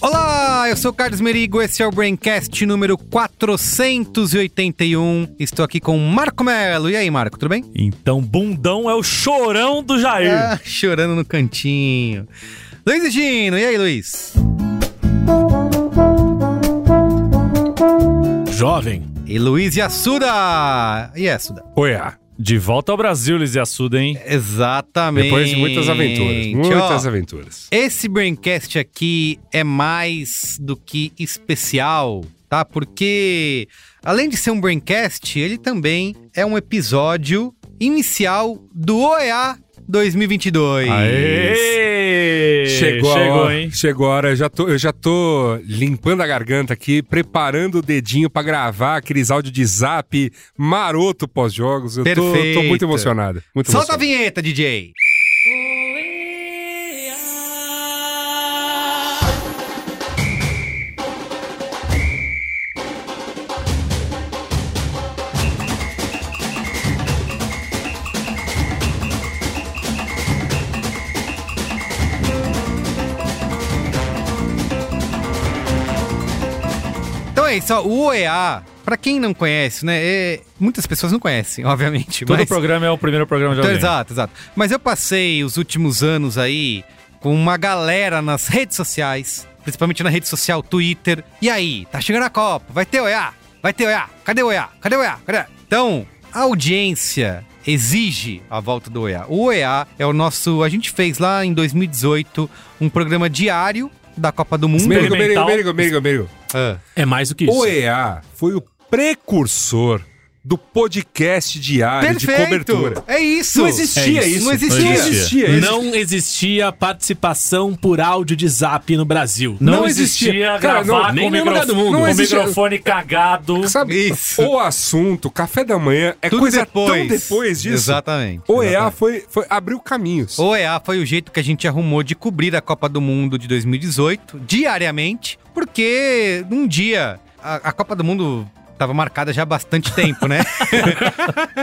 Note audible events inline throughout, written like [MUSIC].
Olá, eu sou o Carlos Merigo, esse é o Braincast número 481. Estou aqui com o Marco Melo. E aí, Marco, tudo bem? Então, bundão é o chorão do Jair. É. Ah, chorando no cantinho. Luiz e Gino, e aí, Luiz? Jovem. E Luiz e Assuda! E é, Assuda? Oiá. De volta ao Brasil, Liz e Assuda, hein? Exatamente. Depois de muitas aventuras, muitas Ó, aventuras. Esse Braincast aqui é mais do que especial, tá? Porque além de ser um Braincast, ele também é um episódio inicial do OEA 2022. Aê! Chegou, a Chegou, hora, hein? Chegou a hora, eu já, tô, eu já tô limpando a garganta aqui, preparando o dedinho pra gravar aqueles áudios de zap maroto pós-jogos. Eu tô, Perfeito. tô muito emocionado. Muito Solta a emocionado. vinheta, DJ! Então é isso, ó, o OEA, pra quem não conhece, né? é- muitas pessoas não conhecem, obviamente. Todo mas... programa é o primeiro programa de Então, alguém. exato, exato. Mas eu passei os últimos anos aí com uma galera nas redes sociais, principalmente na rede social Twitter. E aí, tá chegando a Copa, vai ter OEA, vai ter OEA, cadê o OEA, cadê o OEA, cadê? o OEA? Então, a audiência exige a volta do OEA. O OEA é o nosso, a gente fez lá em 2018 um programa diário da Copa do Mundo. Merigo, Experimental. Merigo, Merigo, Merigo, Merigo. Ah, É mais do que O EA foi o precursor do podcast diário Perfeito! de cobertura. É isso! Não existia É isso, isso. não existia. Não existia isso. Não existia participação por áudio de zap no Brasil. Não, não existia, existia. Cara, gravar não- com, o nem no micro- lugar do mundo. com Não o existia- microfone cagado. Sabe, Isso. o assunto, café da manhã, é Tudo coisa tão depois disso. Exatamente. O EA exatamente. foi, foi, abriu caminhos. OEA é, ah, foi o jeito que a gente arrumou de cobrir a Copa do Mundo de 2018 diariamente, porque um dia a, a Copa do Mundo estava marcada já há bastante tempo, [LAUGHS] né?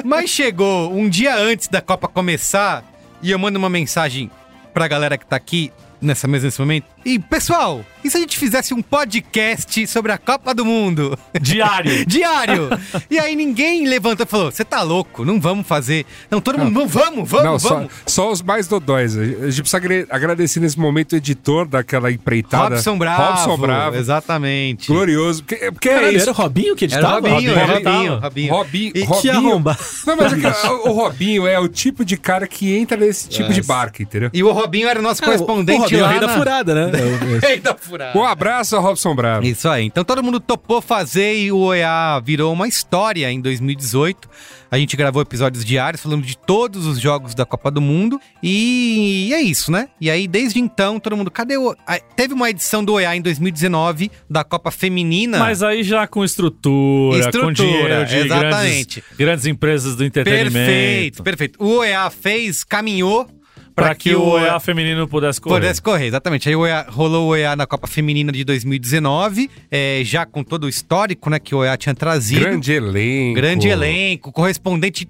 Mas chegou um dia antes da Copa começar e eu mando uma mensagem pra galera que tá aqui nessa mesa nesse momento. E pessoal, e se a gente fizesse um podcast sobre a Copa do [LAUGHS] Mundo? Diário. É Diário! e aí ninguém levantou e falou: Você tá louco, não vamos fazer. Não, todo mundo, não, vamos, vamos, não, só, vamos. só os mais dodóis. A gente precisa agre- agradecer nesse momento o editor daquela empreitada. Robson Bravo. Tá, né? Robson Bravo. Exatamente. Glorioso. Porque, porque é Caralho, isso. era o Robinho que Era editava? Robinho, Robinho, era Robinho. Robinho, Robinho. Robinho. E- Que Robinho. arromba. Não, mas é que [LAUGHS] o o Robinho é o tipo de cara que entra nesse tipo de barco, entendeu? E o Robinho era o nosso o correspondente Robinho é o lá rei da na- [LAUGHS] furada, né? É, Rei da furada. Um abraço ao Robson Bravo. Isso aí. Então todo mundo topou fazer e o OEA virou uma história em 2018. A gente gravou episódios diários falando de todos os jogos da Copa do Mundo. E é isso, né? E aí, desde então, todo mundo. Cadê o. Ah, Teve uma edição do OEA em 2019 da Copa Feminina. Mas aí já com estrutura, com Estrutura, dinheiro de exatamente. grandes, grandes empresas do entretenimento. perfeito, perfeito. O OEA fez, caminhou Para que o EA feminino pudesse correr. Pudesse correr, exatamente. Aí o OEA, rolou o OEA na Copa Feminina de 2019, é, já com todo o histórico né, que o OEA tinha trazido. Grande elenco. Grande elenco, correspondente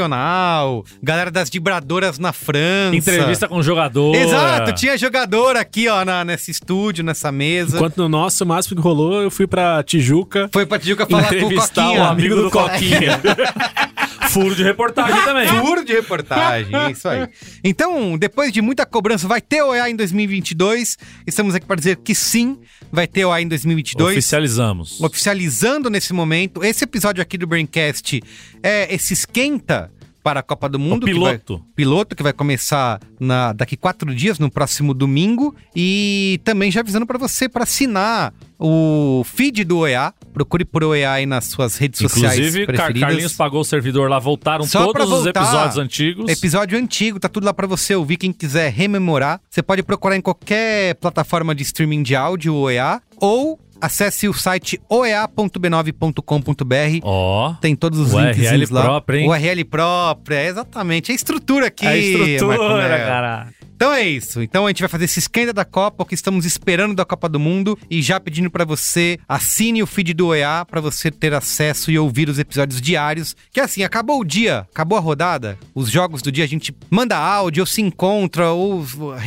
internacional, galera das vibradoras na França. Entrevista com o jogador. Exato, tinha jogador aqui, ó, na, nesse estúdio, nessa mesa. Enquanto no nosso, o máximo que rolou, eu fui pra Tijuca Foi pra Tijuca falar com o Entrevistar Coquinha. o amigo do Coquinha. [LAUGHS] Furo de reportagem também. Furo de reportagem, é isso aí. Então, depois de muita cobrança, vai ter OEA em 2022. Estamos aqui para dizer que sim, vai ter OEA em 2022. Oficializamos. oficializando nesse momento. Esse episódio aqui do Braincast é esse esquenta para a Copa do Mundo. que piloto. vai- piloto que vai começar na- daqui quatro dias, no próximo domingo. E também já avisando para você para assinar o feed do OEA. Procure por OEA aí nas suas redes sociais Inclusive, Car- preferidas. Carlinhos pagou o servidor lá, voltaram Só pra todos os voltar. episódios antigos. Episódio antigo, tá tudo lá pra você ouvir. Quem quiser rememorar, você pode procurar em qualquer plataforma de streaming de áudio, OEA, ou acesse o site oea.b9.com.br. Ó. Tem todos os URL links lá. própria, hein? URL própria, exatamente. É estrutura aqui. É a estrutura, Marco Melo. cara. Então é isso. Então a gente vai fazer esse esquenta da Copa, o que estamos esperando da Copa do Mundo e já pedindo pra você assine o feed do OEA pra você ter acesso e ouvir os episódios diários. Que assim, acabou o dia, acabou a rodada, os jogos do dia a gente manda áudio ou se encontra ou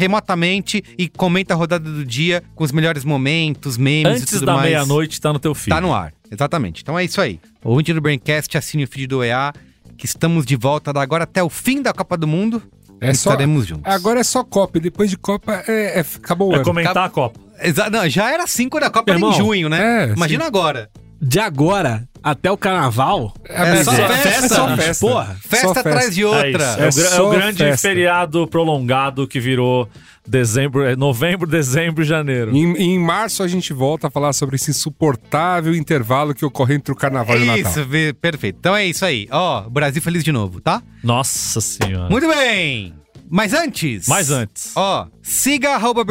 remotamente e comenta a rodada do dia com os melhores momentos, memes e Antes tudo da mais. meia-noite tá no teu filho. Tá no ar, exatamente. Então é isso aí. Ouvinte do Braincast, assine o feed do EA, que estamos de volta da agora até o fim da Copa do Mundo. É só- Estaremos juntos. Agora é só Copa, e depois de Copa é, é- acabou o É ano. comentar a Copa. Exa- não, já era assim quando a Copa era em Irmão, junho, né? é, Imagina agora. De agora até o carnaval. É, só é festa, só bicho, festa. porra. Festa Só atrás de É, isso. É outra. o É gra- é o só grande festa. feriado prolongado que virou dezembro, é novembro, [LAUGHS] dezembro e janeiro. Em, em março a gente volta a falar sobre esse insuportável intervalo que ocorre entre o carnaval e o Natal. É isso, vê- perfeito. Então é isso aí. Ó, Brasil feliz de novo, tá? Nossa senhora. Muito bem! Mas antes. Mas antes. Ó, siga arroba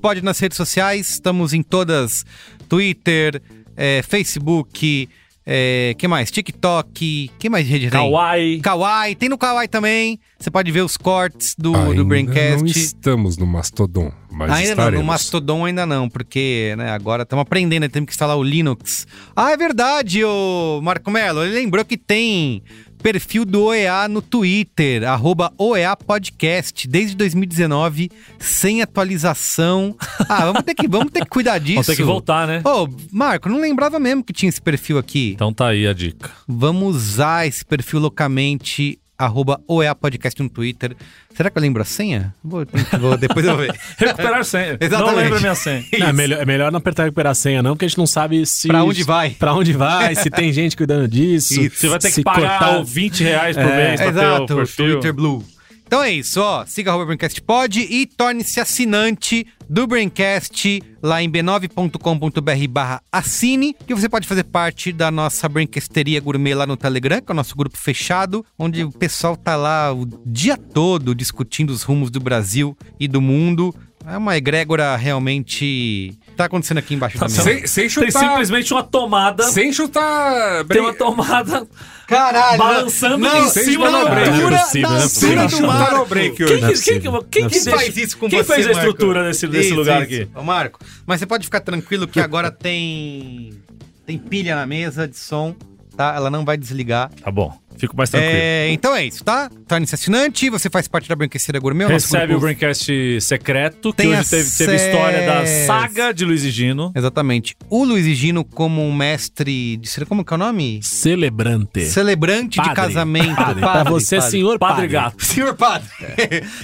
Pod nas redes sociais. Estamos em todas: Twitter, eh, Facebook, eh, que mais? TikTok. Que mais rede tem? Kawaii. Kawaii, tem no Kawaii também. Você pode ver os cortes do, Ainda do Não Braincast. estamos no Mastodon, mas Ainda não, estaremos. no Mastodon ainda não, porque né, agora estamos aprendendo, né, temos que instalar o Linux. Ah, é verdade, o Marco Melo, ele lembrou que tem perfil do OEA no Twitter, arroba OEA Podcast, desde 2019, sem atualização. Ah, vamos ter que, vamos ter que cuidar disso. [LAUGHS] Vamos ter que voltar, né? Ô, Marco, não lembrava mesmo que tinha esse perfil aqui. Então tá aí a dica. Vamos usar esse perfil loucamente, arroba OEA Podcast no Twitter. Será que eu lembro a senha? Vou, vou- depois eu vou [LAUGHS] ver. Recuperar a senha. Exatamente. Não lembro a [LAUGHS] minha senha. Não, é, melhor, é melhor não apertar recuperar a senha, não, porque a gente não sabe se. Pra onde vai. Pra onde vai, se tem gente cuidando disso. Isso. Você vai ter que se pagar cortar- 20 reais por É, mês pra ter o Exato, perfil. Twitter Blue. Então é isso, ó. Siga arroba Braincast Pod e torne-se assinante do Braincast lá em b9.com.br barra assine, que você pode fazer parte da nossa Braincasteria Gourmet lá no Telegram, que é o nosso grupo fechado, onde o pessoal tá lá o dia todo discutindo os rumos do Brasil e do mundo. É uma egrégora realmente... Tá acontecendo aqui embaixo também. Sem, sem Tem chutar. simplesmente uma tomada. Sem chutar. Tem Brin- uma tomada. Caralho! Balançando em sem cima da chutar no break. break. altura, na altura Não é possível, não é possível. sem do chutar Marco. no break Quem, hoje. né? Não é que, quem, possível. que- quem Não é que possível. fez isso com Quem fez a estrutura desse, desse Isso, lugar isso. aqui? Ô, Marco, mas você pode ficar tranquilo que agora tem tem pilha na mesa de som, tá? Ela não vai desligar. Tá bom. Fico mais tranquilo. É, então é isso, tá? Torne-se assinante, você faz parte da Branqueceira Gourmet. o nosso Recebe grupo- o Braincast secreto, que Tem hoje teve, teve a história da acesso. saga de Luiz e Gino. Exatamente. O Luiz e Gino como um mestre de... cere- Como que é o nome? Celebrante. Celebrante de Padre. casamento. Padre. Pra você, é padre. senhor Padre padre. Gato. Senhor padre.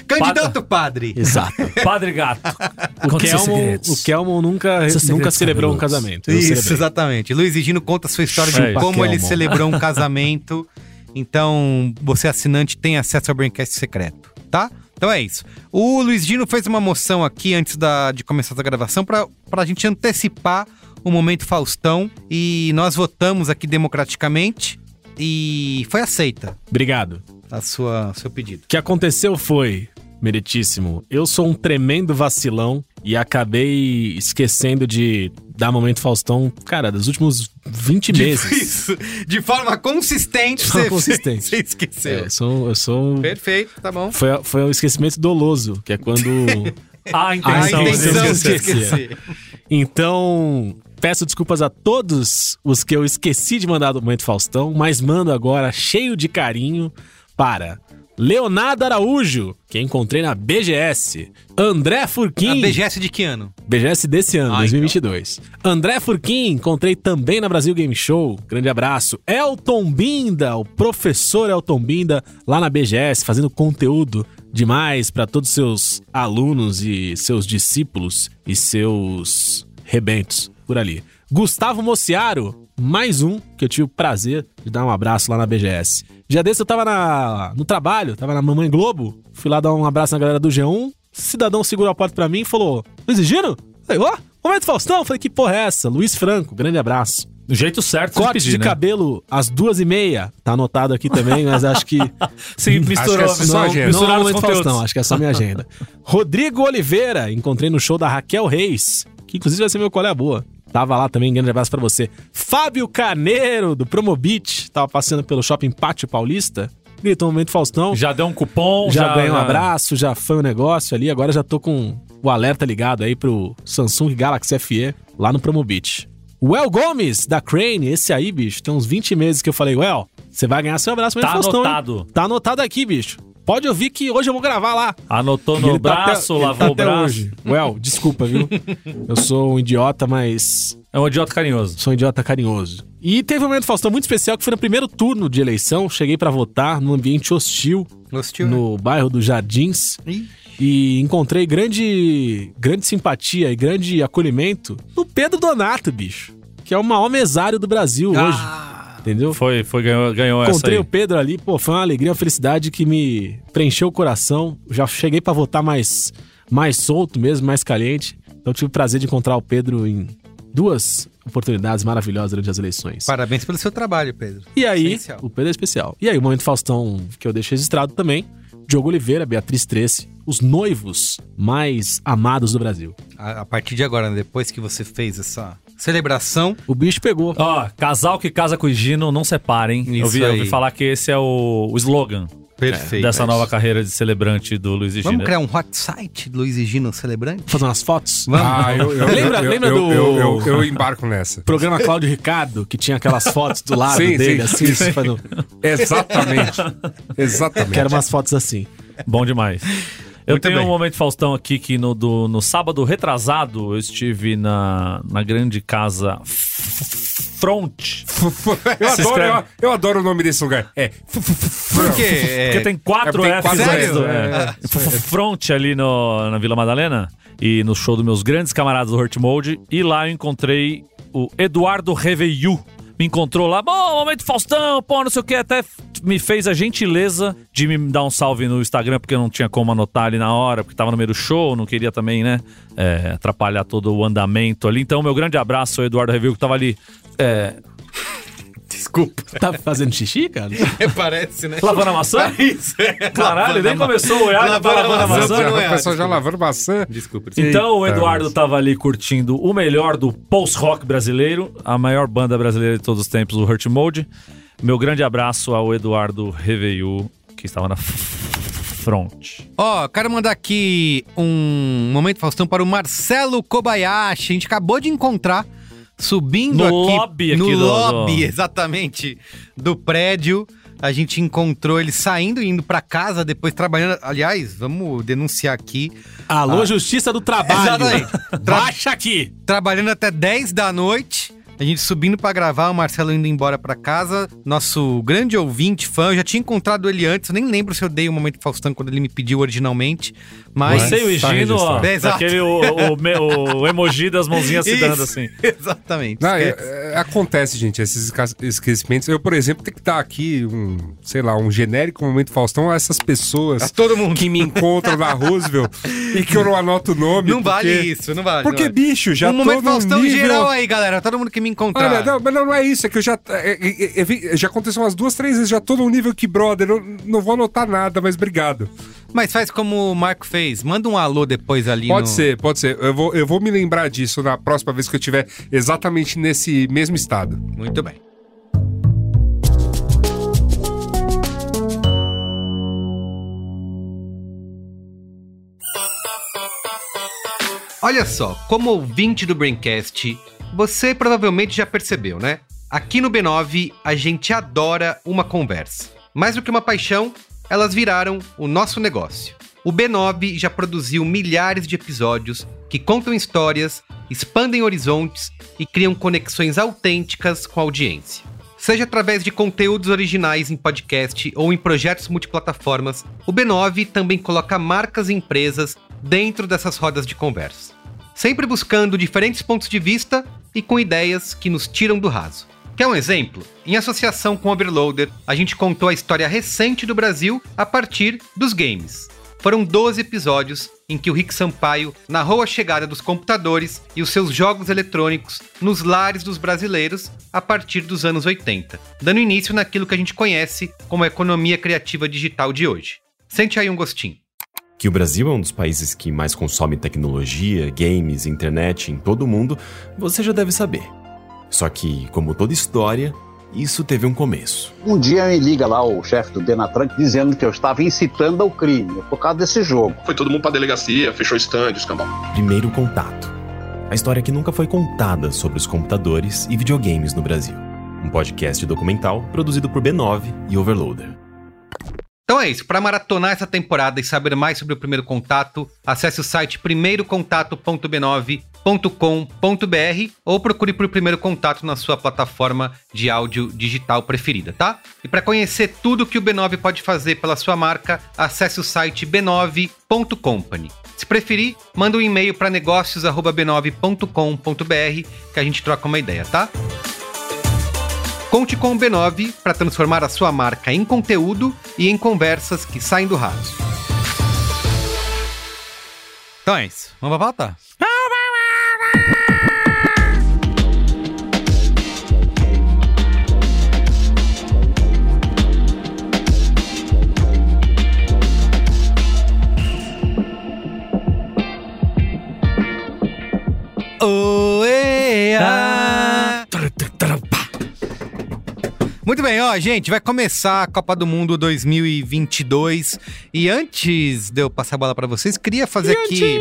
Candidato padre. Exato. [LAUGHS] Padre Gato. O Conta seus Kelmon, segredos. é o Kelmon nunca, Seus nunca segredos celebrou um cabeludos. casamento. Eu Isso, celebrei. exatamente. Luiz e Gino conta a sua história de Chupa, como ele Kelmon. celebrou [LAUGHS] um casamento. Então, você assinante tem acesso ao Braincast secreto, tá? Então é isso. O Luiz Gino fez uma moção aqui antes da- de começar essa gravação pra pra gente antecipar o momento Faustão e nós votamos aqui democraticamente e foi aceita Obrigado. a sua seu pedido. O que aconteceu foi, meritíssimo, eu sou um tremendo vacilão e acabei esquecendo de dar momento Faustão, cara, dos últimos 20 meses. Tipo Isso, de forma consistente, De forma você- [LAUGHS] consistente. você esqueceu. É, eu sou, eu sou um- Perfeito, tá bom. foi, foi um esquecimento doloso, que é quando. A Ah, A intenção, de intenção de esquecer. esquecer. então, peço desculpas a todos os que eu esqueci de mandar do momento Faustão, mas mando agora cheio de carinho para. Leonardo Araújo, que encontrei na BGS. André A Furquim. BGS de que ano? BGS desse ano, Ah, 2022. André Furquim, encontrei também na Brasil Game Show. Grande abraço. Elton Binda, o professor Elton Binda, lá na BGS, fazendo conteúdo demais para todos os seus alunos e seus discípulos e seus rebentos. por ali. Gustavo Mociaro, mais um que eu tive o prazer de dar um abraço lá na BGS. Dia desse eu tava na, no trabalho, tava na Mamãe Globo, fui lá dar um abraço na galera do G1. Cidadão segurou a porta pra mim e falou: Luiz e Gino? Falei, ó, momento Faustão? Falei, que porra é essa? Luiz Franco, grande abraço. Do jeito certo de Corte pedir, de né? cabelo às duas e meia. Tá anotado aqui também, mas [LAUGHS] acho que. Sim, misturou. Acho que é só não, a agenda. Não, misturaram não os muito conteúdos. Faustão, acho que é só [LAUGHS] minha agenda. Rodrigo Oliveira, encontrei no show da Raquel Reis, que inclusive vai ser meu colega boa. Tava lá também, grande abraço pra você. Fábio Carneiro, do Promobit, tava passeando pelo shopping Pátio Paulista. Gritou um momento Faustão. Já né? deu um cupom, Já, ganhei um abraço, já foi um negócio ali. Agora já tô com o alerta ligado aí pro Samsung Galaxy FE lá no Promobit. O El Gomes, da Crane, esse aí, bicho, tem uns 20 meses que eu falei, Well, você vai ganhar seu abraço mesmo, Tá Faustão, hein? anotado. Tá anotado aqui, bicho. Pode ouvir que hoje eu vou gravar lá. Anotou E no ele tá até- braço, ele lavou tá o até braço. Hoje. Well, desculpa, [LAUGHS] viu? eu sou um idiota, mas É um idiota carinhoso. sou um idiota carinhoso. E teve um momento, Faustão, muito especial, que foi no primeiro turno de eleição. Cheguei pra votar num ambiente hostil, Hostil, né? no bairro dos Jardins Ih. e encontrei grande, grande simpatia e grande acolhimento no Pedro Donato, bicho, que é o maior mesário do Brasil Ah, hoje, entendeu? Ah. Foi, foi, ganhou, ganhou essa Encontrei aí. o Pedro ali, pô, foi uma alegria, uma felicidade que me preencheu o coração. Já cheguei pra votar mais, mais solto mesmo, mais caliente. Então tive o prazer de encontrar o Pedro em duas oportunidades maravilhosas durante as eleições. Parabéns pelo seu trabalho, Pedro. E aí, Especial. o Pedro é especial. E aí, o momento Faustão que eu deixo registrado também. Diogo Oliveira, Beatriz Trece, os noivos mais amados do Brasil. A, a partir de agora, né, depois que você fez essa celebração, O bicho pegou. Ó, casal que casa com o Gino, não separem. eu, Isso vi, eu vi aí. falar que esse é o, o slogan perfeito. É, dessa nova né? carreira de celebrante do Luiz e Vamos Gino. criar um hot site, Luiz e Gino Celebrante? Fazer umas fotos. Ah, eu, eu- Lembra- eu- lembra eu- do- eu- eu- eu embarco nessa. Programa Cláudio Ricardo, que tinha aquelas fotos do lado Sim, dele, sim, assim, sim. fazendo- Exatamente. [LAUGHS] Exatamente. Quero umas fotos assim. Bom demais. Eu Muito tenho bem. um momento Faustão aqui que no, do- no sábado retrasado eu estive na, na grande casa F- F- Front. Eu Se adoro, inscreve. eu, eu adoro o nome desse lugar. É. Por quê? [LAUGHS] Porque tem quatro tem Fs quatro antes Fs, do- né? é. Front ali no- na Vila Madalena e no show dos meus grandes camaradas do Hurt Mode. E lá eu encontrei o Eduardo Reveillou. Me encontrou lá, bom, momento Faustão, pô, não sei o que, até f- me fez a gentileza de me dar um salve no Instagram, porque eu não tinha como anotar ali na hora, porque tava no meio do show, não queria também, né, é, atrapalhar todo o andamento ali. Então, meu grande abraço ao Eduardo Reveillou, que tava ali é, Desculpa. Tá fazendo xixi, cara? Parece, né? lavando a maçã. Caralho, nem começou o olhar, já tá lavando a Lavando a maçã. maçã. Já, não é, o pessoal já desculpa. lavando maçã. Desculpa. desculpa. Então o Eita, Eduardo mas- tava ali curtindo o melhor do post-rock brasileiro, a maior banda brasileira de todos os tempos, o Hurt Mode. Meu grande abraço ao Eduardo Reveillou, que estava na front. Ó, quero mandar aqui um momento Faustão para o Marcelo Kobayashi. A gente acabou de encontrar subindo No aqui lobby aqui no do- do- lobby, exatamente, do prédio. A gente encontrou ele saindo e indo para casa, depois trabalhando. Aliás, vamos denunciar aqui. Ah. Alô, Justiça do Trabalho. Exatamente. Baixa aqui. Trabalhando até 10 da noite. A gente subindo pra gravar, o Marcelo indo embora pra casa. Nosso grande ouvinte, fã. Eu já tinha encontrado ele antes. Eu nem lembro se eu dei o momento Faustão quando ele me pediu originalmente. Mas. Você e o tá Gino, ó, registrado. Exato. aquele o, o, me- o emoji das mãozinhas se dando Isso, assim. [LAUGHS] Exatamente. Não, Esquece. é- é- acontece, gente, esses esca- esquecimentos. Eu, por exemplo, tenho que dar aqui um, sei lá, um genérico momento Faustão a essas pessoas A todo mundo. que me encontram na Roosevelt e que eu não anoto o nome. Não vale porque- isso, não vale. Porque, não vale. bicho, já Um tô momento num Faustão nível... geral aí, galera. Todo mundo que me encontrar. Olha, não, mas não, não é isso, é que eu já. é, é, é, é, já aconteceu umas duas, três vezes, já tô num nível que, brother, eu não vou anotar nada, mas obrigado. Mas faz como o Marco fez. Manda um alô depois ali Pode no- ser, pode ser. Eu vou, eu vou me lembrar disso na próxima vez que eu tiver exatamente nesse mesmo estado. Muito bem. Olha só, como ouvinte do Braincast, você provavelmente já percebeu, né? Aqui no B9, a gente adora uma conversa. Mais do que uma paixão, elas viraram o nosso negócio. O B9 já produziu milhares de episódios que contam histórias, expandem horizontes e criam conexões autênticas com a audiência. Seja através de conteúdos originais em podcast ou em projetos multiplataformas, o B9 também coloca marcas e empresas dentro dessas rodas de conversa. Sempre buscando diferentes pontos de vista e com ideias que nos tiram do raso. Quer um exemplo? Em associação com Overloader, a gente contou a história recente do Brasil a partir dos games. Foram 12 episódios em que o Rick Sampaio narrou a chegada dos computadores e os seus jogos eletrônicos nos lares dos brasileiros a partir dos anos 80, dando início naquilo que a gente conhece como a economia criativa digital de hoje. Sente aí um gostinho. que o Brasil é um dos países que mais consome tecnologia, games, internet em todo o mundo, você já deve saber. Só que, como toda história, isso teve um começo. Um dia me liga lá o chefe do Denatran dizendo que eu estava incitando ao crime por causa desse jogo. Foi todo mundo pra delegacia, fechou stand, escambau. Primeiro contato. A história que nunca foi contada sobre os computadores e videogames no Brasil. Um podcast documental produzido por B9 e Overloader. Então é isso. Para maratonar essa temporada e saber mais sobre o Primeiro Contato, acesse o site primeirocontato.b9.com.br ou procure por Primeiro Contato na sua plataforma de áudio digital preferida, tá? E para conhecer tudo que o B9 pode fazer pela sua marca, acesse o site b9.company. Se preferir, manda um e-mail para negócios@b9.com.br que a gente troca uma ideia, tá? Conte com o B9 para transformar a sua marca em conteúdo e em conversas que saem do raso. Então é isso. Vamos pra pauta? Oeia! Muito bem, ó, gente, vai começar a Copa do Mundo 2022. E antes de eu passar a bola pra vocês, queria fazer aqui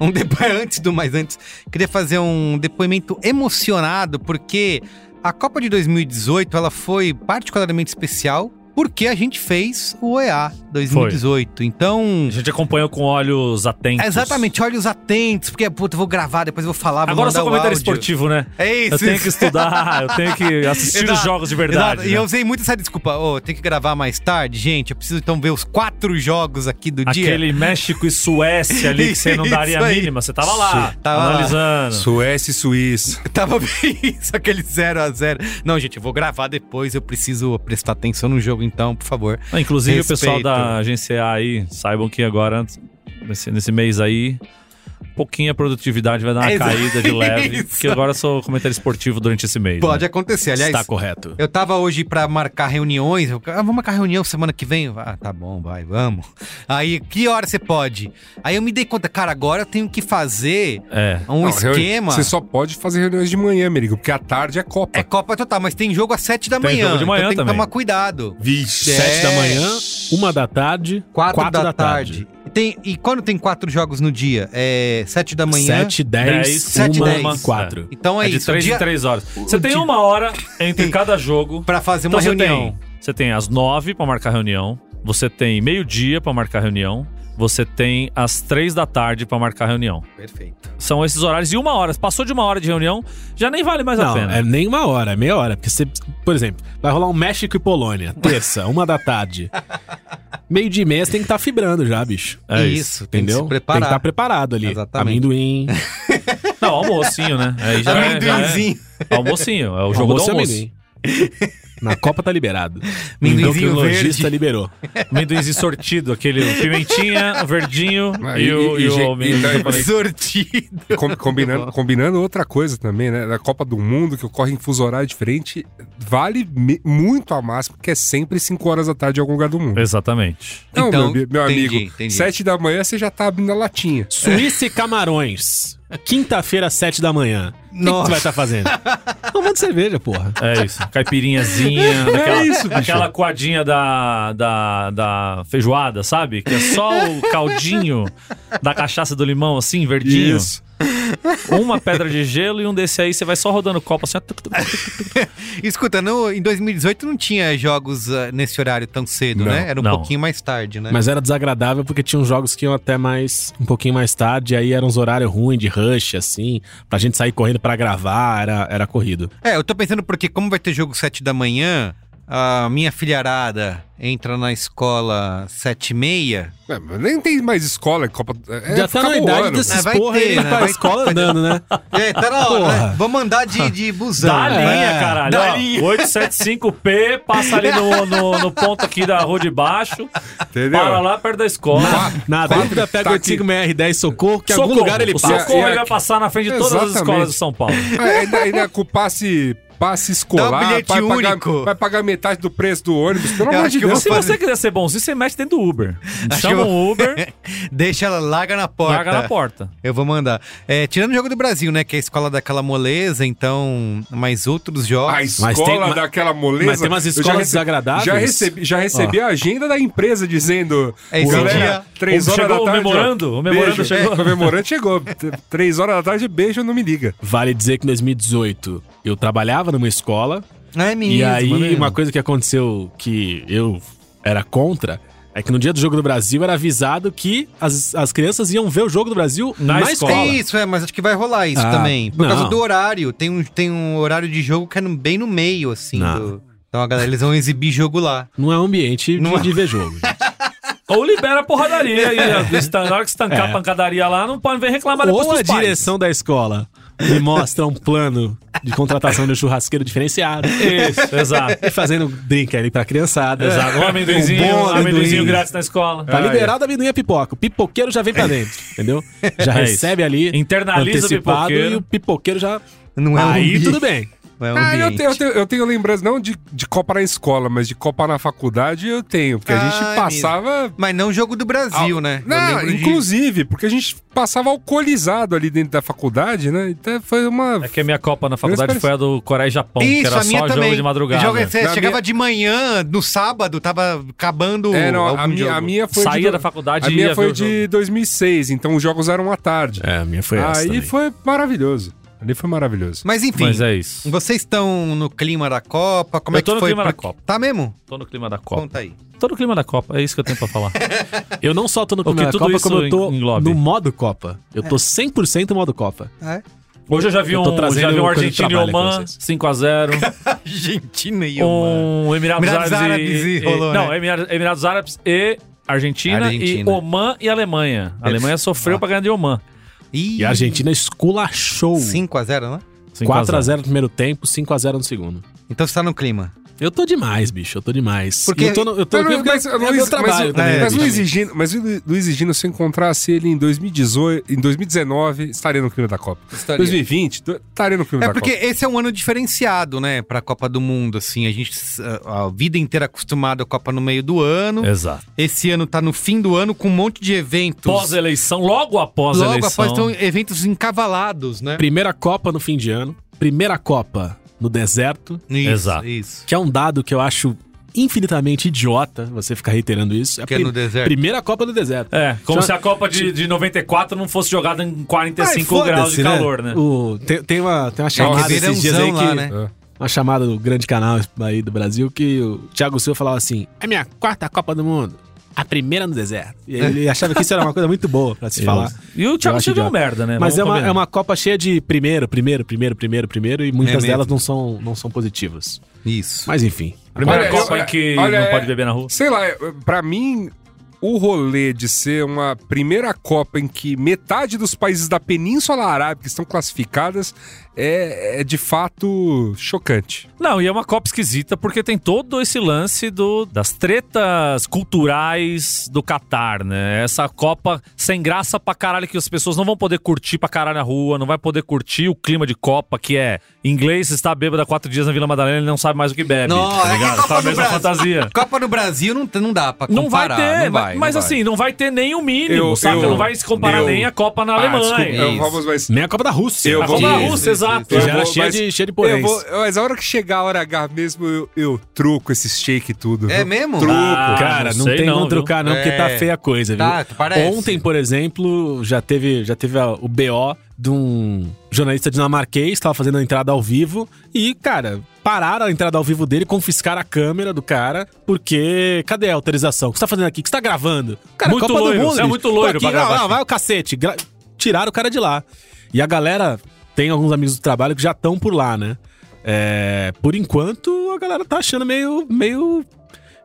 um depo... [LAUGHS] antes do mais antes, queria fazer um depoimento emocionado porque a Copa de 2018, ela foi particularmente especial porque a gente fez o EA 2018. Então, A gente acompanhou com olhos atentos. exatamente, olhos atentos, porque puta, eu vou gravar, depois eu vou falar, vou Agora eu mandar sou o comentário áudio. esportivo, né? É isso. Eu tenho isso. que estudar, eu tenho que assistir os Exato, jogos de Exato, verdade. E né? eu usei muito essa desculpa. Ô, tem que gravar mais tarde, gente. Eu preciso então ver os quatro jogos aqui do dia. Aquele México e Suécia ali que você não daria [LAUGHS] Isso a aí. mínima. Você tava lá, Sim, tava lá. Ah. analisando. Suécia e Suíça. Tava [LAUGHS] bem isso, aquele 0 a 0 Não, gente, eu vou gravar depois. Eu preciso prestar atenção no jogo, então, por favor. Ah, Inclusive, o pessoal Respeito. da agência EA aí, saibam que agora, nesse, nesse mês aí, pouquinha produtividade vai dar uma É isso. caída [LAUGHS] de leve. Isso. Porque agora eu sou comentário esportivo durante esse mês. Pode né? acontecer. Aliás, Está correto. eu tava hoje pra marcar reuniões. Eu, ah, vamos marcar reunião semana que vem? Ah, tá bom, vai, vamos. Aí, que hora você pode? Aí eu me dei conta, cara, agora eu tenho que fazer É. um Não, reuni- esquema. Você só pode fazer reuniões de manhã, Merigo, porque à tarde é Copa. É Copa total, mas tem jogo às 7 da Tem manhã. jogo de manhã então tem que também. tomar cuidado. Vixe. Sete da manhã, uma da tarde, 4, quatro, da, tarde. E Tem, e quando tem quatro jogos no dia? É 7 da manhã. Sete, dez, Sete, uma, dez. quatro. Então é, É de isso. o 3 em Dia 3 horas. Você tem dia- uma hora entre cada jogo. pra fazer Então uma você reunião. tem, você tem às 9 pra marcar reunião, você tem meio-dia pra marcar reunião, você tem às 3 da tarde pra marcar reunião. Perfeito. São esses horários e uma hora. Passou de uma hora de reunião, já nem vale mais a Não, pena. é nem uma hora, é meia hora. Porque você, por exemplo, vai rolar um México e Polônia, terça, uma [LAUGHS] da tarde. Meio dia e meia você tem que estar fibrando já, bicho. É isso, tem que Entendeu? se preparar. estar preparado ali. Exatamente. [LAUGHS] É Amendoim. Não, almocinho, né? Aí já é- já é, Amendoinzinho. almocinho, é o jogo Almoço do é almoço. amendoim. Na Copa tá liberado. [LAUGHS] Amendoinzinho Então, que o lojista verde. liberou. Amendoinzinho sortido, aquele pimentinha, o verdinho Ah, e, e- o, e e o gente- amendoim então- [LAUGHS] japonês. Sortido. [LAUGHS] [LAUGHS] Com- combinando, combinando outra coisa também, né? Da Copa do Mundo, que ocorre em fuso horário diferente, vale me- muito a máxima, porque é sempre 5 horas da tarde em algum lugar do mundo. Exatamente. Então, Então, meu, meu entendi, amigo, entendi. 7 da manhã você já tá abrindo a latinha. Suíça [LAUGHS] e Camarões. Quinta-feira, sete da manhã. O que que Nossa. tu vai [LAUGHS] estar fazendo? Tomando cerveja, porra. É isso. [LAUGHS] É Caipirinhazinha, daquela, aquela coadinha da, da, da feijoada, sabe? Que é só o caldinho da cachaça do limão, assim, verdinho. Uma pedra de gelo e um desse aí, você vai só rodando o copo assim. ó, tuc, tuc, tuc. Escuta, no, em 2018 não tinha jogos ah, nesse horário tão cedo, Não, né? Era um não. pouquinho mais tarde, né? Mas era desagradável porque tinha uns jogos que iam até mais um pouquinho mais tarde, aí eram uns horários ruins de rush, assim, pra gente sair correndo pra gravar, era, era corrido. É, eu tô pensando porque como vai ter jogo 7 da manhã, a minha filharada entra na escola sete e meia, É, mas nem tem mais escola, Copa. É, Já tá acabou na o idade ano. desses É, vai porra ter, aí né? pra Vai- escola andando, [LAUGHS] né? É, tá na hora, Porra. né? Vamos andar de, de busão. Dá a né? linha, É, caralho. dá ó. a linha. 875P, passa ali no, no, no ponto aqui da rua de baixo, Entendeu? para lá perto da escola. Na Quatro dúvida, pega o tá aqui. 85 MR10 Socorro, que em Socorro. algum lugar ele o passa. Socorro É, ele vai aqui. passar na frente de todas as Exatamente. escolas de São Paulo. É, ainda, ainda com passe, passe escolar. Dá um bilhete vai pagar- único. vai pagar metade do preço do ônibus. Eu Pelo amor acho de que eu vou Deus. Se fazer- você quiser ser bonzinho, você mexe dentro do Uber. Acho que Chama eu- [LAUGHS] um Uber, Deixa ela, larga na porta. larga na porta. Eu vou mandar. É, tirando o Jogo do Brasil, né? Que é a escola daquela moleza, então... Mas outros jogos... A escola tem- daquela moleza. mas tem umas eu já escolas recebi- desagradáveis. Já recebi, já recebi a agenda da empresa dizendo. É esse galera, dia. Três O- horas chegou da o tarde. ó, memorando? O memorando beijo. chegou? É, [LAUGHS] o memorando chegou. T- Três horas da tarde, beijo, não me liga. Vale dizer que em 2018 eu trabalhava numa escola Não é mesmo, e aí né? uma coisa que aconteceu que eu era contra é que no dia do Jogo do Brasil era avisado que as, as crianças iam ver o Jogo do Brasil Na na, escola. escola. É isso, é, mas acho que vai rolar isso Ah, também. Por não. causa do horário. Tem um, tem um horário de jogo que é no- bem no meio, assim. Não. do- Então a galera, eles vão exibir jogo lá. Não é um ambiente Não é. de, de ver jogo. gente. Ou libera a porradaria. E a- estan- na hora que estancar a pancadaria lá, não pode vir reclamar depois Ou a dos pais. direção da escola me mostra um plano de contratação de um churrasqueiro diferenciado. [LAUGHS] Isso, exato. E fazendo drink ali pra criançada. Exato. [LAUGHS] Um amendoinzinho, Um bom um amendoinzinho amendoim. grátis na escola. Tá liberado a amendoim e a pipoca. O pipoqueiro já vem pra dentro, entendeu? Já É recebe ali Internaliza o antecipado pipoqueiro. e o pipoqueiro já... Não é um Aí ambiente. tudo bem. [LAUGHS] Não é um Ah, eu, ambiente. tenho, eu, tenho, eu tenho lembrança, não de, de Copa na escola, mas de Copa na faculdade eu tenho. Porque a Ah, é gente passava Mas não jogo do Brasil, né? Eu Ah, Não, lembro de- inclusive, porque a gente passava alcoolizado ali dentro da faculdade, né? Então foi uma. É que a minha Copa na faculdade Meus foi a do Coreia e Japão, que era só jogo de madrugada. Joga- você Na chegava minha- de manhã, no sábado, tava acabando É, não, algum a, minha, jogo. a minha foi Saía de, do- da faculdade a e ia minha foi ver o de 2006, então os jogos eram à tarde. É, a minha foi essa Aí também. foi maravilhoso. Ali foi maravilhoso. Mas enfim, Mas é isso. vocês estão no clima da Copa? Como Eu é que tô no foi? clima pra- da Copa. Tá mesmo? Tô no clima da Copa. Conta aí. Tô no clima da Copa, é isso que eu tenho pra falar. Eu não só tô no que clima da tudo Copa, isso como eu tô englobe. no modo Copa. Eu tô 100% modo Copa. Hoje eu já vi Eu um, tô já vi trazendo um coisa de Argentina e trabalho aqui Oman, pra vocês. 5x0. [LAUGHS] Argentina e Oman. um Emirados, Emirados Árabes, Árabes e- e, e- rolou, Não, né? Emira- Emirados Árabes e Argentina, Argentina. e Oman e Alemanha. A Alemanha sofreu pra ganhar de Oman. Ih, E a Argentina esculachou. 5x0, né? 4x0 no primeiro tempo, 5x0 no segundo. Então você tá no clima. Eu tô demais, bicho. Eu tô demais. Porque- E eu tô, no- eu tô no clima mas, porque é Luiz- meu mas- trabalho mas, também. né, mas bicho. Luiz Egino, mas o Lu- Luiz Egino, se eu encontrasse ele em 2018, em 2019, estaria no clima da Copa. é, 2020, do- estaria no clima É da porque Copa. esse é um ano diferenciado, né, pra Copa do Mundo, assim, a gente a a vida inteira acostumado à Copa no meio do ano. Exato. Esse ano tá no fim do ano com um monte de eventos. Pós-eleição, logo após a Logo eleição. após um estão eventos encavalados, né? Primeira Copa no fim de ano. Primeira Copa no deserto. Isso, Exato. Isso. Que é um dado que eu acho infinitamente idiota você ficar reiterando isso. É a Que é no deserto. Primeira Copa do deserto. É, como Já- se a Copa de, de 94 não fosse jogada em 45 Ai, graus de foda-se, calor, né? O- tem, tem uma, É tem uma chamada Nossa, esses dias aí verãozão que... lá, né? é. uma chamada do grande canal aí do Brasil que o Thiago Silva falava assim: é minha quarta Copa do Mundo, a primeira no deserto. E ele achava que isso era uma coisa muito boa pra se falar. E o Eu Thiago acho Silva é uma idiota. merda, né? Mas Vamos é uma, combinar. é uma Copa cheia de primeiro, primeiro, primeiro, primeiro, primeiro, e É muitas mesmo. delas não são, não são positivas. Isso. Mas enfim. Primeira Olha, Copa eu- em que olha, não é- pode beber na rua. Sei lá, eu- pra mim, o rolê de ser uma primeira Copa em que metade dos países da Península Arábica estão classificadas é, é de fato chocante. Não, e é uma Copa esquisita porque tem todo esse lance do, das tretas culturais do Catar, né? Essa Copa sem graça pra caralho que as pessoas não vão poder curtir pra caralho na rua, não vai poder curtir o clima de Copa que é inglês está bêbado há quatro dias na Vila Madalena ele não sabe mais o que bebe, Não, tá é ligado? Copa tá a do mesma Brasil. fantasia. Copa do Brasil não, não dá pra comparar. Não vai ter, não mas- vai, mas não vai. assim, não vai ter nem o mínimo, Eu- sabe? eu- não vai se comparar eu- nem a Copa na Ah, Alemanha. desculpa, eu- vamos, mas Nem a Copa da Rússia. Eu a vou- Copa da Isso, Rússia, exato. isso, Que isso. já Eu era vou- cheia mas de, cheia de Eu poréns. vou- mas a hora que chegar a hora H mesmo, eu, eu truco esse shake e tudo. É viu? mesmo? Truco. Ah, Cara, não não, sei tem não, como viu? trocar, não, porque É. tá feia a coisa, viu? Tá, parece. Ontem, por exemplo, já teve, já teve a- o BO de um jornalista dinamarquês que tava fazendo a entrada ao vivo e, cara, pararam a entrada ao vivo dele, confiscaram a câmera do cara, porque cadê a autorização? O que você tá fazendo aqui? O que você tá gravando? Cara, Muito Copa loiro, do Mundo. você é bicho. muito loiro Tô pra aqui, gravar não, não, aqui. vai o cacete. Gra- Tiraram o cara de lá. E a galera, tem alguns amigos do trabalho que já estão por lá, né? É, por enquanto, a galera tá achando meio, meio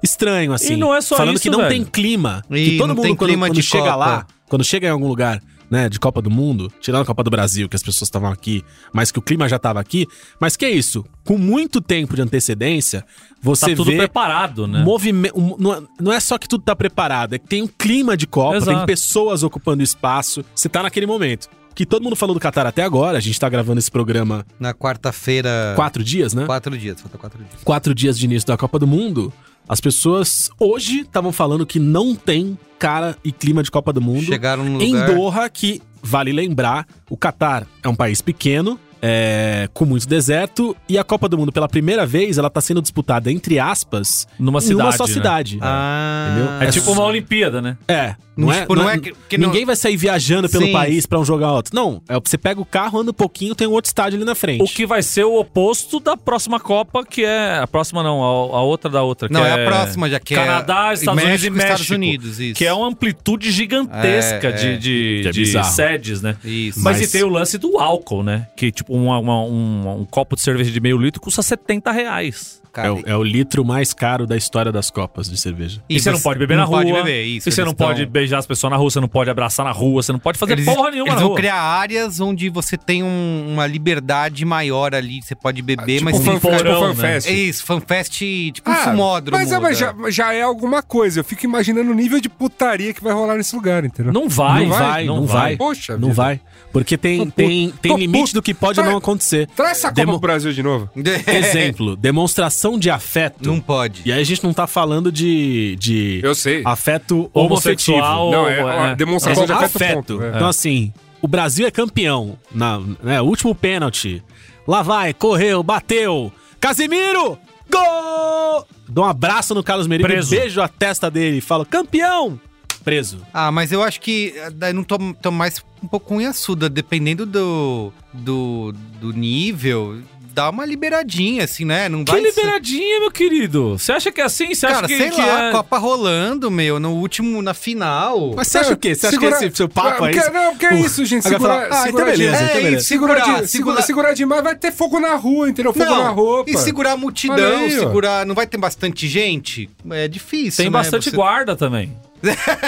estranho, assim. E não é só Falando isso, que não velho. tem clima. Ih, que todo não mundo, tem quando, clima quando de chega Copa. lá, quando chega em algum lugar, né, de Copa do Mundo, tirando a Copa do Brasil, que as pessoas estavam aqui, mas que o clima já tava aqui. Mas que é isso? Com muito tempo de antecedência, Tá você tudo vê preparado, né? Movime- um- Não é- não é só que tudo tá preparado, é que tem um clima de Copa, Exato. tem pessoas ocupando espaço. Você tá naquele momento. Que todo mundo falou do Catar até agora, a gente tá gravando esse programa Na quarta-feira. quatro dias, né? Quatro dias, falta quatro dias. Quatro dias de início da Copa do Mundo. As pessoas hoje estavam falando que não tem cara e clima de Copa do Mundo. Chegaram no Em um lugar. Doha, que vale lembrar, o Catar é um país pequeno, é, com muito deserto, e a Copa do Mundo, pela primeira vez, ela tá sendo disputada, entre aspas, Numa cidade. em uma só né? cidade. Ah, Entendeu? É tipo uma Olimpíada, né? É, não é, Tipo, não não é- é que- que ninguém vai sair viajando pelo Sim. país pra um jogar outro. Não, é, você pega o carro, anda um pouquinho, tem um outro estádio ali na frente. O que vai ser o oposto da próxima Copa, que é. A próxima não, a, a outra da outra. que Não, é a próxima, já que é- Canadá, Estados Unidos e México, México. Estados Unidos, isso. Que é uma amplitude gigantesca É, de, é. de, Que é de bizarro. sedes, né? Isso. Mas, Mas- e tem o lance do álcool, né? Que, tipo, uma- uma- um, um copo de cerveja de meio litro custa 70 reais. cara, é, o, é o litro mais caro da história das Copas de cerveja. E, você não pode beber na rua. Não pode beber, isso. E você eles não pode estão- beijar as pessoas na rua, você não pode abraçar na rua, você não pode fazer Eles, porra nenhuma eles na vão rua. criar áreas onde você tem um- uma liberdade maior ali. Você pode beber, mas você tipo fan, não fica- tipo porão, fanfest. É isso, fanfest, tipo um Ah, sumódromo. mas, é, mas já, já é alguma coisa. Eu fico imaginando o nível de putaria que vai rolar nesse lugar, entendeu? Não vai, não vai, não vai. Poxa não vida. vai. Porque tem, Tô tem, tem Tô limite puto. do que pode ou não acontecer. Traz essa Copa Demo- pro Brasil de novo. É. Exemplo, demonstração de afeto. [LAUGHS] Não pode. E aí a gente não tá falando de, de Eu sei. afeto homossexual. Homossexual. Não, é, ou- a demonstração de afeto, ponto. É. Então, assim, o Brasil é campeão. Na, né, último pênalti. Lá vai, correu, bateu. Casimiro! Gol! Dou um abraço no Carlos Merigo, Preso. beijo a testa dele e falo, campeão! Preso. Ah, mas eu acho que eh, daí não tô, tô mais um pouco cunhaçuda, dependendo do, do, do nível, dá uma liberadinha, assim, né? Não Que vai ser- liberadinha, meu querido. Você acha que é assim? Você acha Cara, que, sei que lá, é... Copa rolando, meu, no último, na final. Mas você acha o quê? Você acha que esse seu papo é porque, isso? Não, porque é isso, gente. Agora Segurar, fala, ah, então segurar beleza, de- então É, beleza. Segurar, de- Segurar, segura- segurar. segurar demais, vai ter fogo na rua, entendeu? Fogo na roupa. e segurar a multidão, Olha aí, ó. segurar. Não vai ter bastante gente? É difícil. Tem né? bastante Você- guarda [LAUGHS] também.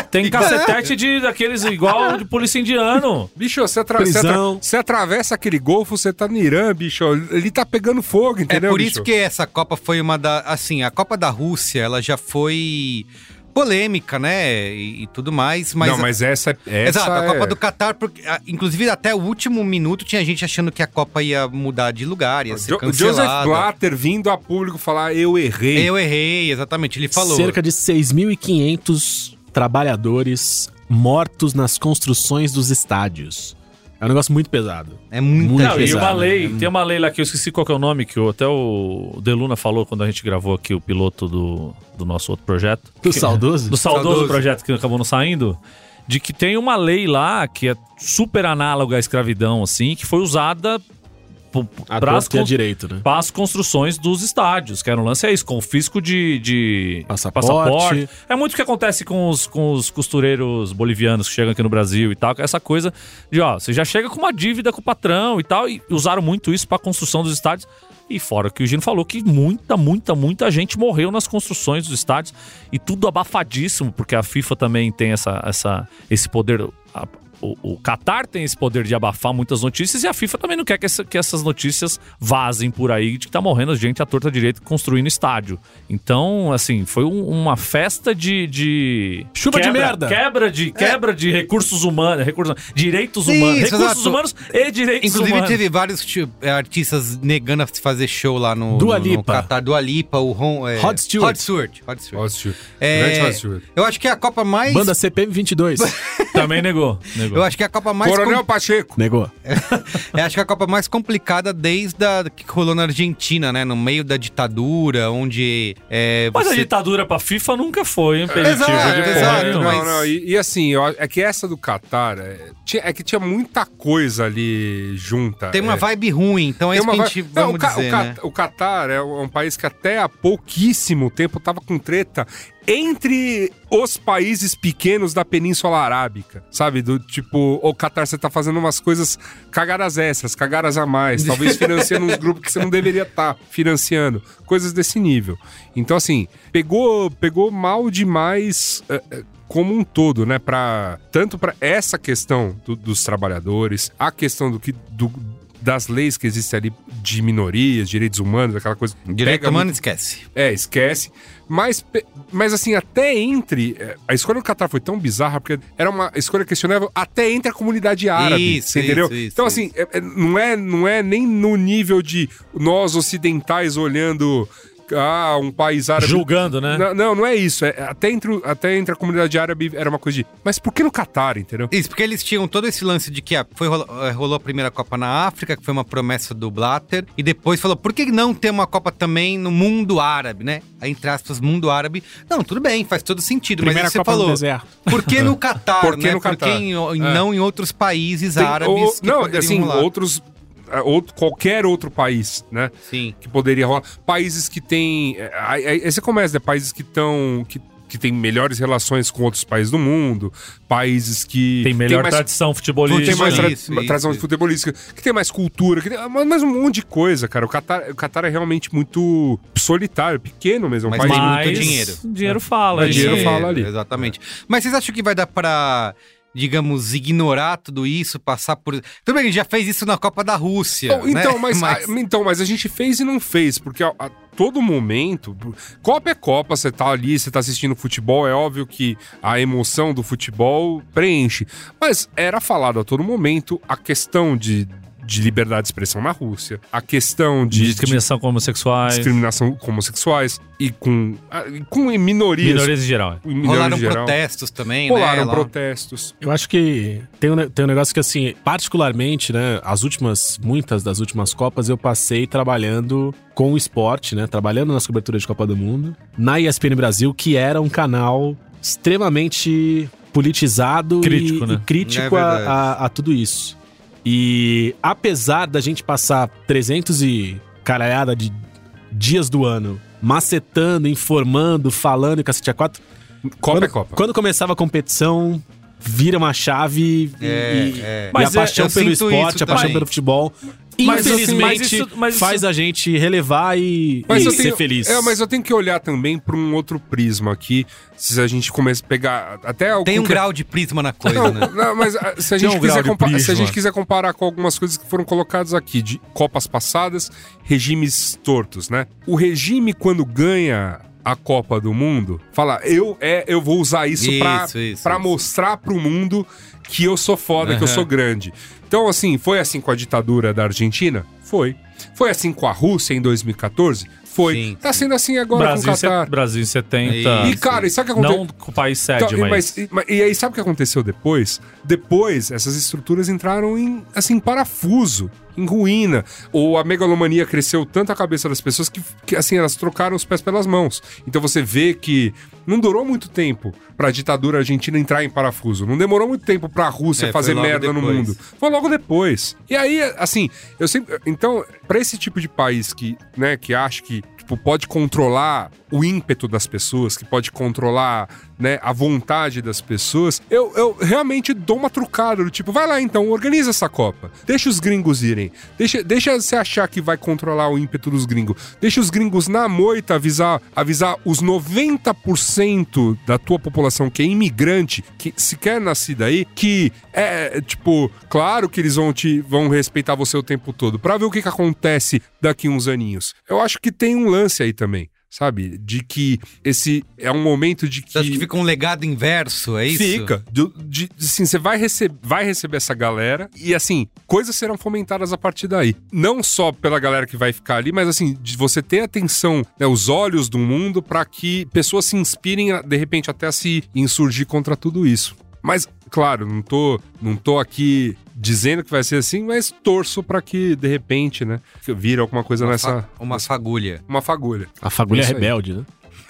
Tem cacetete de, daqueles igual de polícia indiano. Bicho, você, atra- você atra- Prisão. você atravessa aquele golfo, você tá no Irã, bicho. Ele tá pegando fogo, É entendeu? por bicho? isso que essa Copa foi uma da. Assim, a Copa da Rússia, ela já foi polêmica, né? E, e tudo mais, mas. não, mas essa, essa Exato, a Copa é... do Catar, porque, a- inclusive até o último minuto tinha gente achando que a Copa ia mudar de lugar, ia ser Jo- Joseph cancelada. Blatter vindo a público falar, eu errei. Eu errei, exatamente, ele falou. Cerca de 6.500 trabalhadores mortos nas construções dos estádios. É um negócio muito pesado. É muita Não, gente. Não, e pesado, uma né? lei, tem uma lei lá que eu esqueci qual que é o nome, que o- até o Deluna falou quando a gente gravou aqui o piloto do, do nosso outro projeto. Do Que- saudoso? Do saudoso, Saudoso. projeto que acabou não saindo. De que tem uma lei lá que é super análoga à escravidão, assim, que foi usada é A para as torta e a direito, né? para as construções dos estádios, que era um lance é isso, confisco de, de Passaporte. É muito o que acontece com os, com os costureiros bolivianos que chegam aqui no Brasil e tal, essa coisa de, ó, você já chega com uma dívida com o patrão e tal, e usaram muito isso para construção dos estádios. E fora que o Gino falou que muita, muita, muita gente morreu nas construções dos estádios e tudo abafadíssimo, porque a FIFA também tem essa, essa, esse poder a- o, o Qatar tem esse poder de abafar muitas notícias e a FIFA também não quer que, essa- que essas notícias vazem por aí de que tá morrendo gente à torta direito construindo estádio. Então, assim, foi um- uma festa de. de- Chuva de merda. Quebra de, quebra de recursos humanos, recursos, hum, direitos Isso, humanos. Recursos exato. humanos e direitos Inclusive humanos. teve vários ti- eh, artistas negando a se fazer show lá no, Dua no, no Lipa. Catar. Dua Lipa, o Ron... eh, Rod Stewart. Rod Stewart. Rod Stewart. Rod Stewart. É, Grande Rod Stewart. Eu acho que é a Copa mais... Banda CPM 22. [LAUGHS] [LAUGHS] Também negou. negou. Eu acho que é a Copa mais... Coronel Pacheco. Negou. Eu acho que é a Copa mais complicada desde a que rolou na Argentina, né? No meio da ditadura, onde é, Mas a você- ditadura pra FIFA nunca foi um impeditivo Exato, de porra É, exato, nenhuma. mas- não, não, e, e assim, eu- é que essa do Qatar é, tinha- é que tinha muita coisa ali junta. tem uma é. vibe ruim, então é Tem isso uma que a va- gente, Não, vamos o, Ca- dizer, o Ca- né? o Catar é um é um país que até há pouquíssimo tempo tava com treta entre os países pequenos da Península Arábica, sabe? Do tipo, o Qatar, você tá fazendo umas coisas cagadas extras, cagadas a mais, [LAUGHS] talvez financiando uns grupos que você não deveria estar financiando, coisas desse nível. Então, assim, pegou, pegou mal demais. eh, eh, como um todo, né? Pra, tanto para essa questão do- dos trabalhadores, a questão do que, do- das leis que existem ali de minorias, direitos humanos, aquela coisa. Direito Pega humano, esquece. é, esquece. Mas, pe- mas assim, até entre. é, A escolha do Catar foi tão bizarra, porque era uma escolha questionável até entre a comunidade árabe. Isso, você entendeu? isso, isso, então, assim, é- é- não, é, não é nem no nível de nós ocidentais olhando. Ah, um país árabe. Julgando, né? Não, não, não é isso. É, até, entre, o- até entre a comunidade árabe era uma coisa de. Mas por que no Catar, entendeu? Isso, porque eles tinham todo esse lance de que ah, foi, rolo- eh, rolou, a primeira Copa na África, que foi uma promessa do Blatter, e depois falou, por que não ter uma Copa também no mundo árabe, né? Aí, Entre aspas, mundo árabe. Não, tudo bem, faz todo sentido, Primeira mas aí você Copa no falou, deserto. por que no Catar, [LAUGHS] Por que né? no Catar? Por que em- em- É. não em outros países Tem- árabes ou- que não, poderiam assim, rolar? outros. ah, Outro, qualquer outro país, né? Sim. que poderia rolar. Países que têm. é, Aí, aí- aí você começa, né? Países que estão. Que, que têm melhores relações com outros países do mundo, países que. Tem melhor mais, tradição que futebolística. tem mais né? tra- Isso, isso, tradição isso. futebolística, que tem mais cultura, que tem mas- mas um monte de coisa, cara. O Catar, o Catar é realmente muito solitário, pequeno mesmo. é Um Mas país tem muito- muito dinheiro. Dinheiro fala. Mas gente. dinheiro fala ali. Exatamente. Mas vocês acham que vai dar pra, digamos, ignorar tudo isso, passar por. Tudo bem, a gente já fez isso na Copa da Rússia. Então, então, né? [LAUGHS] mas, a- então, mas a gente fez e não fez, porque a, a todo momento, Copa é Copa, você tá ali, você tá assistindo futebol, é óbvio que a emoção do futebol preenche. Mas era falado a todo momento a questão de, de liberdade de expressão na Rússia, a questão De de, discriminação com de homossexuais. discriminação com homossexuais e com, ah, e com minorias. Minorias em geral. é. em minorias Rolaram em geral. protestos também, Rolaram né? Lá- protestos. Eu acho que tem um, ne- tem um negócio que, assim, particularmente, né, as últimas, muitas das últimas Copas eu passei trabalhando com o esporte, né, trabalhando nas coberturas de Copa do Mundo, na ESPN Brasil, que era um canal extremamente politizado e- Crítico, e, né? crítico É a- verdade. a, a tudo isso. E apesar da gente passar 300 e caralhada de dias do ano macetando, informando, falando e cacete a quatro, Copa quando, é Copa. Quando começava a competição, vira uma chave e, É, e- é. e Mas a é- paixão eu pelo sinto esporte, isso a paixão também. pelo futebol, Mas, assim, infelizmente, mas isso- mas isso- faz a gente relevar e, Mas e eu ser tenho- feliz. É, mas eu tenho que olhar também para um outro prisma aqui. Se a gente começa a pegar até o Tem um concre- grau de prisma na coisa, Não, né? não, mas ah, se a, gente Tem um grau quiser de compa- se a gente prisma. quiser comparar com algumas coisas que foram colocadas aqui, de Copas passadas, regimes tortos, né? O regime, quando ganha a Copa do Mundo, fala, eu é, eu vou usar isso, pra, Isso, isso, pra isso. mostrar pro mundo que eu sou foda, que eu sou grande. Então, assim, foi assim com a ditadura da Argentina? Foi. Foi assim com a Rússia em 2014? Foi. Sim, tá sim. sendo assim agora Brasil, com o Qatar. se- Brasil 70. E, cara, e sabe o que aconteceu? Não com o país sede, Então, e- mas. mas- e, mas- e aí, sabe o que aconteceu depois? Depois, essas estruturas entraram em, assim, parafuso, em ruína. Ou a megalomania cresceu tanto a cabeça das pessoas que, que, assim, elas trocaram os pés pelas mãos. Então você vê que não durou muito tempo pra ditadura argentina entrar em parafuso. Não demorou muito tempo pra Rússia É, foi fazer logo merda no depois. mundo. Foi logo depois. E aí, assim, eu sempre. Então, pra esse tipo de país que, né, que acha que tipo, pode controlar o ímpeto das pessoas, que pode controlar, né, a vontade das pessoas, eu, eu realmente dou uma trucada do tipo, vai lá então, organiza essa Copa. Deixa os gringos irem. Deixa, deixa você achar que vai controlar o ímpeto dos gringos. Deixa os gringos na moita avisar, avisar os 90% da tua população que é imigrante, que sequer nascida aí, que é, é, tipo, claro que eles vão te vão respeitar você o tempo todo, pra ver o que, que acontece daqui uns aninhos. Eu acho que tem um lance aí também, sabe? De que esse é um momento de que Você acha que fica um legado inverso, é isso? Fica. Do- de- assim, você vai, receb- vai receber essa galera e, assim, coisas serão fomentadas a partir daí. Não só pela galera que vai ficar ali, mas, assim, de você ter atenção, né, os olhos do mundo para que pessoas se inspirem, a- de repente, até a se insurgir contra tudo isso. Mas, claro, não tô, não tô aqui dizendo que vai ser assim, mas torço para que, de repente, né, vira alguma coisa Uma, nessa... fa- uma fagulha. [LAUGHS] Uma fagulha. A fagulha É Isso aí. rebelde, né?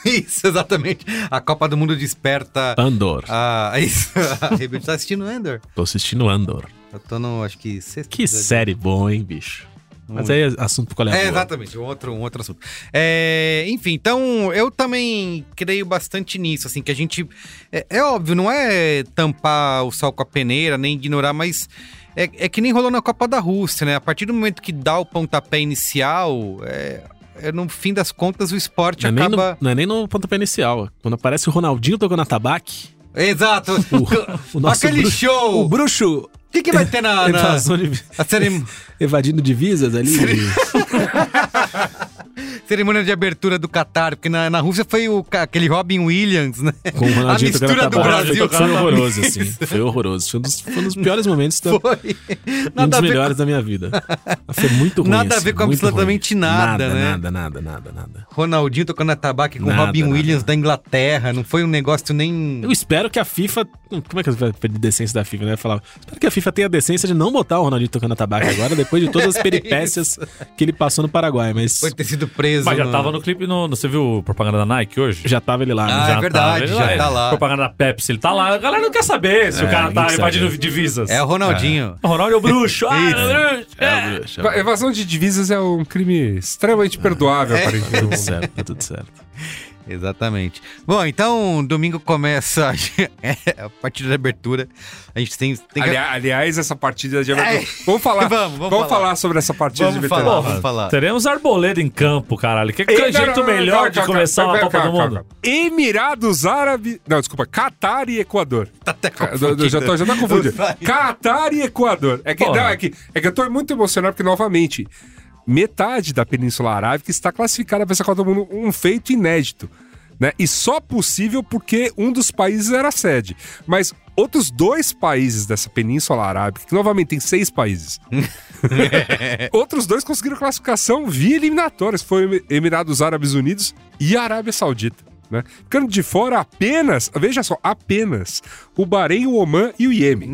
Isso, exatamente. A Copa do Mundo desperta. Andor. Ah, isso. A [LAUGHS] Rebelde tá assistindo Endor. Tô assistindo Andor. Eu tô no, acho que sexto. Que episódio. série boa, hein, bicho? Mas aí é assunto pro colega. É, exatamente, um outro, um outro assunto. É, enfim, então eu também creio bastante nisso, assim, que a gente. É, é óbvio, não é tampar o sal com a peneira, nem ignorar, mas é, é que nem rolou na Copa da Rússia, né? A partir do momento que dá o pontapé inicial, é, é, no fim das contas o esporte Não é, nem no, acaba. não é nem no pontapé inicial. Quando aparece o Ronaldinho tocando a tabaque, Exato! [LAUGHS] [LAUGHS] o nosso Aquele bruxo- show! o O bruxo que, que vai ter [LAUGHS] Ah, na. na... evasão de- A cerim- evadindo divisas ali. cerimônia de abertura do Qatar, porque na, na Rússia foi o, ca- aquele Robin Williams, né? Com o Ronaldinho A mistura do tocando tabaco. Brasil Foi com a horroroso, assim. Foi horroroso. Foi um dos, foi um dos piores momentos, da, é [LAUGHS] Foi. um Nada dos a ver melhores da minha vida. Foi muito ruim. Nada a assim, ver com muito absolutamente ruim. nada, né? Nada, nada, nada, nada. com Ronaldinho tocando a tabaque com Nada, Robin nada. Williams da Inglaterra. Não foi um negócio nem. Eu espero que a FIFA. Como é que vai perder a decência da FIFA, né? Falar. Espero que a FIFA tenha a decência de não botar o Ronaldinho tocando a tabaco agora, depois de todas as [LAUGHS] peripécias que ele passou no Paraguai, mas Foi ter sido preso. Mas já no- tava no clipe, no, você viu a propaganda da Nike hoje? já tava ele lá. né? Ah, Já- é verdade, ele já tá lá. Propaganda da Pepsi, ele tá lá. A galera não quer saber se o cara ninguém tá sabe. invadindo divisas. É o Ronaldinho. O Ronaldo é o bruxo. [LAUGHS] ah, Isso. é o bruxo. É. É, já- Va- Evasão de divisas é um crime extremamente perdoável, É. Tá tudo aparentemente. certo, tá tudo certo. Exatamente. Bom, então domingo começa [LAUGHS] a partida de abertura. A gente tem, tem que. Ali- aliás, essa partida de abertura. Vamos falar. Vamos, Vamos, vamos falar. falar sobre essa partida de Vamos abertura. falar, vamos falar. Teremos Arboleda em campo, caralho. Que Ei, não, jeito não, não, melhor calma, de calma, começar calma, a Copa calma, do calma, Mundo. calma. Emirados Árabes. Não, desculpa, Catar e Equador. Tá até confundido. Já tô, já tá tô confundindo. Vai. Catar e Equador. É que, Porra. não, é, que, é que eu tô muito emocionado porque, novamente, metade da Península Arábica está classificada para essa Copa do Mundo. Um feito inédito. Né? E só possível porque um dos países era sede. Mas outros dois países dessa Península Arábica, que novamente tem seis países, [LAUGHS] Outros dois conseguiram classificação via eliminatórias. Foi o Emirados Árabes Unidos e a Arábia Saudita. Né? Ficando de fora apenas, veja só, apenas o Bahrein, o Oman e o Iêmen.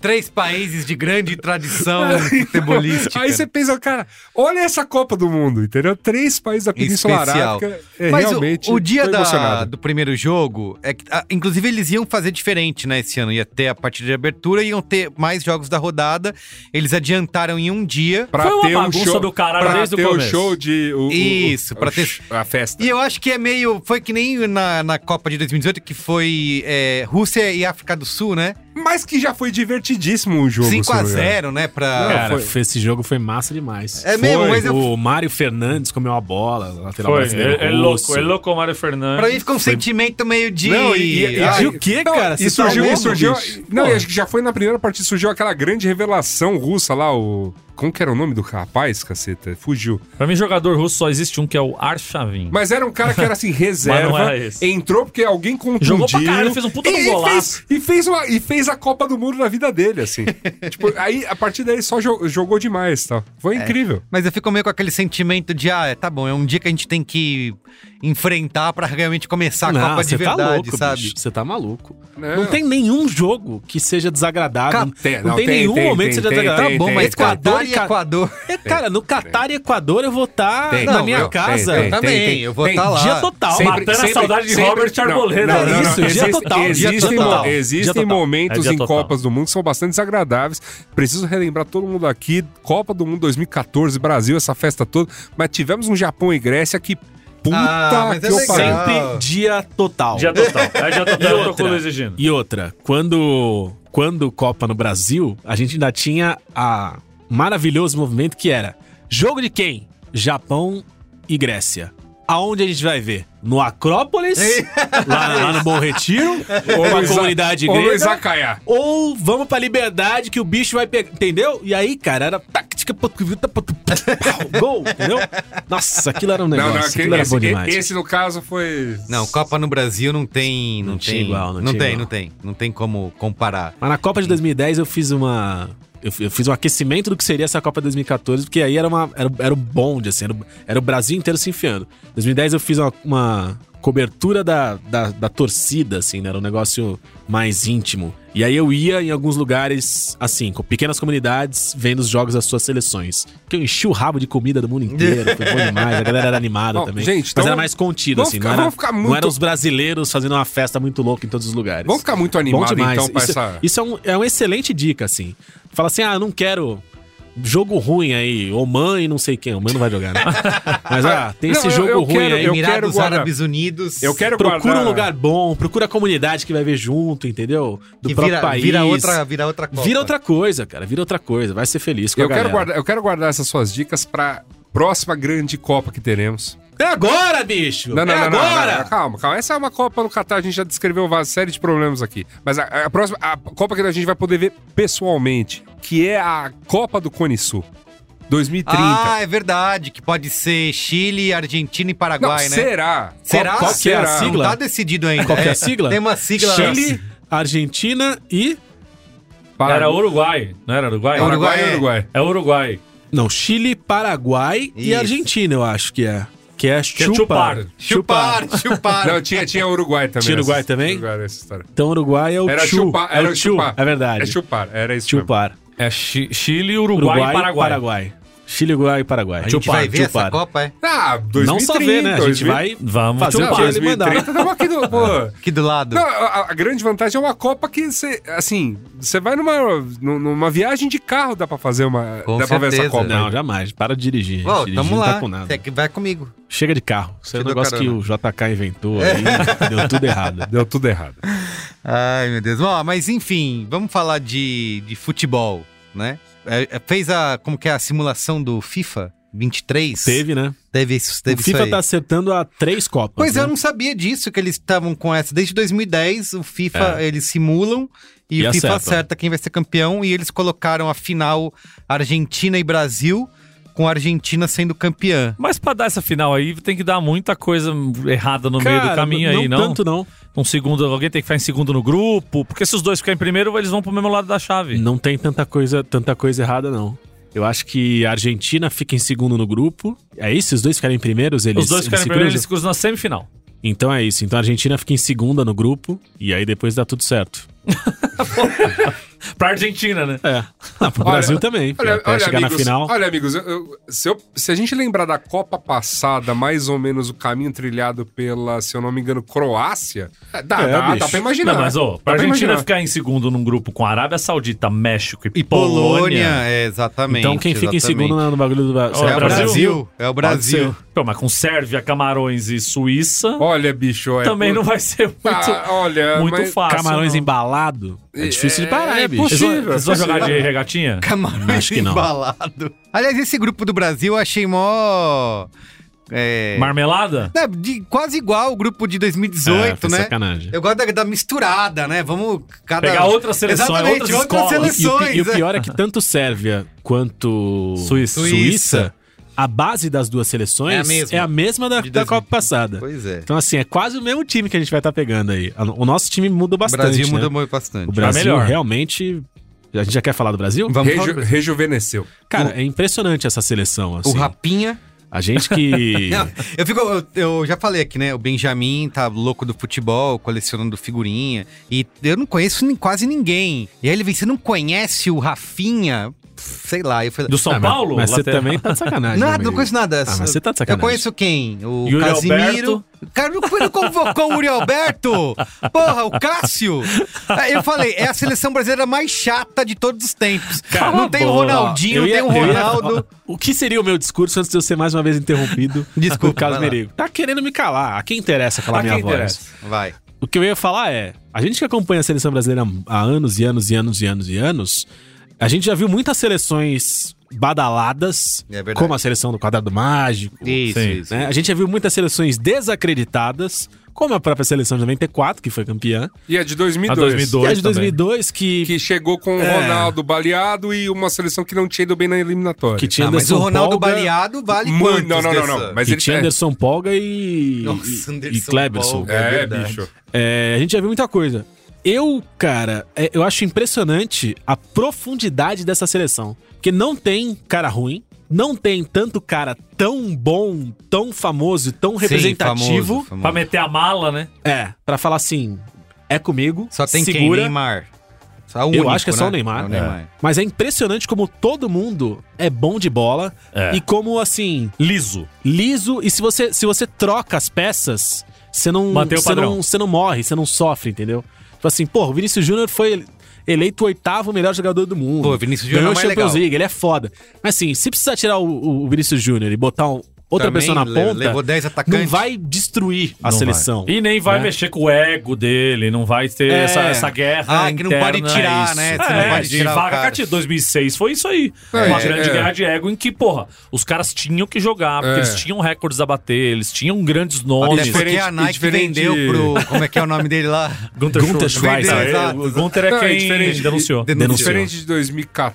Três países de grande tradição futebolística. né? Aí você pensa, cara, olha essa Copa do Mundo, entendeu? Três países da Península especial. Arábica. É, Mas o- realmente o, dia tô da- emocionado. do primeiro jogo, é que, ah, inclusive eles iam fazer diferente, né? Esse ano ia ter a partida de abertura, iam ter mais jogos da rodada. Eles adiantaram em um dia. Pra Foi uma ter o bagunça show- do caralho pra desde o ter um começo. show de. o- o- Isso, o- pra ter- sh- A festa. E eu acho que é meio. Foi que nem na, na Copa de 2018, que foi é, Rússia e África do Sul, né? Mas que já foi divertidíssimo o jogo. se não me engano. 5x0, né? Pra. Cara, esse jogo foi massa demais. É mesmo, Foi. mas eu- O Mário Fernandes comeu a bola, lateral Foi, brasileiro é, é russo. louco, é louco o Mário Fernandes. Pra mim fica um sentimento meio de. Não, e- e- e- Ai, E o que, cara? Você E tá surgiu, louco, e surgiu. bicho? Não, Pô. eu acho que já foi na primeira partida, surgiu aquela grande revelação russa lá, o. Como que era o nome do rapaz, caceta? Fugiu. Pra mim, jogador russo só existe um que é o Arshavin. Mas era um cara que [LAUGHS] era assim, Mas reserva. não era esse. entrou porque alguém contundiu. Jogou pra caralho, fez um puta e, de um e golaço. Fez, e, fez uma, e fez a Copa do Mundo na vida [LAUGHS] dele, assim. tipo, aí a partir daí só jo- jogou demais, tal. Foi É. incrível. Mas eu fico meio com aquele sentimento de, ah, tá bom, é um dia que a gente tem que enfrentar pra realmente começar a Não, Copa de cê tá verdade, louco, sabe? bicho. Você tá maluco. Não. Não. tem nenhum jogo que seja desagradável. Ca- tem, não, não, tem, tem, nenhum tem, momento tem, que seja tem, desagradável. tem, Tá bom, tem, mas tem. Equador e Ca- Equador. É, cara, no Catar e Equador eu vou estar Tem. na Não, minha eu- casa. tá tem, Tá tem. Também, eu vou estar lá. Dia total. Sempre- matando a saudade de Robert Arboleda. É Não, não, não, Isso, dia Existe- total, dia Existem, total. mo- existem Dia total. É momentos dia em total. Copas do Mundo que são bastante desagradáveis. Preciso relembrar todo mundo aqui: Copa do Mundo 2014, Brasil, essa festa toda. Mas tivemos um Japão e Grécia que puta Ah, mas que é eu legal. pariu. Sempre dia total. Dia total. É dia total, eu tô com outra. o Luiz Egino. E outra, quando, quando Copa no Brasil, a gente ainda tinha a maravilhoso movimento que era jogo de quem? Japão e Grécia. Aonde a gente vai ver? No Acrópolis? lá, lá no Bom [LAUGHS] Retiro? ou na Isa- comunidade ou no grega? Izakaya. Ou vamos pra liberdade que o bicho vai pegar. Entendeu? E aí, cara, era tática. pau, Gol, entendeu? Nossa, aquilo era um negócio. Não, não, aquilo aquele, era bom esse, demais. esse, no caso foi. Não, Copa no Brasil não tem. Não, Não tem tinha igual, não Não tinha tem, igual. não tem. Não tem como comparar. Mas na Copa de 2010 eu fiz uma. Eu fi- eu fiz um aquecimento do que seria essa Copa de 2014, porque aí era, uma, era, era o bonde, assim, era, o- era o Brasil inteiro se enfiando. Em 2010 eu fiz uma, uma cobertura da, da, da torcida, assim, né? Era um negócio mais íntimo. E aí eu ia em alguns lugares, assim, com pequenas comunidades, vendo os jogos das suas seleções. Que eu enchi o rabo de comida do mundo inteiro, foi bom demais, a galera era [LAUGHS] animada Bom, também. gente, mas então era vamos- mais contido, vamos assim, ficar- não, era, vamos ficar não muito- eram os brasileiros fazendo uma festa muito louca em todos os é lugares. Vamos ficar muito Bom animado demais. então pra isso é essa. isso é, um, é uma excelente dica, assim. Fala assim, ah, eu não quero jogo ruim aí, Oman e não sei quem, Oman não vai jogar, né? [LAUGHS] Mas ah, tem esse Não, eu- jogo eu ruim quero- aí. eu Emirados guardar. Árabes Unidos. Eu quero Procura guardar- um lugar bom, procura a comunidade que vai ver junto, entendeu? Do que próprio vira, país. vira outra, vira outra Copa. Vira outra coisa, cara. Vira outra coisa. Vai ser feliz com a Eu quero, galera. guardar, eu quero guardar essas suas dicas pra próxima grande Copa que teremos. É agora, bicho! Não, não, é não, não, agora! não, não, Calma, calma. Essa é uma Copa no Catar, a gente já descreveu uma série de problemas aqui. Mas a, a próxima, a Copa que a gente vai poder ver pessoalmente, que é a Copa do Cone Sul 2030. Ah, é verdade, que pode ser Chile, Argentina e é não, Paraguai, né? será? Será? qual que é a Será? sigla? Não tá decidido ainda. Qual que é a sigla? Tem uma sigla. Chile, Argentina e. Para- Era Uruguai, não era Uruguai? É Uruguai. Paraguai e Uruguai. É Uruguai. Não, Chile, Paraguai e Isso. Argentina, eu acho que é. Que é é chupar. chupar. Chupar, chupar. Não, tinha, tinha Uruguai também. Tinha Uruguai nessa- também? Uruguai nessa história. Então, Uruguai é o Era chu. chupar, é era o chu. chupar. É verdade. É chupar, era isso. mesmo. Chupar. É Chi- Chile, Uruguai, e Paraguai. Chile, Uruguai e Paraguai. A gente vai ver essa Copa, é? Ah, 2030. Não só ver, né? A gente 2000 vai Vamos fazer Não, o que chupar. ele mandar. 2030 tamo aqui no... Pô. Aqui do lado. Não, a, a grande vantagem é uma Copa que você, assim, você vai numa, nu- numa viagem de carro, dá pra fazer uma. Com dá pra ver essa certeza. Copa. Não, jamais. Para de dirigir. Ó, dirigir tamo não lá. tá com nada. Você é que vai comigo. Chega de carro. Isso é um Te dou negócio que carona. É. o JK inventou aí. deu [LAUGHS] tudo errado. Deu tudo errado. Ai, meu Deus. Ó, mas enfim, vamos falar de, de futebol, né? É, é, fez a, como que é, a simulação do FIFA 23? Teve, né? Teve isso, teve o isso FIFA aí. tá acertando há três Copas. Pois né? é, eu não sabia disso, que eles estavam com essa. Desde 2010, o FIFA, eles simulam e, É. E o FIFA acertam. acerta quem vai ser campeão. E eles colocaram a final Argentina e Brasil, com a Argentina sendo campeã. Mas pra dar essa final aí, tem que dar muita coisa errada no meio do Cara, caminho aí, não? tanto não. Um segundo, alguém tem que ficar em segundo no grupo, porque se os dois ficarem em primeiro, eles vão pro mesmo lado da chave. Não tem tanta coisa, tanta coisa errada, não. Eu acho que a Argentina fica em segundo no grupo. É isso? Se os dois ficarem em primeiros, eles, os dois eles ficarem em se primeiro, cruzam? eles se cruzam na semifinal. Então é isso. Então a Argentina fica em segunda no grupo e aí depois dá tudo certo. Pra Argentina, né? É. [LAUGHS] Ah, pro Brasil também. Olha, até olha, chegar amigos, na final. olha, amigos, eu- eu- se, eu- se a gente lembrar da Copa passada, mais ou menos o caminho trilhado pela, se eu não me engano, Croácia, é, dá, É, dá, dá bicho. pra imaginar. Não, mas, ô, Dá pra Argentina imaginar. ficar em segundo num grupo com Arábia Saudita, México e, E Polônia, Polônia. é, exatamente. então quem fica em exatamente. segundo no bagulho do Brasil. É o Brasil? Brasil. É o Brasil. Pô, mas com Sérvia, Camarões e Suíça, Olha, bicho, é. também não vai ser muito, Ah, olha, muito mas- fácil. Camarões não. embalado. É difícil de parar, é hein, bicho. Eles vão- Possível, Eles vão jogar de possível. regatinha? Camarões Acho que não. embalado. Aliás, esse grupo do Brasil eu achei mó. É, Marmelada? é, de- quase igual o grupo de 2018, É, né? Sacanagem. Eu gosto da, da misturada, né? Vamos cada. Pegar outras seleções, Exatamente, outras outras escolas. E o, pi- seleções. é e o é. pior é que tanto Sérvia quanto Suíça. Suíça, a base das duas seleções É a mesma. mesma da, De da 2000. Copa passada. Pois é. Então, assim, é quase o mesmo time que a gente vai estar pegando aí. A- O nosso time muda O bastante. Brasil né? mudou muito bastante. O Brasil melhor. realmente. A gente já quer falar do Brasil? Vamos falar do Reju- Brasil. rejuvenesceu. Cara, é impressionante essa seleção. Assim. O Rapinha. A gente [LAUGHS] que. Não, eu, fico, eu, eu já falei aqui, né? O Benjamin tá louco do futebol, colecionando figurinha. E eu não conheço nem- quase ninguém. E aí ele vem, você não conhece o Rafinha? Sei lá. Eu falei, Do São Ah, mas- Paulo? Mas você Lateral. também tá de sacanagem. né, nada, não amigo? conheço nada. Ah, mas você tá de eu sacanagem. conheço quem? O Yuri Casimiro. O cara não, não convocou o Uri Alberto. Porra, o Cássio. Aí eu falei, é a seleção brasileira mais chata de todos os tempos. Cala Ah, não a tem o boca. Ronaldinho, Eu ia- não tem o eu ia- Ronaldo. o que seria o meu discurso antes de eu ser mais uma vez interrompido? [LAUGHS] Desculpa, por Carlos vai lá. Merigo. Tá querendo me calar. A quem interessa calar A minha quem voz? interessa? Vai. O que eu ia falar é: a gente que acompanha a seleção brasileira há anos e anos e anos e anos e anos, a gente já viu muitas seleções badaladas, É verdade. como a seleção do Quadrado Mágico. Isso, Sim. isso. né? A gente já viu muitas seleções desacreditadas, como a própria seleção de 94, que foi campeã. E a de A 2002. 2002. e a de também. 2002, que, que, Que chegou com É. o Ronaldo baleado e uma seleção que não tinha ido bem na eliminatória. tinha Ah, mas Anderson o Ronaldo Polga, baleado vale Muito- quanto? Não, não, não, não. Mas que ele tinha é, Anderson Polga e, Nossa, e- e Anderson Kleberson. Polga. É é, verdade. bicho. É, a gente já viu muita coisa. Eu, cara, é, eu acho impressionante a profundidade dessa seleção. Porque não tem cara ruim, não tem tanto cara tão bom, tão famoso, tão representativo. famoso, famoso. Pra meter a mala, né? É, pra falar assim, é comigo, Só tem quem? segura. Neymar. Só o eu único, acho que é só né? o Neymar. É É. Mas é impressionante como todo mundo é bom de bola É. e como, assim, Liso. liso. E se você, se você troca as peças, você não, Mantém o você padrão. não, você não morre, você não sofre, entendeu? Tipo assim, pô, o Vinícius Júnior foi. eleito o oitavo melhor jogador do mundo. Pô, Vinícius Júnior Ganhou é o mais Champions legal. League, ele é foda. Mas assim, se precisar tirar o- o, o Vinícius Júnior e botar um- outra Também pessoa na le- ponta, levou 10 não atacantes. vai destruir a Não seleção. vai. E nem vai né? mexer com o ego dele, não vai ter É. essa, essa guerra. Ah, que não pode interna, tirar, isso. né? Você É, não pode de tirar o vaga cara. Catita. 2006 foi isso aí. Uma É, grande é. guerra de ego em que, porra, os caras tinham que jogar, porque É. eles tinham recordes a bater, eles tinham grandes nomes. Até é porque a e Nike diferente- vendeu pro. Como é que é o nome dele lá? Gunter, Gunter Schultz. Schweizer. Vendeu, Exato. O Gunter é Não, é quem diferente. denunciou. De- Denunciou. Diferente de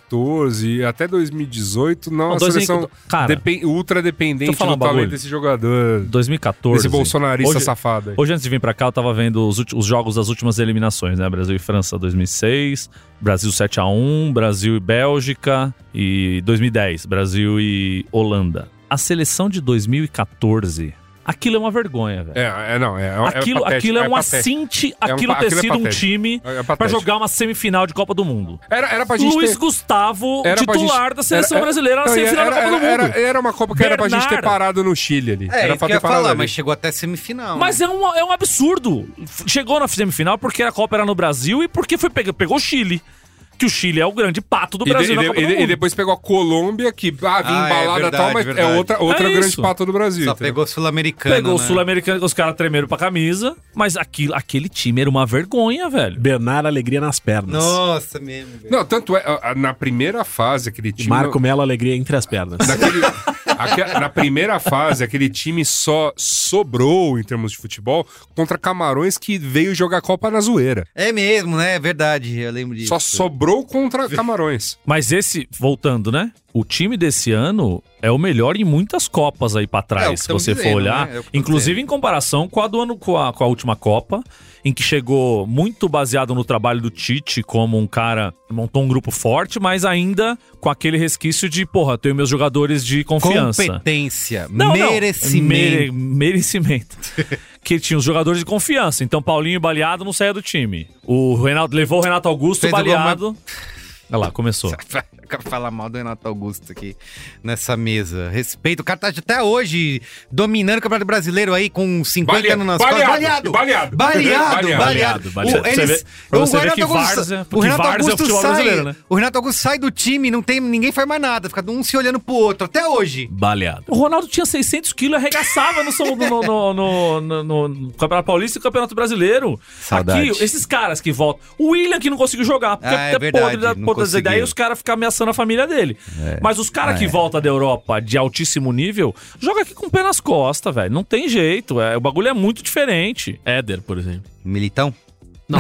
2014 até 2018, não, Não, a 2000 seleção cara, depen- ultra dependente deixa eu falar um do talento bagulho. desse jogador, 2014. desse bolsonarista Hoje- safado. aí. Hoje, antes de vir pra cá, eu tava vendo os, ulti- os jogos das últimas eliminações, né? Brasil e França 2006, Brasil 7x1, Brasil e Bélgica e 2010, Brasil e Holanda. A seleção de 2014, aquilo é uma vergonha, velho. É, é, não, é, é aquilo, patético, aquilo é, um patético. assinte, um aquilo pa- ter aquilo é sido um patético. time É pra patético. jogar uma semifinal de Copa do Mundo. Era, era pra gente Luiz ter... Gustavo, era pra titular gente- da seleção era- era- brasileira na não, e semifinal da Copa do Mundo. era, era, era uma Copa que era pra gente ter Bernard. parado no Chile ali. É, era isso pra que eu ter ia parado falar, ali. mas chegou até semifinal. né? Mas é um, é um absurdo. F- Chegou na semifinal porque a Copa era no Brasil e porque foi pega- pegou o Chile. Que o Chile é o grande um pato do E, de- Brasil e na de- Copa e do de- e Mundo. depois pegou a Colômbia, que ah, Ah, vinha é embalada e tal, verdade, mas verdade. é outra, outra É grande isso. pato do Brasil. Só entendeu? pegou sul-americano. Pegou o né? Sul-Americano, os caras tremeram pra camisa, mas aquilo, aquele time era uma vergonha, velho. Bernardo Alegria nas pernas. Nossa, mesmo. velho. Não, tanto é, a- a- na primeira fase, aquele time. Marco Melo Alegria entre as pernas. [LAUGHS] Naquele- aque- na primeira fase, aquele time só sobrou em termos de futebol contra Camarões que veio jogar Copa na zoeira. É mesmo, né? É verdade, eu lembro disso. Só sobrou contra Camarões. Mas esse, voltando, né? O time desse ano é o melhor em muitas Copas aí pra É, o que trás, se tamo você dizendo, for olhar. né? É o que eu Inclusive em comparação com a do ano com a, com a última Copa, em que chegou muito baseado no trabalho do Tite, como um cara montou um grupo forte, mas ainda com aquele resquício de, porra, tenho meus jogadores de confiança. Competência, Não, não. merecimento. [LAUGHS] Mere- merecimento. que tinha os jogadores de confiança. Então, Paulinho baleado não saía do time. O Renato levou o Renato Augusto Fez o gol, baleado. Olha lá, começou. Eu [LAUGHS] quero falar mal do Renato Augusto aqui nessa mesa. Respeito. O cara tá até hoje dominando o Campeonato Brasileiro aí com 50 Baleado, anos nas costas. Baleado! baleado, baleado. Baleado! Baleado! Baleado, baleado. O- eles- Você vê- pra o você ver Renato que Augusto- várzea- O porque Renato várzea é o Augusto futebol sai. brasileiro, né? O Renato Augusto sai do time, não tem, ninguém faz mais nada. Fica um se olhando pro outro, até hoje. Baleado. O Ronaldo tinha 600 quilos e arregaçava no, São- no, no- no- no- no- no Campeonato Paulista e Campeonato Brasileiro. Saudade. Aqui, esses caras que voltam. O William que não conseguiu jogar, porque Ah, é até verdade, podre da não podre conseguiu. das É. Ah, ideias, os caras ficam ameaçando a família dele. Mas os caras que voltam da Europa de altíssimo nível, joga aqui com o pé nas costas, velho. Não tem jeito. é, o bagulho é muito diferente. Éder, por exemplo. Militão? Não,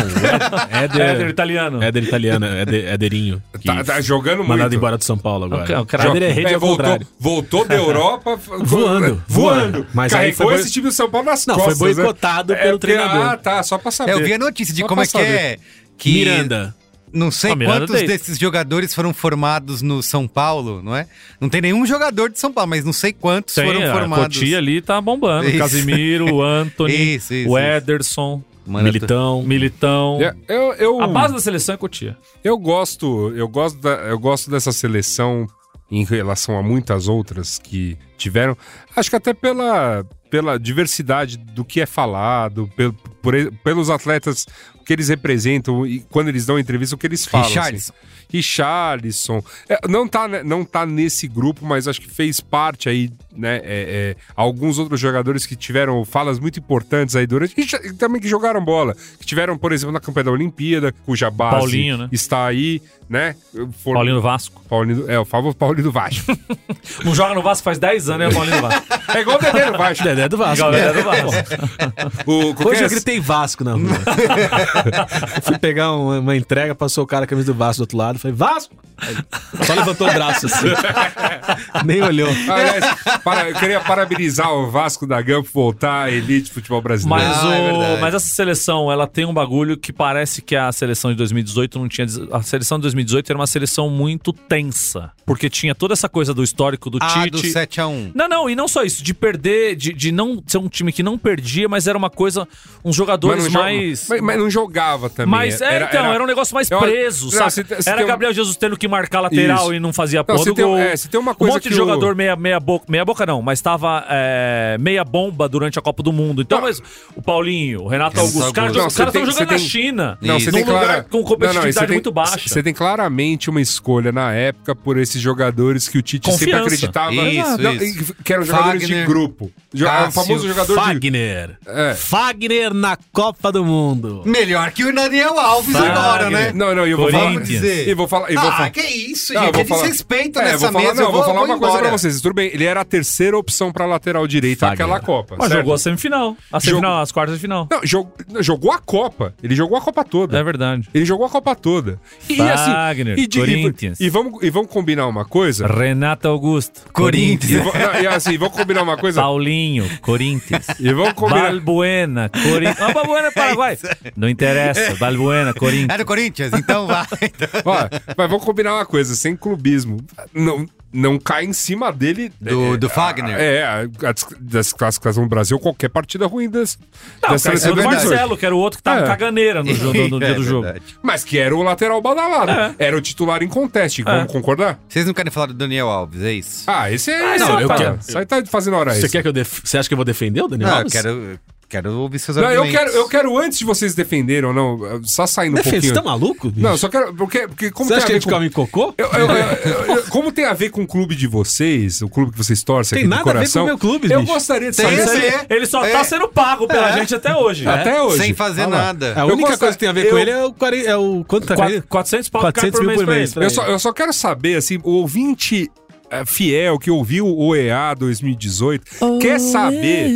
É, Éder. italiano. Éder italiano, Éder, Éderinho. que Tá, tá jogando muito. Mandado embora do São Paulo agora. O ca- o cara- Éder é rede ao voltou, contrário. voltou da [LAUGHS] Europa vo- Voando, voando. voando. Mas aí Carregou foi boi- esse time do São Paulo nas Não, foi costas. boicotado né? pelo porque- treinador. Ah, tá, só pra saber. É, eu vi a notícia de Só como pra é que saber. é. Que Miranda. Não sei Ah, Miranda quantos deita. desses jogadores foram formados no São Paulo, não é? Não tem nenhum jogador de São Paulo, mas não sei quantos Tem, foram a formados. Cotia ali tá bombando. Isso. [LAUGHS] Casimiro, o Anthony, Isso, isso, o isso. Ederson, Mano, Militão. Militão. É, Eu, eu, A base da seleção é Cotia. Eu gosto, eu gosto, da- eu gosto dessa seleção em relação a muitas outras que tiveram. Acho que até pela, pela diversidade do que é falado, pel- por e- pelos atletas o que eles representam e quando eles dão entrevista, o que eles falam. Richarlison. Assim. Richarlison. É, não, tá, né, não tá nesse grupo, mas acho que fez parte aí, né? é, é, alguns outros jogadores que tiveram falas muito importantes aí durante. E já- e também que jogaram bola. Que tiveram, por exemplo, na campanha da Olimpíada, cuja base Paulinho, né? está aí, né? For- Paulinho do Vasco. Paulinho do- é, o famoso Paulinho do Vasco. Não joga no Vasco faz 10 anos, é o Paulinho do Vasco. É igual o Dedé do Vasco. Dedé do Vasco. Galera do Vasco. O, é Hoje qualquer- eu gritei [LAUGHS] Vasco na rua. Fui pegar uma, uma entrega, passou o cara com a camisa do Vasco do outro lado, falei, Vasco! Aí Só levantou o braço [LAUGHS] assim. Nem olhou. Aliás, para- eu queria parabenizar o Vasco da Gama por voltar à elite futebol brasileiro. Mas, Não, é o- verdade. mas essa seleção, ela tem um bagulho que parece que a seleção de 2018 não tinha. A seleção de 2018 era uma seleção muito tensa. Porque tinha toda essa coisa do histórico do Ah, Tite. do 7x1. Não, não, e não só isso, de perder, de, de não ser um time que não perdia, mas era uma coisa, uns Mas jogadores não joga- mais. mas- mas não jo- jogava também. Mas é, então, era, um negócio mais eu- preso, Não, sabe? se tem- se era tem um- Gabriel Jesus tendo que marcar lateral Isso. e não fazia Não, porra se do tem- gol. é, se tem uma coisa um monte que de o- jogador meia, meia boca, meia boca não, mas tava é, meia bomba durante a Copa do Mundo. Então, mas o Paulinho, o Renato Augusto, os caras Não, jogam- os você caras estão tem- jogando você na tem- China. Não, você num tem lugar clara... com competitividade Não, não, você tem- muito baixa. Você tem claramente uma escolha na época por esses jogadores que o Tite sempre Confiança. acreditava. Ah, Isso, Não, isso. e Que eram jogadores Fagner, de grupo. Jo- Cássio, o famoso jogador de. Fagner. É. Fagner na Copa do Mundo. Melhor que o Daniel Alves agora, né? Não, não, eu vou falar. Corinthians. E vou falar. E vou Ah, falar. que isso, Não, eu gente. vou É falar- desrespeito É, eu nessa vou falar, mesa. não, eu vou falar uma coisa embora. pra vocês. Tudo bem, ele era a terceira opção pra lateral direita Fagner. naquela Copa. Mas certo? jogou a semifinal. A semifinal, as quartas de final. Não, jog- não, jogou a Copa. Ele jogou a Copa toda. É verdade. Ele jogou a Copa toda. E assim, Fagner, e de- e- Corinthians. E, vamos, e vamos combinar uma coisa? Renato Augusto, E, Corinthians. vo- não, e assim, vamos combinar uma coisa? [LAUGHS] Paulinho, Corinthians. E vamos combinar. Balbuena, Corinthians. Ah, [LAUGHS] Balbuena é Paraguai. Não interessa, Balbuena, É Corinthians. do Corinthians? Então [LAUGHS] vai. Ó, mas vamos combinar uma coisa, sem clubismo. Não, não cai em cima dele. Do, do Fagner? É, a, a des- das classificação do Brasil, qualquer partida ruim das, Não, das cara, esse é do seleções hoje. Marcelo, que era o outro que tava É. [LAUGHS] caganeira no, jo- no- no dia É do jogo. verdade. Mas que era o lateral badalado. É. Era o titular em conteste, vamos concordar? Vocês não querem falar do Daniel Alves, é isso? Ah, esse é. Ah, esse não, é eu tá, quero- Sai tá fazendo hora Você extra. quer que eu def... Você acha que eu vou defender o Daniel não, eu Alves? Ah, quero, eu quero ouvir seus Não, eu argumentos. quero, eu quero antes de vocês defenderem ou não, só saindo um Defende, você pouquinho. tá maluco? bicho? Não, eu só quero. Porque, porque como Você tem acha a que a ver gente com- come cocô? Eu- eu- eu- eu- eu- como tem a ver com o clube de vocês, o clube que vocês torcem Tem aqui do nada a ver com coração, o meu clube, eu bicho. gostaria de Tem saber esse se- é. Ele só tá É. sendo pago pela gente até né? hoje. É. até hoje. É Sem fazer Olha lá. nada. A Eu única gosto- coisa que tem a ver com eu- ele é o, 40 é o quanto tá Qua- caindo? 400 pau 400 cai mil por mês. pra Eu só, eu só quero saber, assim, o ouvinte eh, fiel que ouviu o OEA 2018 quer saber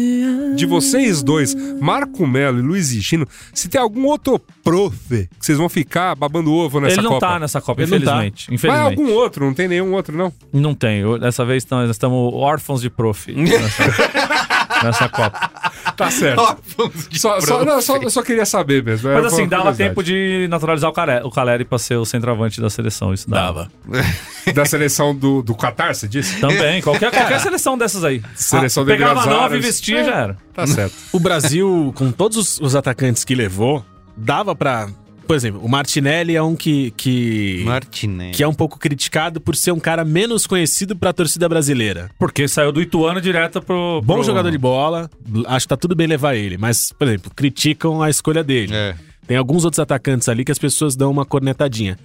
de vocês dois, Marco Melo e Luiz Gino, se tem algum outro profe que vocês vão ficar babando ovo ele. nessa Ele não Copa. tá nessa Copa, Ele não tá. infelizmente. Mas Infelizmente. algum outro, não tem nenhum outro, não. Não tem. Eu- dessa vez tam- nós estamos órfãos de [LAUGHS] prof. nessa- nessa Copa. Tá certo. só, só, não, só, eu só quela saber mesmo. é Mas assim, dava tempo de naturalizar o Caleri, o Caleri pra ser o centroavante da seleção. Isso dava. Da seleção do, do Qatar, você [LAUGHS] disse? Também, qualquer, qualquer seleção dessas aí. Ah, Seleção de Pegava Grazaras. nove, vestia e já era. Tá certo. O Brasil, com todos os, os atacantes que levou, dava pra. Por exemplo, o Martinelli é um que. que... Martinelli. Que é um pouco criticado por ser um cara menos conhecido pra torcida brasileira. Porque saiu do Ituano direto pro. Bom pro- jogador de bola, acho que tá tudo bem levar ele, mas, por exemplo, criticam a escolha dele. É. Tem alguns outros atacantes ali que as pessoas dão uma cornetadinha.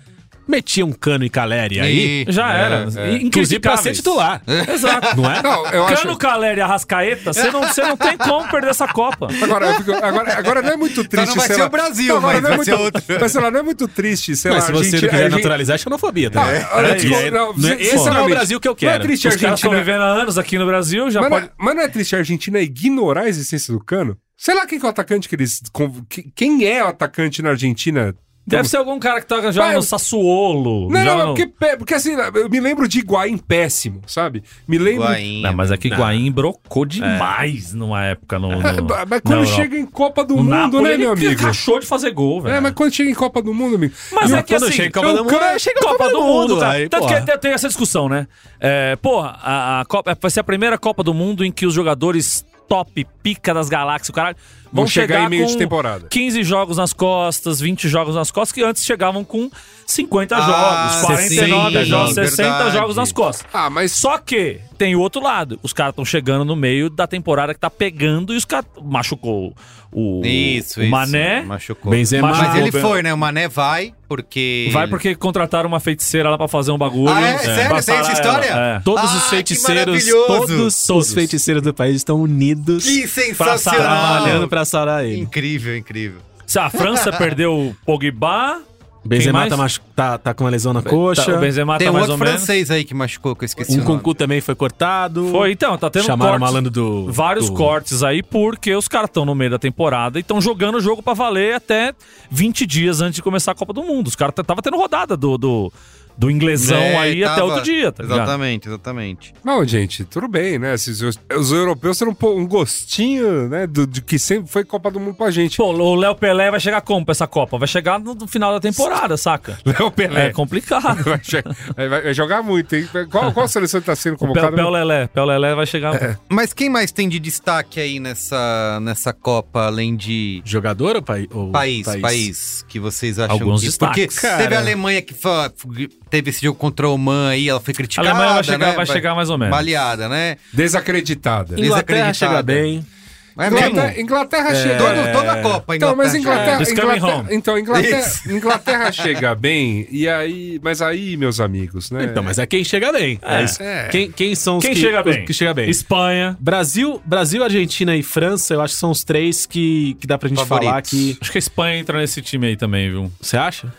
Metia um cano e Caleri aí, E- Já era. inclusive pra ser titular. [LAUGHS] Exato. Não [LAUGHS] é? Não, eu acho... Cano, Caleri e Arrascaeta, você não, você não tem como perder essa Copa. Agora, eu fico- agora, agora não é muito triste. Então não vai sei ser lá- o Brasil, agora mas não é vai ser muito- outro. Mas sei lá, não é muito triste, sei Mas lá. se você não quiser naturalizar, é xenofobia, tá? Ah, olha, E aí, não, não é- esse não é o sinceramente, Brasil que eu Não é quero. triste a Os caras estão Argentina. vivendo há anos aqui no Brasil, já Mas, pode. não, mas não é triste a Argentina ignorar a existência do cano? Sei lá quem que é o atacante que eles. com- que- Quem é o atacante na Argentina? Deve ser algum cara que tá já Mas- no Sassuolo. Não, já não, no- porque, pe- porque assim, eu me lembro de Higuaín péssimo, sabe? Me lembro. Higuaín. Não, mas é que Guaim brocou demais numa época no. Ah, no- ba- [LAUGHS] Mas na quando Europa. chega em Copa do O Mundo, Napoli, né, ele meu amigo? Achou de fazer gol, velho. É, mas quando chega em Copa do Mundo, amigo. Mas E é o- que quando assim, chega a Copa eu do Mundo, creio- chega a Copa do Mundo, cara. aí, Tanto porra. que tem- tem essa discussão, né? É, porra, a, a Copa, é, vai ser a primeira Copa do Mundo em que os jogadores top, pica das galáxias, o caralho, vão Vão chegar em meio com de temporada. 15 jogos nas costas, 20 jogos nas costas, que antes chegavam com 50 Ah, jogos, 49 60 jogos, jogos, 60 verdade. jogos nas costas. Ah, mas Só que tem o outro lado. Os caras estão chegando no meio da temporada que tá pegando e os caras machucou o, Isso, o isso. Mané. Machucou. Benzema- Mas ele Machucou, foi, né? O Mané vai, porque... Vai porque contrataram uma feiticeira lá pra fazer um bagulho. Ah, é? Sério? Tem essa Passaram história? ela, é. Todos Ah, os que feiticeiros, maravilhoso! todos, os feiticeiros do país estão unidos Que trabalhando sensacional! pra sarar ele. Incrível, incrível. Se a França perdeu o Pogba, Benzema mais? tá, machu- tá, tá com uma lesão na tá- coxa. o Benzema Tem tá um mais outro ou menos. francês aí que machucou, que eu esqueci um o nome. Kunku também foi cortado. Foi, então, tá tendo Chamaram o cortes, malandro do- vários do- cortes aí, porque os caras estão no meio da temporada e estão jogando o jogo pra valer até 20 dias antes de começar a Copa do Mundo. Os caras t- tava tendo rodada do, do, do inglesão É, aí tava- até outro dia, tá ligado? Exatamente, exatamente. Não, gente, tudo bem, né? Esses- os, os europeus terão um po- um gostinho, né? Do, de que sempre foi Copa do Mundo pra gente. [LAUGHS] Pô, o Léo Pelé vai chegar como pra essa Copa? Vai chegar no no final da temporada, saca? Léo Pelé. [LAUGHS] É complicado. [LAUGHS] Vai, che- vai- vai jogar muito, hein? Qual, qual seleção que tá sendo O Pel, convocada? Pel Lelé. Pel Lelé vai chegar. Mas quem mais tem de destaque aí nessa, nessa Copa, além de Jogador ou, pai, ou país, país, que vocês acham Alguns que... destaques. Porque teve a Alemanha que fa- teve esse jogo contra o Oman aí, ela foi A criticada, Alemanha vai chegar, né? vai chegar mais ou menos. Baleada, né? Desacreditada. Inglaterra Desacreditada. chega bem. Mas Inglaterra, Inglaterra chega. Todo- toda a Copa, Então, mas Inglaterra, Just É. coming Inglaterra, home. então Inglaterra, Isso. [LAUGHS] Inglaterra chega bem e aí, mas aí, meus amigos, né? Então, mas é quem chega bem. É isso. É. Quem, quem são os Quem que, chega os bem? tá que chega bem? Espanha. Brasil, Brasil, Argentina e França, eu acho que são os três que, que dá pra gente Favoritos. falar que. Acho que a Espanha entra nesse time aí também, viu? Você acha? Acho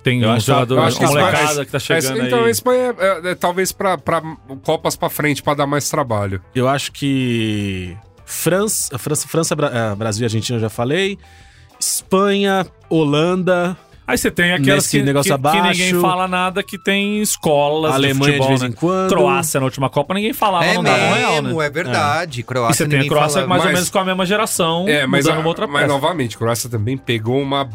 que Tem Eu um acho- jogador, eu uma acho que a Espanha- molecada que tá chegando Mas, então a aí. Espanha é, é, talvez pra, pra Copas pra frente pra dar mais trabalho. Eu acho que. França, França, França Bra- ah, Brasil e Argentina, eu já falei. Espanha, Holanda, Aí você tem aquelas Nesse que, negócio que, que abaixo. ninguém fala nada, que tem escolas Alemanha de futebol, de vez né? em quando. Croácia na última Copa, ninguém falava, É não dava um real, né? mesmo, é verdade. Croácia, E você tem a ninguém Croácia fala- mais ou mas- menos com a mesma geração, É, mas, mudando a- uma outra mas peça. novamente, Croácia também pegou uma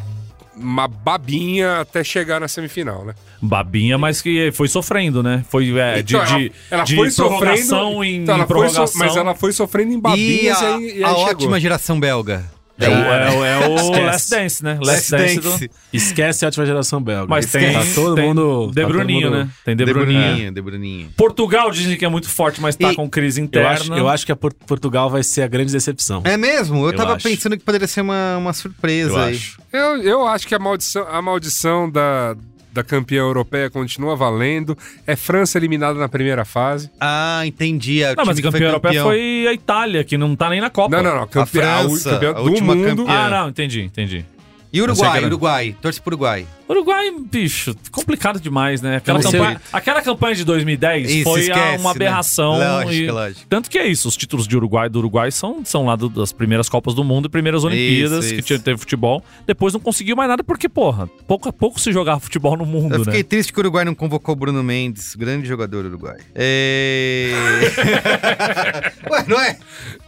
uma babinha até chegar na semifinal, né? Babinha, mas que foi sofrendo, né? Foi é, de, Então, de, de prorrogação em então ela foi so- prorrogação. mas ela foi sofrendo em E babinhas e, a, aí, e aí a chegou. ótima geração belga. É, o- é o- é o Esquece. Last Dance, né? Last, Dance. do- Esquece a última geração belga. Mas tem, tá todo tem mundo. De tá todo Bruninho, mundo- né? Tem De, De Bruninho. Bruninha, De Bruninha. Portugal dizem que é muito forte, mas tá E- com crise Eu interna. acho, eu acho que a Por- Portugal vai ser a grande decepção. É mesmo? Eu, Eu tava acho. pensando que poderia ser uma, uma surpresa eu aí. acho. Eu, eu acho que a maldição, a maldição da, da campeã europeia continua valendo. É França eliminada na primeira fase. Ah, entendi. é o Não, mas time a que foi campeã europeia foi a Itália, que não tá nem na Copa. Não, não, não. Campeã, França, campeã a do última mundo. campeã. Ah, não, entendi, entendi. E Não sei Uruguai, que era. Uruguai. Torce pro Uruguai. Uruguai, bicho, complicado demais, né? Aquela, Não sei. campanha, aquela campanha de 2010 Isso, foi a- esquece, uma aberração. Né? Lógico, e- lógico. Tanto que é isso, os títulos de Uruguai do Uruguai são, são lá do- das primeiras Copas do Mundo e primeiras Olimpíadas Isso, que isso. tinha- teve futebol. Depois não conseguiu mais nada porque, porra, pouco a pouco se jogava futebol no mundo, Eu fiquei né? triste que o Uruguai não convocou o Bruno Mendes, grande jogador uruguai. [LAUGHS] É... Ué, não é?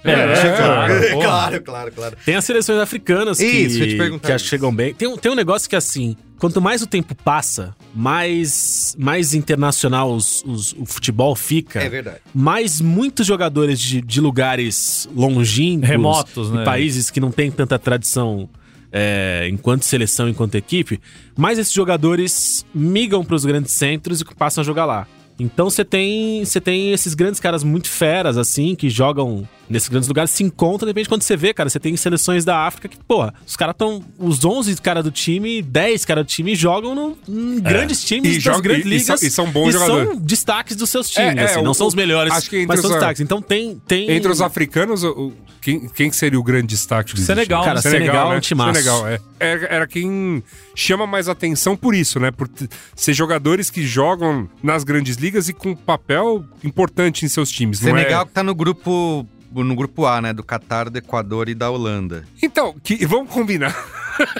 É, é, [LAUGHS] claro, porra. claro, claro, claro. Tem as seleções africanas que, Isso, eu ia te perguntar que isso. chegam bem. Tem, um- tem um negócio que, assim, quanto mais o tempo passa, mais, mais internacional os- os- o futebol fica. É verdade. mais muitos jogadores de, de lugares longínquos, Remotos, e né? países que não têm tanta tradição é, enquanto seleção, enquanto equipe, mais esses jogadores migam para os grandes centros e passam a jogar lá. Então você tem, você tem esses grandes caras muito feras, assim, que jogam nesses grandes lugares, se encontram, depende de quando você vê, cara. Você tem seleções da África que, porra, os caras estão. Os 11 caras do time, 10 caras do time jogam no, em grandes times É. E das joga- grandes e- e são- ligas. e são bons jogadores. são destaques dos seus times, É, é, assim, não o- são os melhores, acho que entre mas são os- destaques. Então tem... tem... Entre os africanos, o- o- quem, quem que seria o grande destaque? do Senegal, time? Cara, Senegal é um timaço. né? Senegal, é. Era, era quem chama mais atenção por isso, né? Por t- ser jogadores que jogam nas grandes ligas e com papel importante em seus times. não é- Senegal que tá no grupo, no grupo A, né? Do Catar, do Equador e da Holanda. Então, que, vamos combinar. [LAUGHS]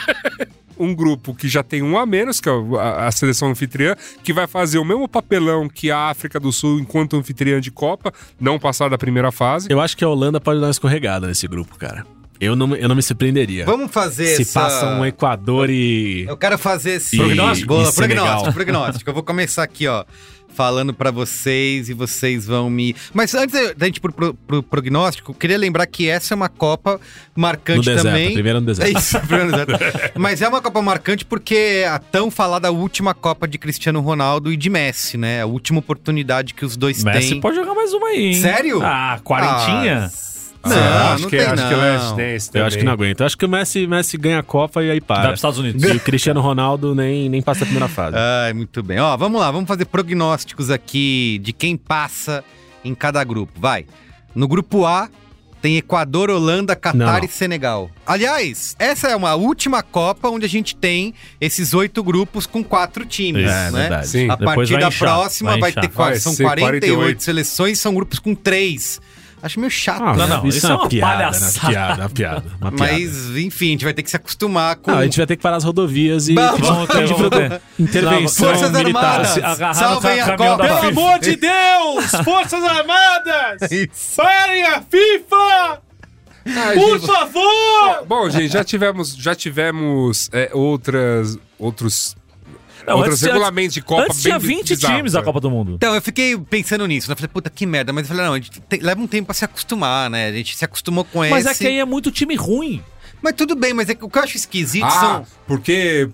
um grupo que já tem um a menos, que é o- a, a seleção anfitriã, que vai fazer o mesmo papelão que a África do Sul enquanto anfitriã de Copa, não passar da primeira fase. Eu acho que a Holanda pode dar uma escorregada nesse grupo, cara. Eu não, eu não me surpreenderia. Vamos fazer É. Se essa... passam um Equador e... Eu quero fazer esse... E- Prognóstico? Boa, e Senegal. prognóstico, prognóstico. Eu vou começar aqui, ó, falando pra vocês e vocês vão me... Mas antes da gente ir pro, pro, pro prognóstico, eu queria lembrar que essa é uma Copa No marcante deserto, É também. [LAUGHS] primeiro no É deserto. isso, primeiro no deserto. Mas é uma Copa marcante porque é a tão falada última Copa de Cristiano Ronaldo e de Messi, né? A última oportunidade que os dois Messi têm. pode jogar mais uma aí, hein? Sério? Ah, quarentinha? Ah, não, Ah, não tem acho não. que o é Last Dance Eu acho que também. não aguento. Eu acho que o Messi, Messi ganha a Copa e aí Dá pros para. Estados Unidos. E o Cristiano Ronaldo nem, nem passa a [LAUGHS] primeira fase. Ai, muito bem. Ó, vamos lá, vamos fazer prognósticos aqui de quem passa em cada grupo. Vai. No grupo A tem Equador, Holanda, Catar Não, não. e Senegal. Aliás, essa é uma última Copa onde a gente tem esses oito grupos com quatro times, Isso, é né? verdade. Sim. A Depois partir vai da inchar, próxima vai vai, inchar. ter quatro, Vai são ser 48, 48 seleções, são grupos com três. Acho meio chato, Ah, Não, né? não, isso é uma palhaçada. piada, uma piada, uma piada. Mas, enfim, a gente vai ter que se acostumar com. Não, a [LAUGHS] gente vai ter que parar as rodovias e Vamos, vamos, vamos, de vamos. intervenção Forças militar. Armadas, Se agarrar no salvem ca- a caminhão da Copa. FIFA. amor de Deus! Forças Armadas! Parem a FIFA! Ah, gente, favor! Bom, gente, já tivemos, já tivemos é, outras, outros, Não, outros antes tinha- regulamentos de Copa Antes tinha bem 20 bizarro, times né? da Copa do Mundo. Então, eu fiquei pensando nisso, né? Eu Falei, puta, que merda. Mas eu falei, não, a gente tem- leva um tempo pra se acostumar, né? A gente se acostumou com esse. Mas é que aí é muito time ruim. Mas tudo bem, mas é que o que eu acho esquisito Ah, são. porque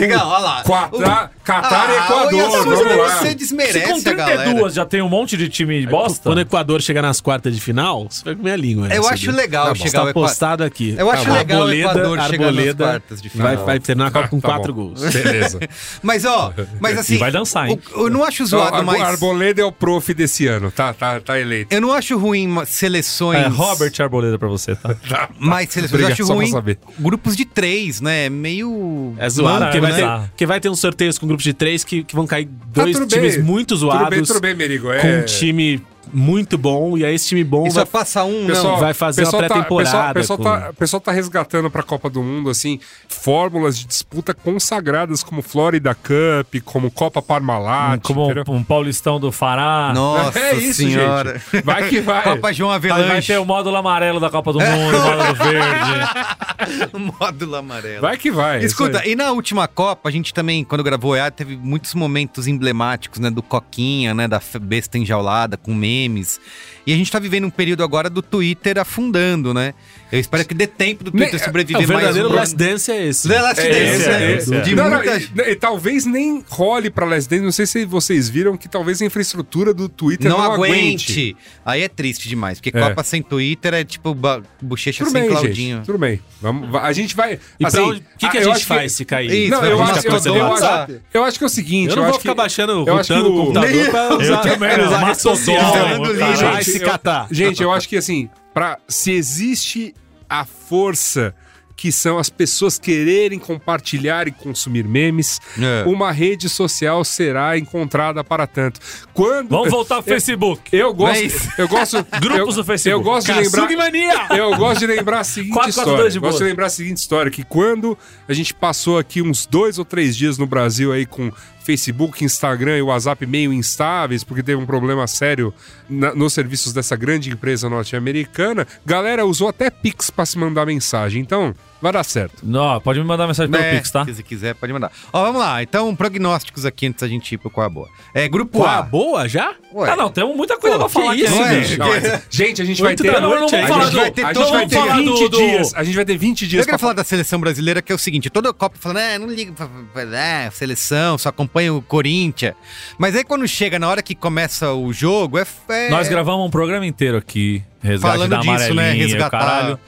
Legal, olha lá. Quatra, Catar e Ah, olha é Equador, só, mas vamos lá. Ah, Você Se com desmerece a 32 galera. já tem um monte de time bosta. Quando o Equador chegar nas quartas de final, você vai comer a língua. Eu essa, acho viu? Tá legal chegar Está ao Equador. postado aqui. Tá Eu acho bom. legal o Equador chegar nas Arboleda quartas de Vai, final. vai terminar a Copa com um Tá bom. quatro gols. [LAUGHS] Beleza. Mas, ó, mas assim. [LAUGHS] E vai dançar, hein? o- eu não acho [LAUGHS] Então, zoado, Arbo- mas. Arboleda é o prof desse ano, tá, tá, tá eleito. Eu não acho ruim ma- seleções. É Robert Arboleda pra você, tá? Mas seleções eu Obrigado, acho só pra ruim. saber. Grupos de três, né? Meio. É zoado, Maravilha, porque vai, né? ter, porque vai ter uns sorteios com grupos de três que, que vão cair dois Tá tudo times bem. muito zoados. Tudo bem, tudo bem, Merigo. É... Com um time muito bom, e aí esse time bom E só vai... passa um, Pessoal- não. vai fazer uma tá- pré-temporada pessoal, pessoal, com- tá, pessoal tá resgatando pra Copa do Mundo, assim, fórmulas de disputa consagradas como Florida Cup, como Copa Parmalat. Como Ah, entendeu? um, um paulistão do Fará. Nossa É isso, senhora. gente. Vai que vai. Copa João Aí vai Avelanche. ter um. o módulo amarelo da Copa do Mundo, o módulo verde. [LAUGHS] Módulo amarelo. Vai que vai. Escuta, É isso aí. e na última Copa, a gente também, quando gravou o EA, teve muitos momentos emblemáticos, né? Do Coquinha, né? Da f- besta enjaulada, com memes. E a gente tá vivendo um período agora do Twitter afundando, né? Eu espero que dê tempo do Twitter Ne- É, sobreviver o verdadeiro mais um Last Dance é esse. The Last É, Dance, esse é, né? esse é. De Não, não, muita... e, e talvez nem role pra Les Dance, não sei se vocês viram que talvez a infraestrutura do Twitter Não, não, aguente. Aí é triste demais, porque É. Copa sem Twitter é tipo ba- bochecha Tudo sem bem, Claudinho. gente. Tudo bem. Vamos, va- a gente vai. E pra assim, onde- o que, que eu a gente acho faz se cair? Isso, Não, eu Vai acho, ficar eu, eu cancelado? acho, eu acho que é o seguinte. Eu não acho vou ficar que- baixando, eu acho que rotando o computador pra usar também, usar né? rede social. Mastodon, Vai cara. Vai Gente, se eu- catar. Gente, eu acho que assim, pra, se existe a força que são as pessoas quererem compartilhar e consumir memes, É. uma rede social será encontrada para tanto. Quando Vamos voltar pro Facebook. eu gosto, Mas- eu gosto é [LAUGHS] Grupos eu, do Facebook. Eu gosto de lembrar Kasugi Mania! eu gosto de lembrar a seguinte 442 história. de boa. gosto de lembrar a seguinte história: que quando a gente passou aqui uns dois ou três dias no Brasil aí com Facebook, Instagram e WhatsApp meio instáveis, porque teve um problema sério na- nos serviços dessa grande empresa norte-americana, galera usou até Pix pra se mandar mensagem. Então, vai dar certo. Não, pode me mandar mensagem pelo É, Pix, tá? Se quiser, pode mandar. Ó, vamos lá. Então, prognósticos aqui antes da gente ir pro Qual é a Boa. É, grupo Pô, A. a Ah, boa já? Ué. Ah, não, temos muita coisa pra falar aqui né, isso, ainda. gente? Não, mas- gente, a gente Oito vai da ter. Não, não noite vamos ainda. a falar gente do... vai ter a todo- gente vai ter falar do- 20 do- dias. A gente vai ter 20 Eu dias queria pra falar da seleção brasileira, que é o seguinte: toda Copa falando, é, não liga, pra- pra- pra- ah, seleção, só acompanha o Corinthians. Mas aí quando chega na hora que começa o jogo, é. é- Nós gravamos um programa inteiro aqui, resgate Falando da disso, né? amarelinha, e o Resgatar. caralho.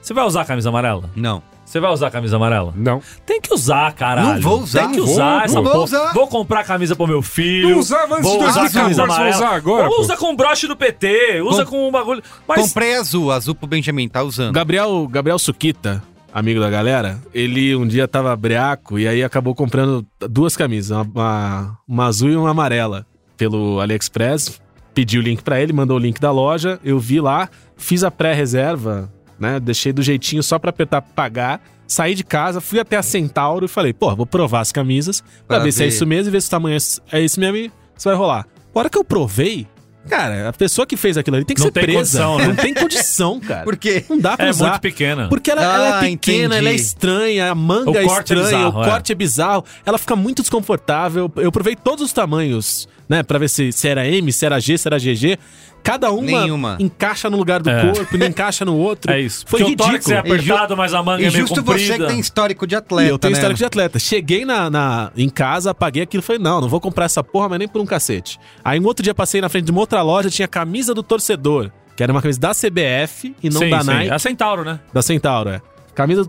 Você vai usar a camisa amarela? Não. Você vai usar a camisa amarela? Não. Tem que usar, caralho. Não vou usar. Tem que Não vou, usar não essa vou porra. usar. Vou comprar camisa pro meu filho. Não usava antes vou usar a de 2014, camisa vou amarela. usar agora, Ou pô. usa com broche do PT, usa Com- com, um bagulho. Mas Comprei azul, azul pro Benjamin, tá usando. Gabriel, Gabriel Suquita, amigo da galera, ele um dia tava breaco e aí acabou comprando duas camisas, uma, uma, uma azul e uma amarela, pelo AliExpress. Pedi o link pra ele, mandou o link da loja, eu vi lá, fiz a pré-reserva, né? Deixei do jeitinho só pra apertar pagar. Saí de casa, fui até a Centauro e falei, pô, vou provar as camisas Pra pra ver, se é ver. isso mesmo e ver se o tamanho é esse- é esse mesmo e se vai rolar. A hora que eu provei, cara, a pessoa que fez aquilo ali tem que Não ser tem presa. condição, né? Não tem condição, cara. Por quê? Não dá pra é usar. muito pequena. Porque ela, ela Ah, é pequena, entendi. ela é estranha, a manga O é corte é estranha, bizarro, o é. corte é. bizarro, ela fica muito desconfortável. Eu provei todos os tamanhos, né, pra ver se, se era M, se era G, se era GG. Cada uma Nenhuma. encaixa no lugar do É. corpo, não encaixa no outro. [LAUGHS] É isso. Foi Porque o tórax é ridículo. apertado, mas a manga e é meio justo comprida. você que tem histórico de E atleta. eu tenho né? histórico de atleta. Cheguei na, na- em casa, apaguei aquilo e falei, não, não vou comprar essa porra, mas nem por um cacete. Aí um outro dia passei na frente de uma outra loja, tinha a camisa do torcedor, que era uma camisa da CBF e não sim, da sim. Nike. É a Centauro, né? Da Centauro, é. Camisa do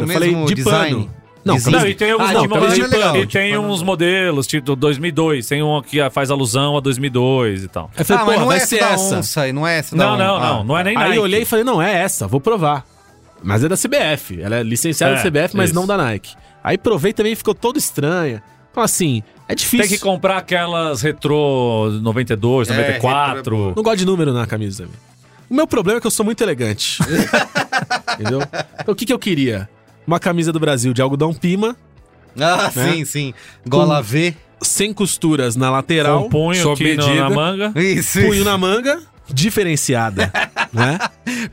Mas é o eu falei, mesmo de design? pano. Não, Design? Não, camisa... e tem alguns Ah, de então modelos é de legal. pano. E tem uns modelos, tipo 2002. Tem um que faz alusão a 2002 e tal. Eu Ah, falei, mas pô, não é vai essa ser da essa. onça, não é essa da Não, onça. não, Ah. não. Não é nem Aí Nike. eu olhei e falei, não, é essa, vou provar. Mas é da CBF. Ela é licenciada É, da CBF, mas isso. não da Nike. Aí provei também ficou toda estranha. Então, assim, é difícil. Tem que comprar aquelas retrô 92, É, 94. retrô é boa. Não gosto de número na camisa também. O meu problema é que eu sou [LAUGHS] muito elegante. Entendeu? Então, o que, que eu queria? Uma camisa do Brasil de algodão pima, Ah, Né? sim, sim. Gola V. sem costuras na lateral, Um punho Sob aqui na- na [LAUGHS] medida. manga. Isso, punho isso. na manga, diferenciada, né?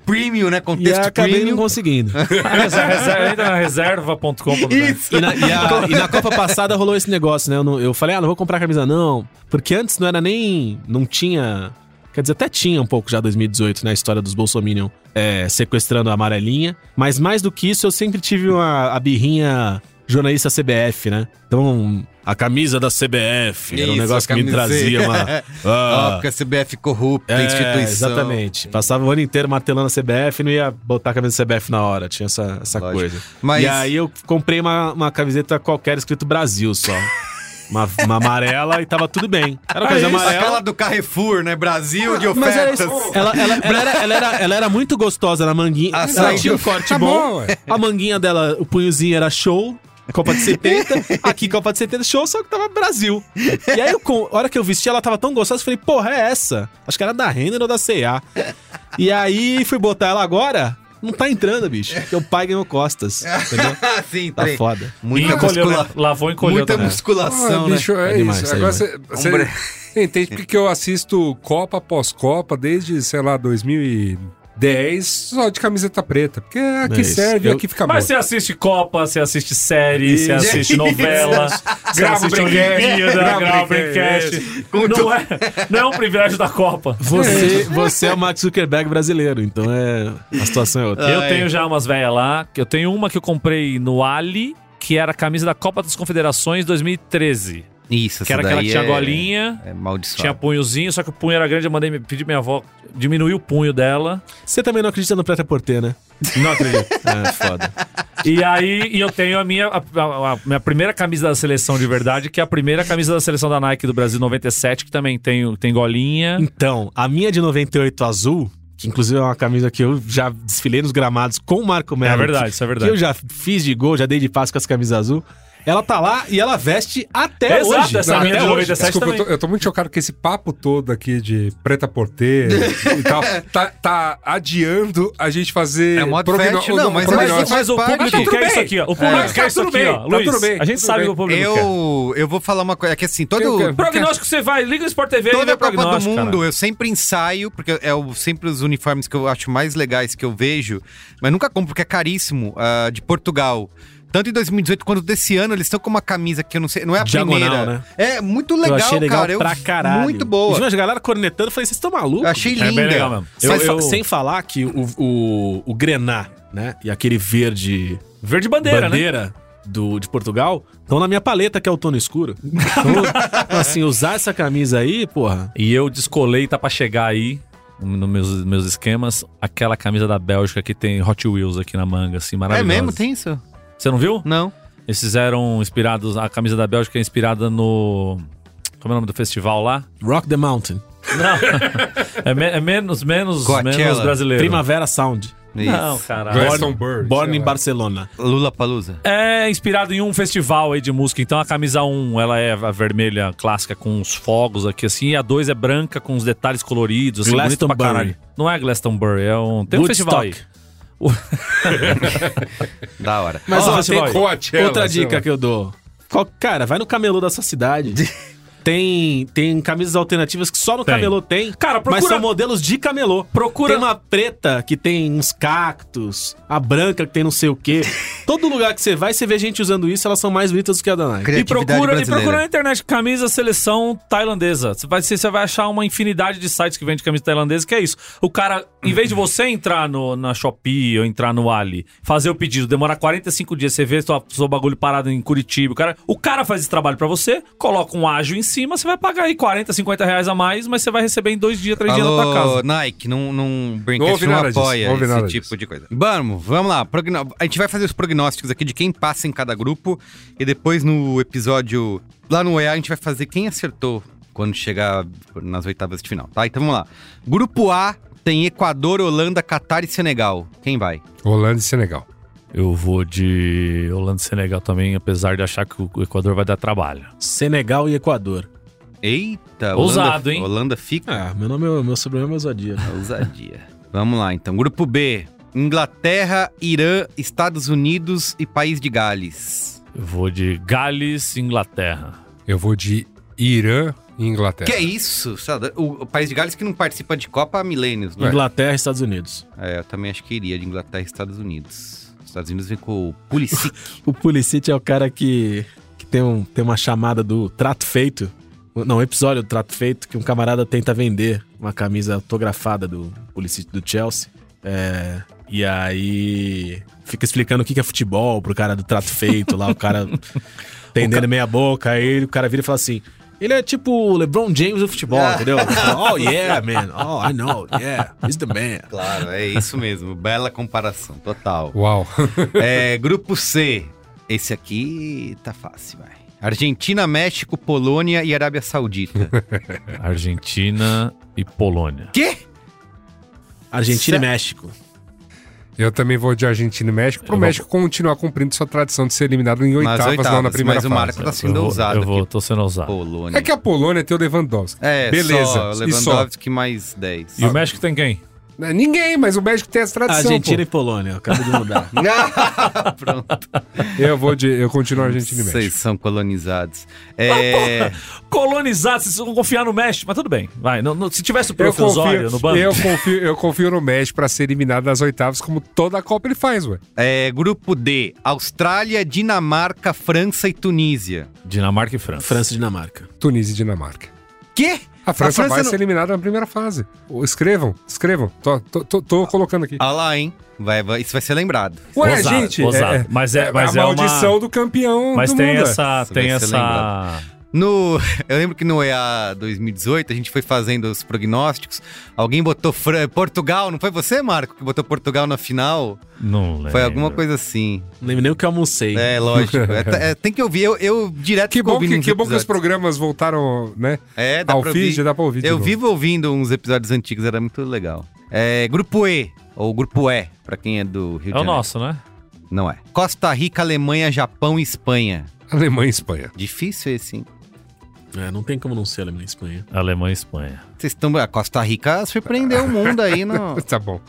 Premium, né? E Contexto acabei não premium. conseguindo. Reserva- é, Entra na reserva.com.br. [LAUGHS] E na, e a- e na Copa passada rolou esse negócio, né? Eu, não- eu falei, ah, não vou comprar camisa não, porque antes não era nem... não tinha... Quer dizer, até tinha um pouco já 2018, né? A história dos Bolsominion é, sequestrando a amarelinha. Mas mais do que isso, eu sempre tive uma, a birrinha jornalista CBF, né? Então, a camisa da CBF era um Isso, negócio a que me camiseta. trazia uma... [LAUGHS] Ó, Ah, porque a CBF corrupta, é, instituição. Exatamente. Passava o ano inteiro martelando a CBF e não ia botar a camisa da CBF na hora. Tinha essa, essa Lógico. coisa. Mas- E aí eu comprei uma, uma camiseta qualquer escrito Brasil só. Uma, uma amarela e tava tudo bem. Era uma camisa Aquela amarela. do Carrefour, né? Brasil de É Ah, Mas era ofertas. isso. [LAUGHS] Ela, ela- ela era, ela, era, ela era muito gostosa na manguinha. Açaí ela tinha um de corte Tá bom. bom, ué. A manguinha dela, o punhozinho era show. Copa de 70, aqui Copa de 70 show, só que tava Brasil. E aí, eu, com, a hora que eu vesti, ela tava tão gostosa, eu falei, porra, é essa? Acho que era da Renner ou da C&A. E aí, fui botar ela agora, não tá entrando, bicho. Porque o pai ganhou costas, entendeu? Ah, sim, Tá tem. foda. Muita, Encolheu, muscula... né? Lavou e encolheu Muita também. musculação, Ah, né? bicho, é, É demais, isso. é Agora demais. você você [LAUGHS] entende porque que eu assisto Copa após Copa desde, sei lá, 2010, só de camiseta preta. Porque é aqui É isso. serve, Eu- aqui fica bom. Mas você assiste Copa, você assiste série, você assiste novela, você Grava o assiste Braincast. Olimpíada, Grava o grava o Braincast. Não é, não é um privilégio da Copa. Você, você é o Mark Zuckerberg brasileiro, então é a situação é outra. Eu tenho já umas velhas lá. que Eu tenho uma que eu comprei no Ali, que era a camisa da Copa das Confederações 2013. Isso, Que era essa aquela daí que tinha é- golinha, É maldição. tinha punhozinho, só que o punho era grande, eu mandei pedir minha avó diminuir o punho dela. Você também não acredita no preta-porter, né? Ah. Não acredito. É foda. E aí, e eu tenho a minha, a, a- a minha primeira camisa da seleção de verdade, que é a primeira camisa da seleção da Nike do Brasil 97, que também tem, tem golinha. Então, a minha de 98 azul, que inclusive é uma camisa que eu já desfilei nos gramados com o Marco Melo. É verdade, isso é Que, que verdade. eu já fiz de gol, já dei de passe com as camisas azul. Ela tá lá e ela veste até Exato, hoje. essa minha até de hoje. 97 então, Desculpa, eu tô, também. eu tô muito chocado com esse papo todo aqui de preta porteira [LAUGHS] e tal. Tá, tá adiando a gente fazer. É modo prognó- fashion, não, o- mas- prognóstico. mas- Mas o Mas tá público tudo quer bem. isso aqui, ó. O público Mas tá quer isso tudo aqui, bem, ó. tá Luiz, tudo bem, a gente tudo sabe bem. que o público quer. Eu, eu vou falar uma coisa, é que assim, todo, Eu quero- Prognóstico você vai, liga o Sport TV e vê toda a o Copa do prognóstico. Mundo cara. eu sempre ensaio, porque é o, sempre os uniformes que eu acho mais legais que eu vejo, mas nunca compro porque é caríssimo, ah, de Portugal. Tanto em 2018 quanto desse ano, eles estão com uma camisa que eu não sei, não é a Diagonal, primeira. né? É muito legal, eu achei legal cara. eu- pra caralho. é Muito boa. E tinha uma galera cornetando, eu falei, vocês estão malucos? Eu achei linda. É bem legal mesmo. Sem, Eu- fa- eu- sem falar que o, o, o Grená, né? E aquele verde Verde bandeira, né? do, de Portugal estão na minha paleta, que é o tono escuro. [LAUGHS] Então, assim, usar essa camisa aí, porra. E eu descolei, tá pra chegar aí, nos meus, meus esquemas, aquela camisa da Bélgica que tem Hot Wheels aqui na manga, assim, É maravilhosa. mesmo? Tem isso? Você não viu? Não. Eles fizeram inspirados. A camisa da Bélgica é inspirada no. Como é o nome do festival lá? Rock the Mountain. Não. [LAUGHS] é, me- é menos, menos, Coachella. menos brasileiro. Primavera Sound. Não, Isso. caralho. Glastonbury, Born sei in lá. Barcelona. Lula Palusa. É inspirado em um festival aí de música. Então a camisa 1, ela é a vermelha clássica com os fogos aqui assim. E a 2 é branca com os detalhes coloridos. Assim, bonito pra Glastonbury. caralho. Não é Glastonbury, é um. Tem um festival aí. Da hora. Mas, Ó, ó, festival tem aí. Ah, Coachella, outra sei dica lá. que eu dou. Qual- cara, vai no camelô da sua cidade. Tem, tem camisas alternativas que só no Tem. camelô tem. Cara, Mas procura- são modelos de camelô. Procura- Tem uma preta que tem uns cactos, a branca que tem não sei o [LAUGHS] quê. Todo lugar que você vai, você vê gente usando isso, elas são mais bonitas do que a da Nike. E procura, e brasileira. procura na internet camisa seleção tailandesa. Você vai, você vai achar uma infinidade de sites que vende camisa tailandesa, que é isso. O cara, em vez de você entrar no, na Shopee ou entrar no Ali, fazer o pedido, demora 45 dias, você vê sua, seu bagulho parado em Curitiba, o cara, o cara faz esse trabalho pra você, coloca um ágio em cima, você vai pagar aí 40, 50 reais a mais, mas você vai receber em dois dias, três dias na tua Alô, casa. Nike, não, não, Braincast Não ouve não nada disso, apoia não ouve esse nada tipo disso. de coisa. Vamos, vamos lá. Progno- A gente vai fazer os prognósticos aqui de quem passa em cada grupo e depois no episódio lá no EA a gente vai fazer quem acertou quando chegar nas oitavas de final, tá? Então vamos lá. Grupo A tem Equador, Holanda, Catar e Senegal. Quem vai? Holanda e Senegal. Eu vou de Holanda e Senegal também, apesar de achar que o Equador vai dar trabalho. Senegal e Equador. Eita, Ousado, Holanda, hein? Holanda fica Ah, meu nome, meu sobrenome é ousadia. ousadia. Vamos lá, então. Grupo B. Inglaterra, Irã, Estados Unidos e País de Gales. Eu vou de Gales, Inglaterra. Eu vou de Irã e Inglaterra. Que é isso? Saudade- O, o País de Gales que não participa de Copa há milênios, não é? Inglaterra e Estados Unidos. É, eu também acho que iria de Inglaterra e Estados Unidos. Os Estados Unidos vem com o Pulisic. [LAUGHS] O Pulisic é o cara que, que tem, um, tem uma chamada do trato feito. Não, um episódio do trato feito que um camarada tenta vender uma camisa autografada do Pulisic do Chelsea. É, e aí fica explicando o que que é futebol pro cara do trato feito lá, o [LAUGHS] cara tendendo meia boca. Aí o cara vira e fala assim. Ele é tipo o LeBron James do futebol, [LAUGHS] entendeu? Ele fala, Oh, yeah, man. Oh, I know. Yeah, he's the man. claro, é isso mesmo. Bela comparação, total. Uau. É, grupo C. Esse aqui tá fácil, vai. Argentina, México, Polônia e Arábia Saudita. Argentina e Polônia. Quê? Argentina e México. Eu também vou de Argentina e México, pro Eu vou- México continuar cumprindo sua tradição de ser eliminado em oitavas, Nas lá na oitavas, primeira mas o fase. Marco tá Eu sendo vou- ousado Eu vou, aqui. tô sendo ousado. Polônia. É que a Polônia tem o Lewandowski. É, Beleza. só E só. Lewandowski mais 10. E o México tem quem? Não é Ninguém, mas o México tem essa tradição. Argentina e Polônia. Eu acabo de [LAUGHS] mudar. [LAUGHS] Pronto. [LAUGHS] pô. Eu vou de. Eu continuo Argentina e Vocês México. são colonizados. Ah, É, Colonizar, vocês vão confiar no México, mas tudo bem. Vai, não- não- se tivesse o Eu Professório no confio, banco. eu, confio, eu confio no México pra ser eliminado nas oitavas, como toda a Copa ele faz, ué. é, grupo D: Austrália, Dinamarca, França e Tunísia. Dinamarca e França. França e Dinamarca. Tunísia e Dinamarca. Quê? A França, França vai não- ser eliminada na primeira fase. Ô, Escrevam, escrevam. Tô, tô- tô- tô colocando aqui. Olha Ah lá, hein? Vai, vai- isso vai ser lembrado. Ué, Ousado, gente. ousado. Mas é- mas a é uma- maldição do campeão Mas do tem mundo, é. ué. essa. Isso Tem vai ser essa. No, [LAUGHS] eu lembro que no EA 2018 a gente foi fazendo os prognósticos. Alguém botou Fran- Portugal, não foi você, Marco, que botou Portugal na final? Não lembro. Foi alguma coisa assim. Não lembro nem o que eu almocei. É, lógico. É, é, tem que ouvir. Eu, eu direto Que fico bom ouvindo que, uns que bom que os episódios. programas voltaram, né? É, dá Ao pra ouvir. feed, dá pra ouvir. de Eu novo. vivo ouvindo uns episódios antigos, era muito legal. É, grupo E, ou Grupo E, pra quem é do Rio de É o Janeiro. nosso, né? Não é. Costa Rica, Alemanha, Japão e Espanha. Alemanha e Espanha. Difícil esse, hein? É, não tem como não ser Alemanha [LAUGHS] e Espanha. Alemanha e Espanha. Vocês estão. A Costa Rica surpreendeu o mundo aí, [LAUGHS] não. [LAUGHS] Tá bom.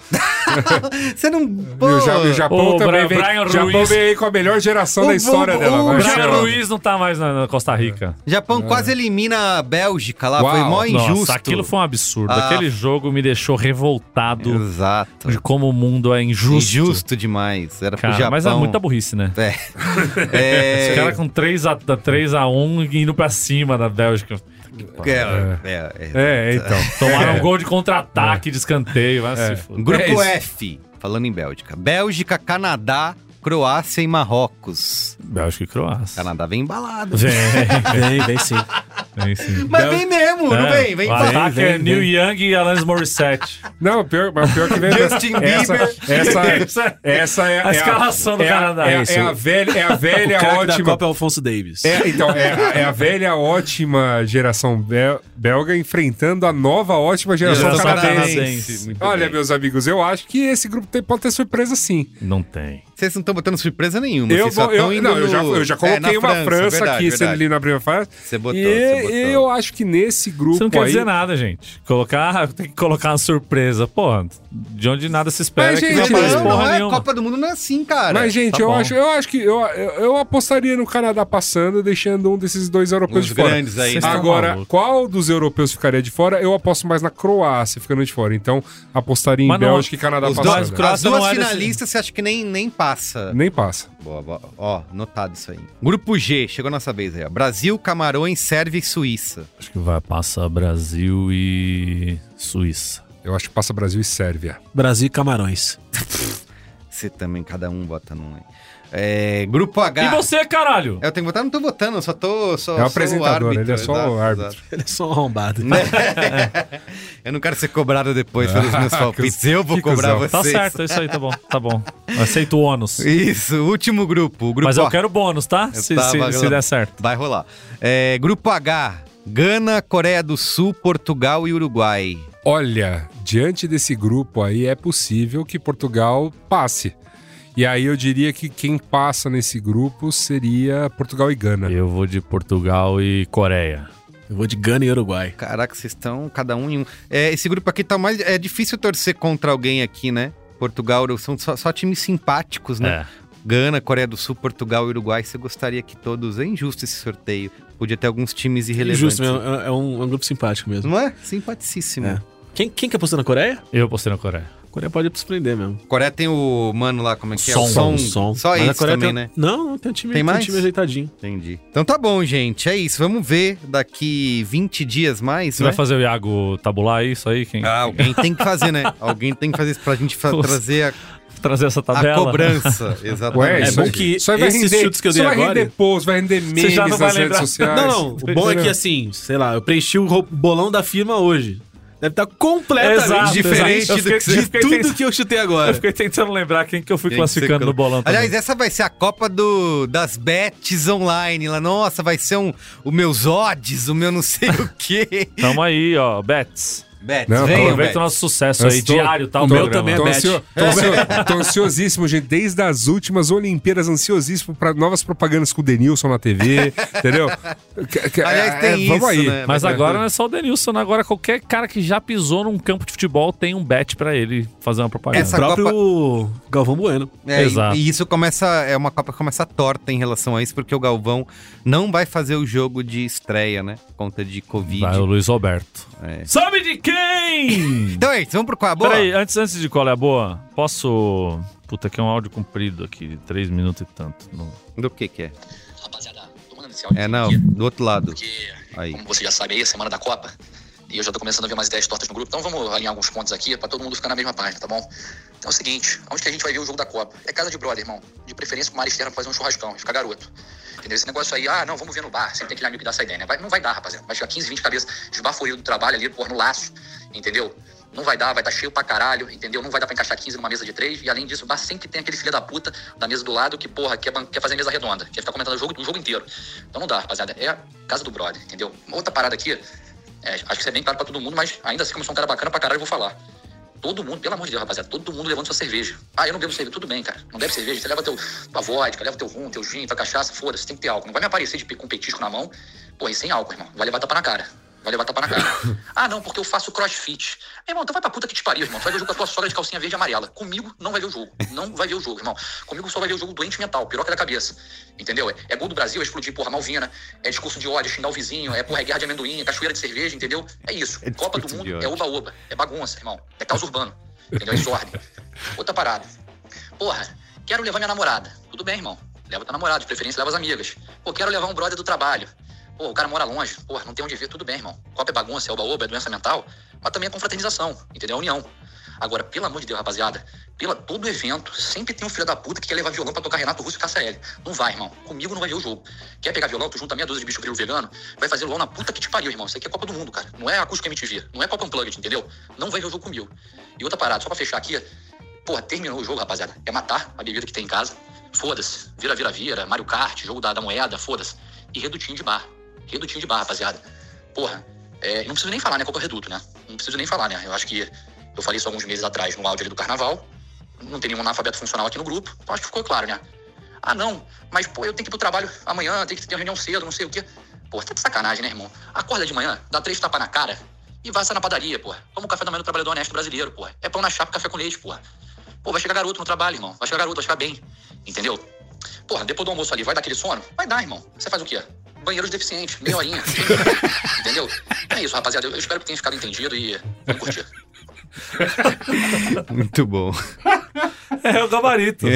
Você não. E Pô, o, Ja- o Japão Ô, Bra- também vem. Brian O Japão Ruiz. vem aí com a melhor geração O da história Bubu- dela. o vai. Brian Brian Japão. Ruiz não tá mais na, na Costa Rica. Japão quase elimina a Bélgica lá. Uau. foi mó injusto. É. Nossa, aquilo foi um absurdo. Ah. Aquele jogo me deixou revoltado Exato. de como o mundo é injusto. Injusto demais. Era pro Cara, Japão. mas é muita burrice, né? [LAUGHS] É, Esse cara com 3x1 3 a 1 e indo pra cima da Bélgica. é, é, é. É, então. Tomaram um gol de contra-ataque, de escanteio. Vai se fuder. Grupo É F, falando em Bélgica. Bélgica, Canadá, Croácia e Marrocos. Bélgica e Croácia. Canadá vem embalado. Vem, Vem, vem sim. vem sim. Mas vem mesmo, não vem? Vem O embalado. ataque vem, é vem. Neil Young e Alanis Morissette. Não, pior, mas pior que vem. é Justin essa, Bieber. [LAUGHS] Essa, essa é A escalação do é a- Canadá. É, a- Isso. é a velha, é [LAUGHS] a velha o craque da ótima. Copa é o Alfonso Davis. É, então, é, a- é a velha ótima geração bel- belga enfrentando a nova ótima geração Geração canadense. canadense. Olha, Olha, meus amigos, eu acho que esse grupo tem- pode ter surpresa sim. [LAUGHS] Não tem. Vocês não estão botando surpresa nenhuma. Eu, vocês só vou, eu, tão indo não, eu, já, no- eu já É, coloquei na uma França, verdade, aqui sendo verdade. ali na primeira fase. Você botou, e você botou. eu acho que nesse grupo Você não quer aí. dizer nada, gente. Colocar, tem que colocar uma surpresa. Porra, de onde nada se espera Mas, que gente, não Não, aparece não porra não é nenhuma. Copa do Mundo, não é assim, cara. Mas, gente, tá eu, bom. acho, eu acho que eu, eu, eu apostaria no Canadá passando, deixando um desses dois europeus Os de fora. grandes aí, Vocês né? tão Agora, maluco. qual dos europeus ficaria de fora? Eu aposto mais na Croácia ficando de fora. Então, apostaria em Mas não- Bélgica e Canadá Os passando. dois, Croácia as duas não é desse- finalistas, você acha que nem, nem passa. Nem passa. Boa, boa. Ó, notado isso aí. Grupo G, chegou a nossa vez aí. ó. Brasil, Camarões, Sérvia e Suíça. Acho que vai passar Brasil e Suíça. Eu acho que passa Brasil e Sérvia. Brasil e Camarões. Você também, cada um vota num aí. É, grupo H. É, E você, caralho? Eu tenho que votar? Não tô votando, eu só tô. Só, É o só apresentador, ele é só o árbitro. Ele é só um [LAUGHS] arrombado. Né? eu não quero ser cobrado depois [LAUGHS] pelos meus palpites. Eu vou que cobrar cuzão. vocês. Tá certo, é isso aí, tá bom, tá bom. Aceito o ônus. Isso, último grupo. O grupo Mas eu A. quero bônus, tá? Se, tava- se, se der certo. Vai rolar. É, grupo H. Gana, Coreia do Sul, Portugal e Uruguai. Olha, diante desse grupo aí, é possível que Portugal passe. E aí eu diria que quem passa nesse grupo seria Portugal e Gana. Eu vou de Portugal e Coreia. Eu vou de Gana e Uruguai. Caraca, vocês estão cada um em um. É, esse grupo aqui tá mais. É difícil torcer contra alguém aqui, né? Portugal, são só, só times simpáticos, né? É. Gana, Coreia do Sul, Portugal e Uruguai. Você gostaria que todos. É injusto esse sorteio. Podia ter alguns times irrelevantes. Justo mesmo, é é um, é um grupo simpático mesmo. Não é? Simpaticíssimo. É. Quem, quem que apostou na Coreia? Eu postei na Coreia. A Coreia pode surpreender mesmo. Coreia tem o mano lá, como é que é? O som. Som, som. Só Mas a isso Coreia também, tem- né? Não, não, tem um time, Tem tem mais? um time ajeitadinho. Entendi. Então tá bom, gente. É isso. Vamos ver daqui 20 dias mais. Você né? vai fazer o Iago tabular isso aí? Quem Ah, alguém tem que fazer, né? Alguém tem que fazer isso pra gente fa- Nossa. trazer trazer essa a, a né? tabela? cobrança. Ué, É Exatamente. isso bom aí- que isso aí vai esses render, chutes que eu isso dei vai agora- render posts, vai render memes já não nas vai redes lembrar. sociais. Não, não. O bom é que assim, sei lá, eu preenchi o ro- bolão da firma hoje. Deve estar completamente Exato, diferente exato. Eu do que fiquei- de fiquei tudo pensando- que eu [LAUGHS] chutei Eu agora. fiquei tentando lembrar quem que eu fui Quem que você classificando colo- no bolão também. Aliás, essa vai ser a Copa do, das Bets online. Lá, nossa, vai ser um, o meus odds, o meu não sei o quê. Tamo aí, ó, Bets. [LAUGHS] Bets, Não, venham, Aproveita Bets. o nosso sucesso Eu aí, estou- diário, tá? O o meu meu também é Tô, Bet. ansio- tô ansio- tô ansiosíssimo, gente. Desde as últimas Olimpíadas, ansiosíssimo para novas propagandas com o Denilson na TV, entendeu? Que- que- Aliás, é, tem vamos isso, aí. né? Mas agora não é só o Denilson, né? agora qualquer cara que já pisou num campo de futebol tem um bet pra ele fazer uma propaganda. O Essa- próprio Galvão Bueno. É, e- Exato. E, isso começa, é uma Copa que começa torta em relação a isso, porque o Galvão não vai fazer o jogo de estreia, né? Por conta de Covid. Vai o Luiz Roberto. É. Sabe de quem? Então é isso, vamos pro Qual é a Boa? Peraí, antes, antes de qual é a boa, posso... Puta, que é um áudio comprido aqui, de 3 minutos e tanto. Não- Do que que é? Rapaziada, tô mandando esse áudio. É, não, aqui, do outro lado. Porque, [LAUGHS] Aí. como você já sabe aí, é semana da Copa. E eu já tô começando a ver umas ideias tortas no grupo. Então vamos alinhar alguns pontos aqui pra todo mundo ficar na mesma página, tá bom? Então é o seguinte, onde que a gente vai ver o jogo da Copa? É casa de brother, irmão. De preferência com uma área externa pra fazer um churrascão, e ficar garoto. Entendeu? Esse negócio aí, ah, não, vamos ver no bar. Sempre tem aquele amigo que dá essa ideia, né? Vai- não vai dar, rapaziada. Vai chegar 15, 20 cabeças esbaforido do trabalho ali, porra, no laço. Entendeu? Não vai dar, vai estar cheio pra caralho, entendeu? Não vai dar pra encaixar 15 numa mesa de três. E além disso, o bar sempre tem aquele filho da puta da mesa do lado que, porra, quer, ban- quer fazer mesa redonda, quer ficar comentando o jogo, o jogo inteiro. Então não dá, rapaziada. É a casa do brother, entendeu? Uma outra parada aqui, é, acho que isso é bem claro pra todo mundo, mas ainda assim, como eu sou um cara bacana pra caralho, eu vou falar. Todo mundo, pelo amor de Deus, rapaziada, todo mundo levando sua cerveja. Ah, eu não bebo cerveja, tudo bem, cara. Não bebe cerveja, você leva teu, tua vodka, leva teu rum, teu gin, tua cachaça, foda-se, tem que ter álcool. Não vai me aparecer de, pe- com petisco na mão, pô, e sem álcool, irmão. Vai levar tapa na cara. Vai levar tapa na cara. ah, não, porque eu faço crossfit. Meu irmão, então vai pra puta que te pariu, irmão. Tu vai ver o jogo com a tua sogra de calcinha verde e amarela. Comigo não vai ver o jogo. Não vai ver o jogo, irmão. Comigo só vai ver o jogo doente mental, piroca da cabeça. Entendeu? É, é gol do Brasil, é explodir, porra, Malvina. É discurso de ódio, xingar o vizinho. É, porra, é guerra de amendoim, é cachoeira de cerveja, entendeu? É isso. Copa do discurso de Mundo ódio. é oba-oba. É bagunça, irmão. É caos urbano. [LAUGHS] Entendeu? É desordem. Outra parada. Porra, quero levar minha namorada. Tudo bem, irmão. Leva tua namorada, de preferência leva as amigas. Pô, quero levar um brother do trabalho. Pô, o cara mora longe. Porra, não tem onde ver. Tudo bem, irmão. Copa é bagunça, é oba-oba, é doença mental. Mas também é confraternização, entendeu? É união. Agora, pelo amor de Deus, rapaziada, pela todo evento, sempre tem um filho da puta que quer levar violão pra tocar Renato Russo e KCL. Não vai, irmão. Comigo não vai ver o jogo. Quer pegar violão, tu junta meia dúzia de bicho grilo vegano, vai fazer LOL na puta que te pariu, irmão. Isso aqui é Copa do Mundo, cara. Não é acústica MTV. Não é Copa Unplugged, entendeu? Não vai ver o jogo comigo. E outra parada, só pra fechar aqui, Porra, terminou o jogo, rapaziada. É matar a bebida que tem em casa. Foda-se. Vira, vira, vira. Mario Kart, jogo da, da moeda, foda-se. E redutinho de bar. Redutinho de bar, rapaziada. Porra, é, não preciso nem falar, né? Qual que é o reduto, né? Não preciso nem falar, né? Eu acho que eu falei isso alguns meses atrás no áudio ali do carnaval. Não tem nenhum analfabeto funcional aqui no grupo. Então acho que ficou claro, né? Ah, não, mas pô, eu tenho que ir pro trabalho amanhã, tenho que ter reunião cedo, não sei o quê. Pô, tá de sacanagem, né, irmão? Acorda de manhã, dá três tapas na cara e vaza na padaria, pô. Toma o café da manhã do trabalhador honesto brasileiro, pô. É pão na chapa, café com leite, pô. Pô, vai chegar garoto no trabalho, irmão. Vai chegar garoto, vai chegar bem. Entendeu? Porra, depois do almoço ali, vai dar aquele sono? Vai dar, irmão. Você faz o quê? Banheiro de deficiente, meia horinha. entendeu? É isso, rapaziada. Eu espero que tenha ficado entendido e vamos curtir. Muito bom. [LAUGHS] É o gabarito.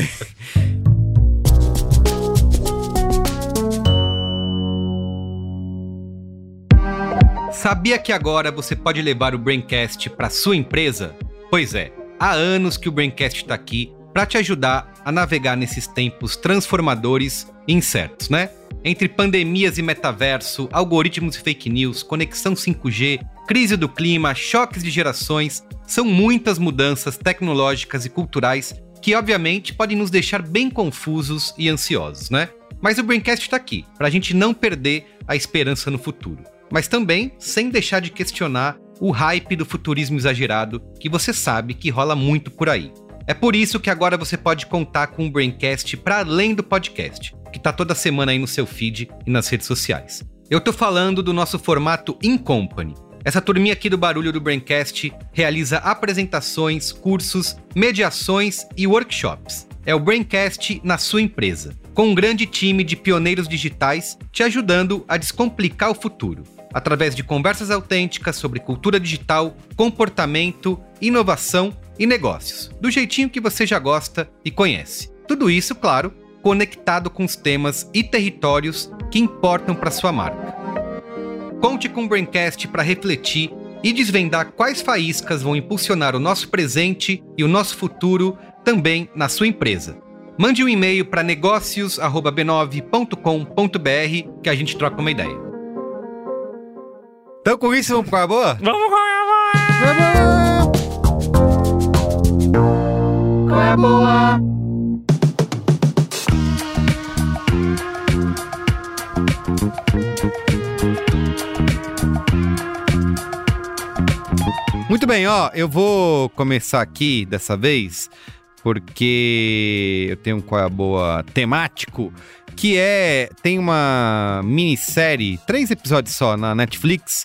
Sabia que agora você pode levar o Braincast para sua empresa? Pois é, há anos que o Braincast está aqui para te ajudar a navegar nesses tempos transformadores e incertos, né? Entre pandemias e metaverso, algoritmos e fake news, conexão 5G, crise do clima, choques de gerações, são muitas mudanças tecnológicas e culturais que, obviamente, podem nos deixar bem confusos e ansiosos, né? Mas o Braincast está aqui, para a gente não perder a esperança no futuro mas também sem deixar de questionar o hype do futurismo exagerado que você sabe que rola muito por aí. É por isso que agora você pode contar com o Braincast para além do podcast, que tá toda semana aí no seu feed e nas redes sociais. Eu tô falando do nosso formato In Company. Essa turminha aqui do Barulho do Braincast realiza apresentações, cursos, mediações e workshops. É o Braincast na sua empresa, com um grande time de pioneiros digitais te ajudando a descomplicar o futuro, através de conversas autênticas sobre cultura digital, comportamento, inovação e negócios, do jeitinho que você já gosta e conhece. Tudo isso, claro, conectado com os temas e territórios que importam para sua marca. Conte com o Braincast para refletir e desvendar quais faíscas vão impulsionar o nosso presente e o nosso futuro também na sua empresa. Mande um e-mail para negócios@b9.com.br que a gente troca uma ideia. Então com isso vamos para a boa? Vamos lá! Muito bem, ó, eu vou começar aqui dessa vez porque eu tenho um qual é a boa temático que é tem uma minissérie, três episódios só na Netflix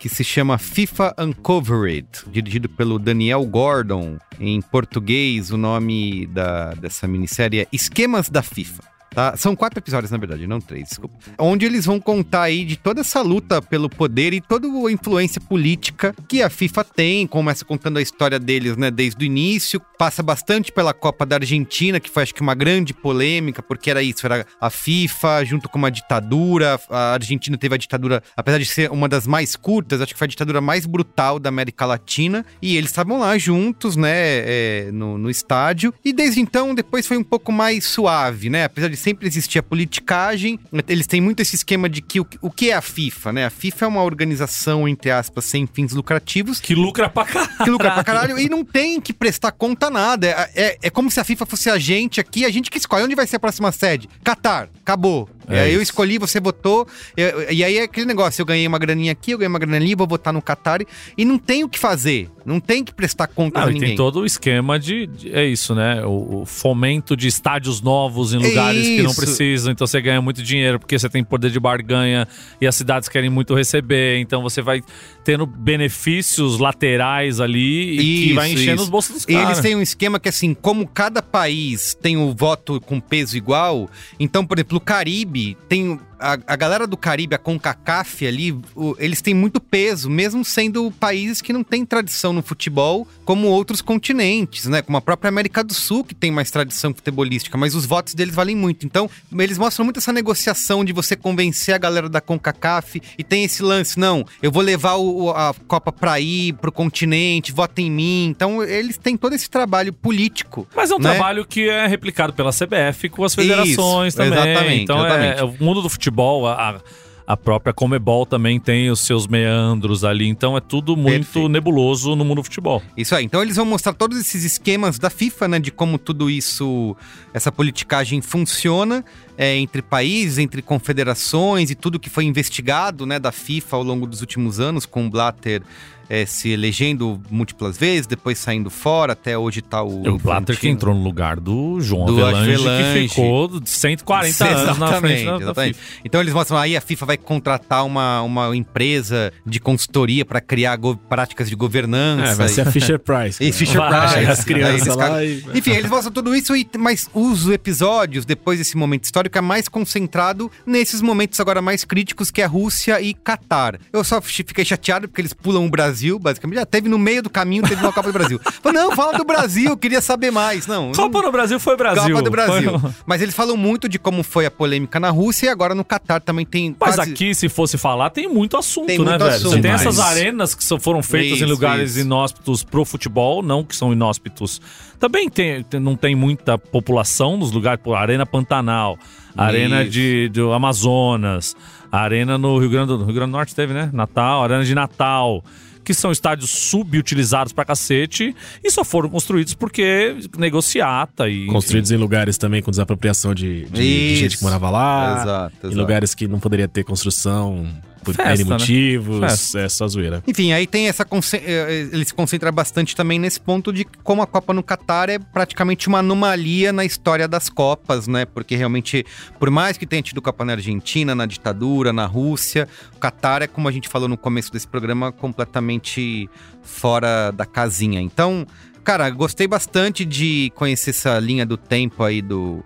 que se chama FIFA Uncovered, dirigido pelo Daniel Gordon. Em português, o nome da, dessa minissérie é Esquemas da FIFA. tá? São quatro episódios, na verdade, não três, desculpa. Onde eles vão contar aí de toda essa luta pelo poder e toda a influência política que a FIFA tem. Começa contando a história deles, né, desde o início. Passa bastante pela Copa da Argentina, que foi, acho que, uma grande polêmica, porque era isso, era a FIFA junto com uma ditadura. A Argentina teve a ditadura, apesar de ser uma das mais curtas, acho que foi a ditadura mais brutal da América Latina. E eles estavam lá juntos, né, é, no, no estádio. E desde então, depois foi um pouco mais suave, né? Apesar de sempre existir a politicagem, eles têm muito esse esquema de que o, o que é a FIFA, né? A FIFA é uma organização, entre aspas, sem fins lucrativos, Que lucra pra cá. que lucra pra caralho e não tem que prestar conta a nada. É, é, é como se a FIFA fosse a gente aqui, a gente que escolhe onde vai ser a próxima sede. Catar, acabou. É É, eu isso. escolhi, você votou. eu- e aí é aquele negócio: eu ganhei uma graninha aqui, eu ganhei uma graninha ali, vou votar no Qatar. E não tem o que fazer. Não tem que prestar conta a Não, e ninguém. tem todo o esquema de, de- É isso, né? O, o fomento de estádios novos em É lugares que não isso. precisam. Então você ganha muito dinheiro porque você tem poder de barganha e as cidades querem muito receber. Então você vai tendo benefícios laterais ali e que Isso, vai enchendo isso. os bolsos dos E caras. eles têm um esquema que, assim, como cada país tem o voto com peso igual, então, por exemplo, o Caribe tem. A, a galera do Caribe, a CONCACAF ali, o- eles têm muito peso, mesmo sendo países que não têm tradição no futebol, como outros continentes, né? Como a própria América do Sul, que tem mais tradição futebolística, mas os votos deles valem muito. Então, eles mostram muito essa negociação de você convencer a galera da CONCACAF e tem esse lance, não, eu vou levar o- o- a Copa pra ir, pro continente, vota em mim. Então, eles têm todo esse trabalho político. Mas é um né? trabalho que é replicado pela CBF com as federações Isso, também. exatamente, então é- exatamente. É, o mundo do futebol, a, a- a própria Comebol também tem os seus meandros ali. Então é tudo muito Perfeito. nebuloso no mundo do futebol. Isso aí. Então eles vão mostrar todos esses esquemas da FIFA, né? De como tudo isso, essa politicagem funciona é, entre países, entre confederações e tudo que foi investigado, né? Da FIFA ao longo dos últimos anos, com o Blatter é, se elegendo múltiplas vezes, depois saindo fora, até hoje tá o. É O Blatter que Infantino. entrou no lugar do João Do Avelange, que Avelange. ficou 140 anos na frente Exatamente, da, da exatamente. FIFA. Então eles mostram aí a FIFA vai contratar uma, uma empresa de consultoria para criar go- práticas de governança. É, vai e- ser a Fisher Price. [LAUGHS] E cara. Fisher Vai, Price. as crianças Aí eles lá cagam. e- Enfim, eles mostram tudo isso, e, mas os episódios, depois desse momento histórico, é mais concentrado nesses momentos agora mais críticos, que é Rússia e Catar. Eu só chi- fiquei chateado porque eles pulam o Brasil, basicamente. Já teve no meio do caminho, teve uma Copa do [LAUGHS] Brasil. Falei, não, fala do Brasil, eu queria saber mais. Não, não- Copa do Brasil foi Brasil. Copa do Brasil. Foi- um- Mas eles falam muito de como foi a polêmica na Rússia e agora no Catar também tem Mas quase- aqui, se fosse falar, tem muito assunto, Tem né, muito velho? assunto. Você tem Demais. essas arenas que só foram feitas Isso, em lugares isso. inóspitos pro futebol, não que são inóspitos. Também tem, tem- não tem muita população nos lugares, pô, Arena Pantanal, Arena Isso. de, do Amazonas, Arena no Rio Grande do, no Rio Grande do Norte teve, né? Natal, Arena de Natal. Que são estádios subutilizados pra cacete e só foram construídos porque negociata e. Construídos em lugares também com desapropriação de, de- de gente Isso. que morava lá. Exato, Em exato. lugares que não poderia ter construção por Festa, N né? motivos, Festa. é só zoeira. Enfim, aí tem essa. conce- eh, Ele se concentra bastante também nesse ponto de como a Copa no Catar é praticamente uma anomalia na história das Copas, né? Porque realmente, por mais que tenha tido Copa na Argentina, na ditadura, na Rússia, o Catar é, como a gente falou no começo desse programa, completamente fora da casinha. Então, cara, gostei bastante de conhecer essa linha do tempo aí do.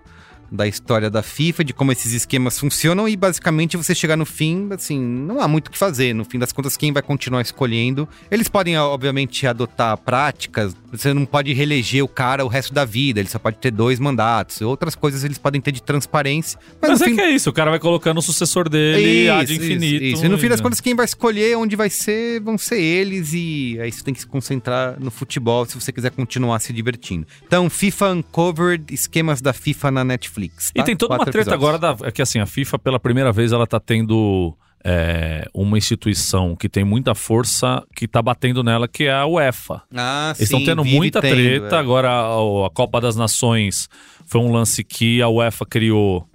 Da história da FIFA, de como esses esquemas funcionam, e basicamente você chegar no fim, assim, não há muito o que fazer. No fim das contas, quem vai continuar escolhendo? Eles podem, obviamente, adotar práticas, você não pode reeleger o cara o resto da vida, ele só pode ter dois mandatos, outras coisas eles podem ter de transparência. Mas, Mas no é fim, que é isso, o cara vai colocando o sucessor dele há de infinito. isso. E no fim das né? contas, quem vai escolher onde vai ser, vão ser eles. E aí você tem que se concentrar no futebol se você quiser continuar se divertindo. Então, FIFA Uncovered, esquemas da FIFA na Netflix. tá? E tem toda uma treta agora da, é que assim, a FIFA, pela primeira vez, ela tá tendo é, uma instituição que tem muita força que tá batendo nela, que é a UEFA. Ah, Eles estão tendo é. muita treta. Agora, a, a Copa das Nações foi um lance que a UEFA criou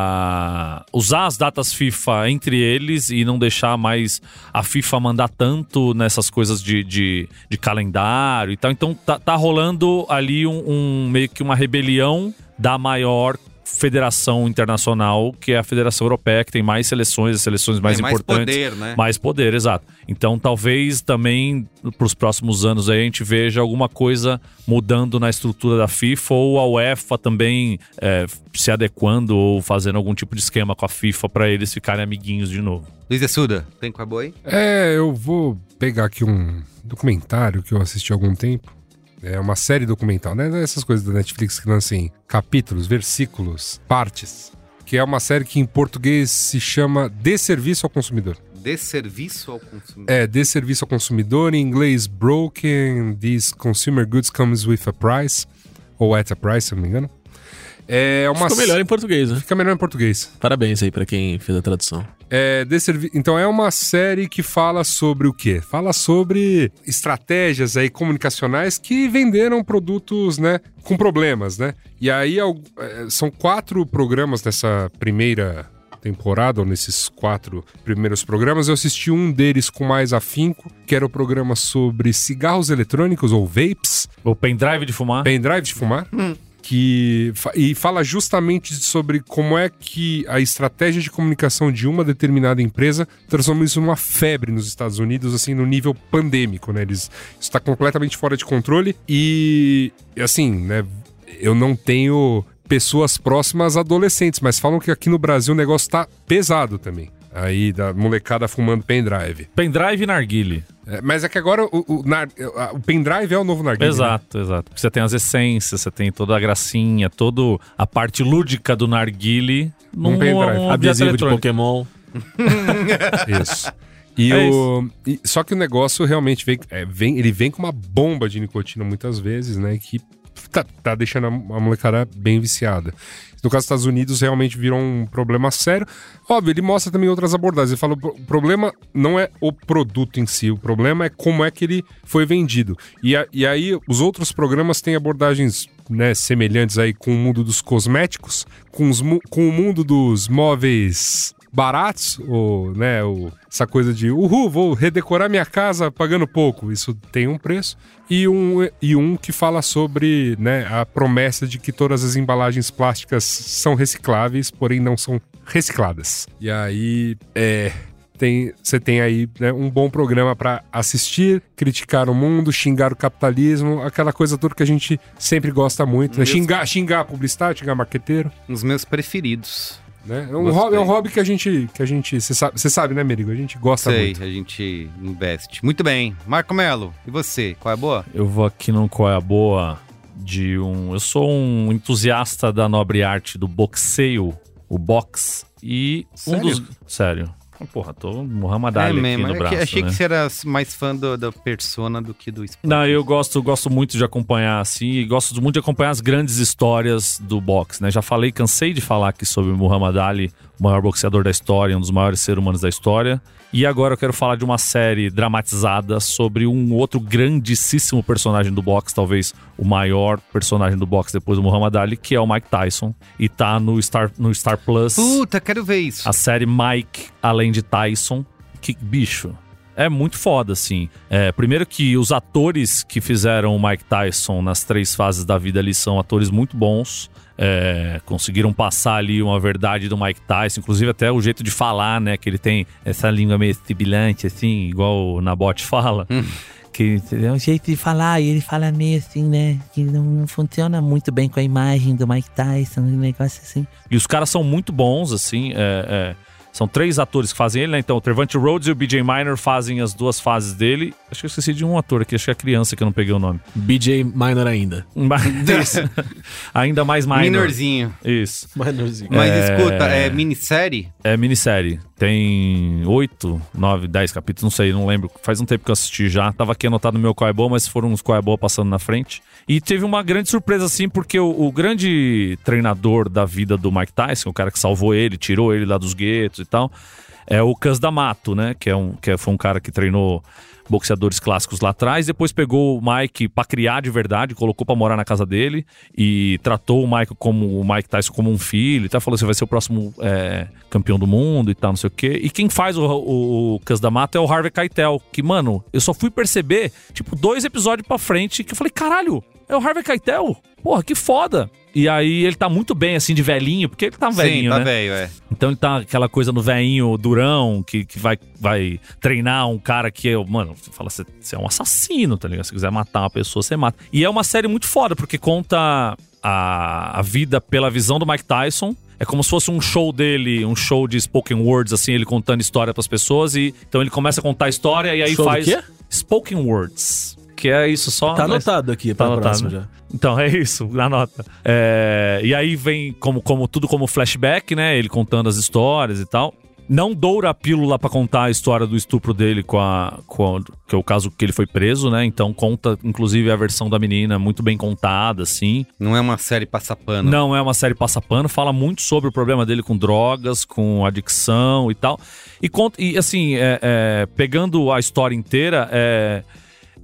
para usar as datas FIFA entre eles e não deixar mais a FIFA mandar tanto nessas coisas de, de, de calendário e tal. Então, tá, tá rolando ali um, um- meio que uma rebelião da maior federação internacional, que é a Federação Europeia, que tem mais seleções, as seleções mais importantes. né? Mais poder, exato. Então, talvez também para os próximos anos aí a gente veja alguma coisa mudando na estrutura da FIFA ou a UEFA também é, se adequando ou fazendo algum tipo de esquema com a FIFA para eles ficarem amiguinhos de novo. Luiz Assuda, tem com a boi? É, eu vou pegar aqui um documentário que eu assisti há algum tempo. É uma série documental, né? Não é Essas coisas da Netflix que lançam em capítulos, versículos, partes. Que é uma série que em português se chama De Serviço ao Consumidor. Desserviço ao consumidor. É, De Serviço ao Consumidor, em inglês Broken, These Consumer Goods Comes With a Price, ou At a Price, se eu não me engano. É uma Ficou melhor em português, né? Fica melhor em português. Parabéns aí pra quem fez a tradução. É, The Servi- Então é uma série que fala sobre o quê? Fala sobre estratégias aí comunicacionais que venderam produtos, né, com problemas, né? E aí al- é, são quatro programas nessa primeira temporada, ou nesses quatro primeiros programas, eu assisti um deles com mais afinco, que era o programa sobre cigarros eletrônicos ou vapes, O pendrive de fumar? pendrive de fumar. Que fa- e fala justamente sobre como é que a estratégia de comunicação de uma determinada empresa transforma isso numa febre nos Estados Unidos, assim, no nível pandêmico, né? Eles, isso está completamente fora de controle e, assim, né? Eu não tenho pessoas próximas adolescentes, mas falam que aqui no Brasil o negócio tá pesado também. Aí, da molecada fumando pendrive. Pendrive e narguile. É, mas é que agora o, o, nar- o pendrive é o novo narguilé. né? Exato, exato. Porque Você tem as essências, você tem toda a gracinha, toda a parte lúdica do narguile num pendrive. num objeto Adesivo de eletrônico. Pokémon. Isso. E É o, e- só que o negócio realmente vem, é, vem- ele vem com uma bomba de nicotina muitas vezes, né? Que tá, tá deixando a, a molecada bem viciada. No caso dos Estados Unidos, realmente virou um problema sério. Óbvio, ele mostra também outras abordagens. Ele fala: o pro- o problema não é o produto em si, o problema é como é que ele foi vendido. E, a- e aí, os outros programas têm abordagens né, semelhantes aí com o mundo dos cosméticos, com, os mu- com o mundo dos móveis baratos, ou, né, o- essa coisa de, uhul, vou redecorar minha casa pagando pouco, isso tem um preço, e um, e um que fala sobre, né, a promessa de que todas as embalagens plásticas são recicláveis, porém não são recicladas. E aí, é... Tem, você tem aí né, um bom programa para assistir, criticar o mundo, xingar o capitalismo, aquela coisa toda que a gente sempre gosta muito, né? Xingar, xingar publicitário, xingar marqueteiro. Um dos meus preferidos. Né? É, um Gostei. hobby, é um hobby que a gente. que a gente. Você sabe, cê sabe, né, Merigo? A gente Tá gosta Sei, muito. a gente investe. Muito bem. Marco Melo, e você? Qual é a boa? Eu vou aqui no Qual é a Boa de um. Eu sou um entusiasta da nobre arte do boxeio, o box. E um Sério? dos. Sério. Ah, Porra, tô Muhammad Ali aqui no é que- braço. achei né? que você era mais fã do- da persona do que do esporte. Não, eu gosto, gosto muito de acompanhar assim, e gosto muito de acompanhar as grandes histórias do boxe, né? Já falei, cansei de falar aqui sobre Muhammad Ali, o maior boxeador da história, um dos maiores seres humanos da história. E agora eu quero falar de uma série dramatizada sobre um outro grandíssimo personagem do boxe, talvez o maior personagem do boxe depois do Muhammad Ali, que é o Mike Tyson, e tá no Star no Star Plus. Puta, quero ver isso. A série Mike, além de Tyson, que bicho. É muito foda, assim. É, primeiro que os atores que fizeram o Mike Tyson nas três fases da vida ali são atores muito bons. É, conseguiram passar ali uma verdade do Mike Tyson, inclusive até o jeito de falar, né? Que ele tem essa língua meio sibilante, assim, igual o Nabote fala. Que é um jeito de falar, e ele fala meio assim, né? Que não, não funciona muito bem com a imagem do Mike Tyson, um negócio assim. E os caras são muito bons, assim. é, é. São três atores que fazem ele, né? Então, o Trevante Rhodes e o BJ Minor fazem as duas fases dele. Acho que eu esqueci de um ator aqui, acho que é a criança que eu não peguei o nome. BJ Minor ainda. Mas- Ainda mais minor. Minorzinho. Isso. Minorzinho. Mas escuta, é minissérie? É minissérie. Tem oito, nove, dez capítulos, não sei, não lembro. Faz um tempo que eu assisti já. Tava aqui anotado no meu qual é boa, mas foram uns qual é boa passando na frente. E teve uma grande surpresa, assim, porque o, o grande treinador da vida do Mike Tyson, o cara que salvou ele, tirou ele lá dos guetos e tal, é o Cus D'Amato, né? Que, é um, que é- foi um cara que treinou boxeadores clássicos lá atrás. Depois pegou o Mike pra criar de verdade, colocou pra morar na casa dele e tratou o Mike como o Mike Tyson como um filho e tal. Falou: você vai ser o próximo é, campeão do mundo e tal, não sei o quê. E quem faz o, o, o Cus da Mata é o Harvey Keitel, que, mano, eu só fui perceber, tipo, dois episódios pra frente que eu falei: caralho, é o Harvey Keitel? Porra, que foda! E aí ele tá muito bem, assim, de velhinho, porque ele tá velhinho, Sim, né? tá velho, é. Então ele tá aquela coisa no veinho durão que, que vai, vai treinar um cara que é. Mano, você fala, você você é um assassino, tá ligado? Se quiser matar uma pessoa, você mata. E é uma série muito foda, porque conta a, a vida pela visão do Mike Tyson. É como se fosse um show dele, um show de spoken words, assim, ele contando história pras pessoas. E, então ele começa a contar a história e aí Show do faz. quê? Spoken words. Que é isso só. Tá mas- anotado aqui Tá pra anotado, próxima né? já. então, é isso, na nota. É, e aí vem como, como tudo como flashback, né? Ele contando as histórias e tal. Não doura a pílula pra contar a história do estupro dele com a, com a- que é o caso que ele foi preso, né? Então conta inclusive a versão da menina muito bem contada assim. Não é uma série passapano. Não é uma série passapano, fala muito sobre o problema dele com drogas, com adicção e tal. E, conta, e assim, é- é, pegando a história inteira, é,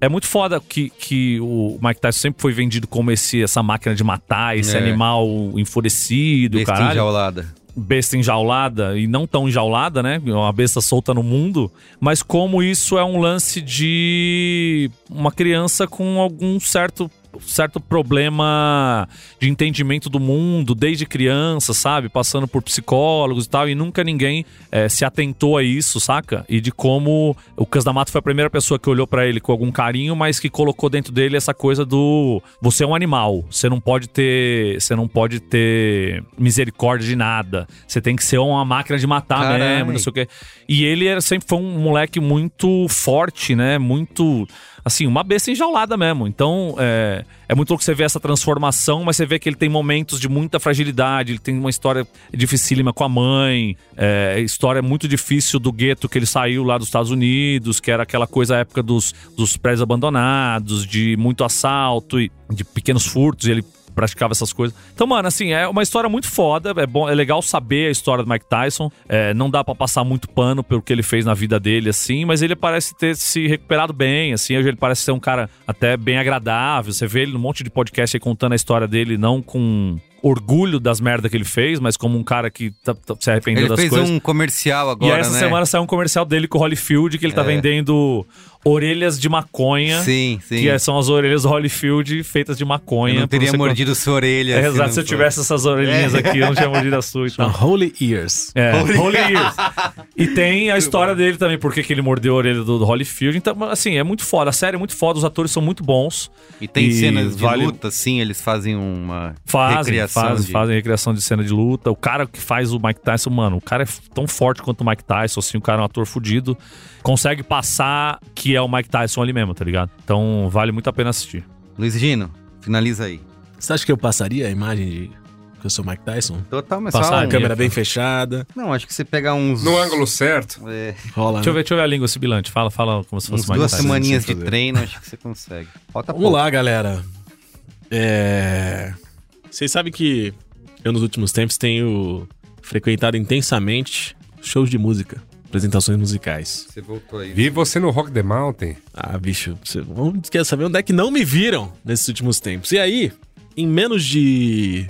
é muito foda que, que o Mike Tyson sempre foi vendido como esse, essa máquina de matar, esse É. animal enfurecido, Besta caralho enjaulada. besta enjaulada, e não tão enjaulada, né? Uma besta solta no mundo, mas como isso é um lance de uma criança com algum certo certo problema de entendimento do mundo desde criança, sabe? Passando por psicólogos e tal, e nunca ninguém eh, se atentou a isso, saca? E de como o Cus da Mato foi a primeira pessoa que olhou pra ele com algum carinho, mas que colocou dentro dele essa coisa do você é um animal, você não pode ter, você não pode ter misericórdia de nada. Você tem que ser uma máquina de matar Caralho. mesmo, não sei o quê. E ele era, sempre foi um moleque muito forte, né? Muito assim, uma besta enjaulada mesmo. Então, é, é muito louco você ver essa transformação, mas você vê que ele tem momentos de muita fragilidade, ele tem uma história dificílima com a mãe, é, história muito difícil do gueto que ele saiu lá dos Estados Unidos, que era aquela coisa, a época dos, dos prédios abandonados, de muito assalto e de pequenos furtos, e ele praticava essas coisas. Então, mano, assim, é uma história muito foda, é bom, é legal saber a história do Mike Tyson. É, não dá pra passar muito pano pelo que ele fez na vida dele assim, mas ele parece ter se recuperado bem, assim, ele parece ser um cara até bem agradável. Você vê ele num monte de podcast aí contando a história dele não com orgulho das merdas que ele fez, mas como um cara que tá- tá- se arrependeu Ele das fez coisas. um comercial e agora, essa né? É. semana saiu um comercial dele com o Holyfield que ele tá vendendo orelhas de maconha. Sim, sim. Que são as orelhas do Holyfield feitas de maconha. eu não pra teria você cortar. mordido sua orelha. É, se [LAUGHS] exato, não se eu fosse. tivesse essas É. orelhinhas aqui, eu não tinha mordido a sua e [LAUGHS] Chama tal. Ah, Holy Ears. É, Holy Ears. E tem a história dele também, porque que ele mordeu a orelha do, do Holyfield. Então, assim, é muito foda. A série é muito foda, os atores são muito bons. E tem E cenas de vale- luta, sim, eles fazem uma Fazem, recriação fazem, de- fazem recriação de cena de luta. O cara que faz o Mike Tyson, mano, o cara é f- tão forte quanto o Mike Tyson, assim, o cara é um ator fudido. Consegue passar que é o Mike Tyson ali mesmo, tá ligado? Então, vale muito a pena assistir. Luiz Gino, finaliza aí. Você acha que eu passaria a imagem de que eu sou Mike Tyson? Total, mas Passar só a um... Câmera bem fechada, Não, acho que você pega uns... No ângulo certo. É, rola. Deixa eu ver, deixa eu ver a língua sibilante. Fala, fala como se fosse uns Mike duas Tyson. semaninhas de fazer. treino, acho que você consegue. Falta Vamos pouco. lá, galera. É. Vocês sabem que eu, nos últimos tempos, tenho frequentado intensamente shows de música, apresentações musicais. Você voltou aí. Vi você no Rock the Mountain. Ah, bicho, você vamos- quer saber onde é que não me viram nesses últimos tempos? E aí, em menos de.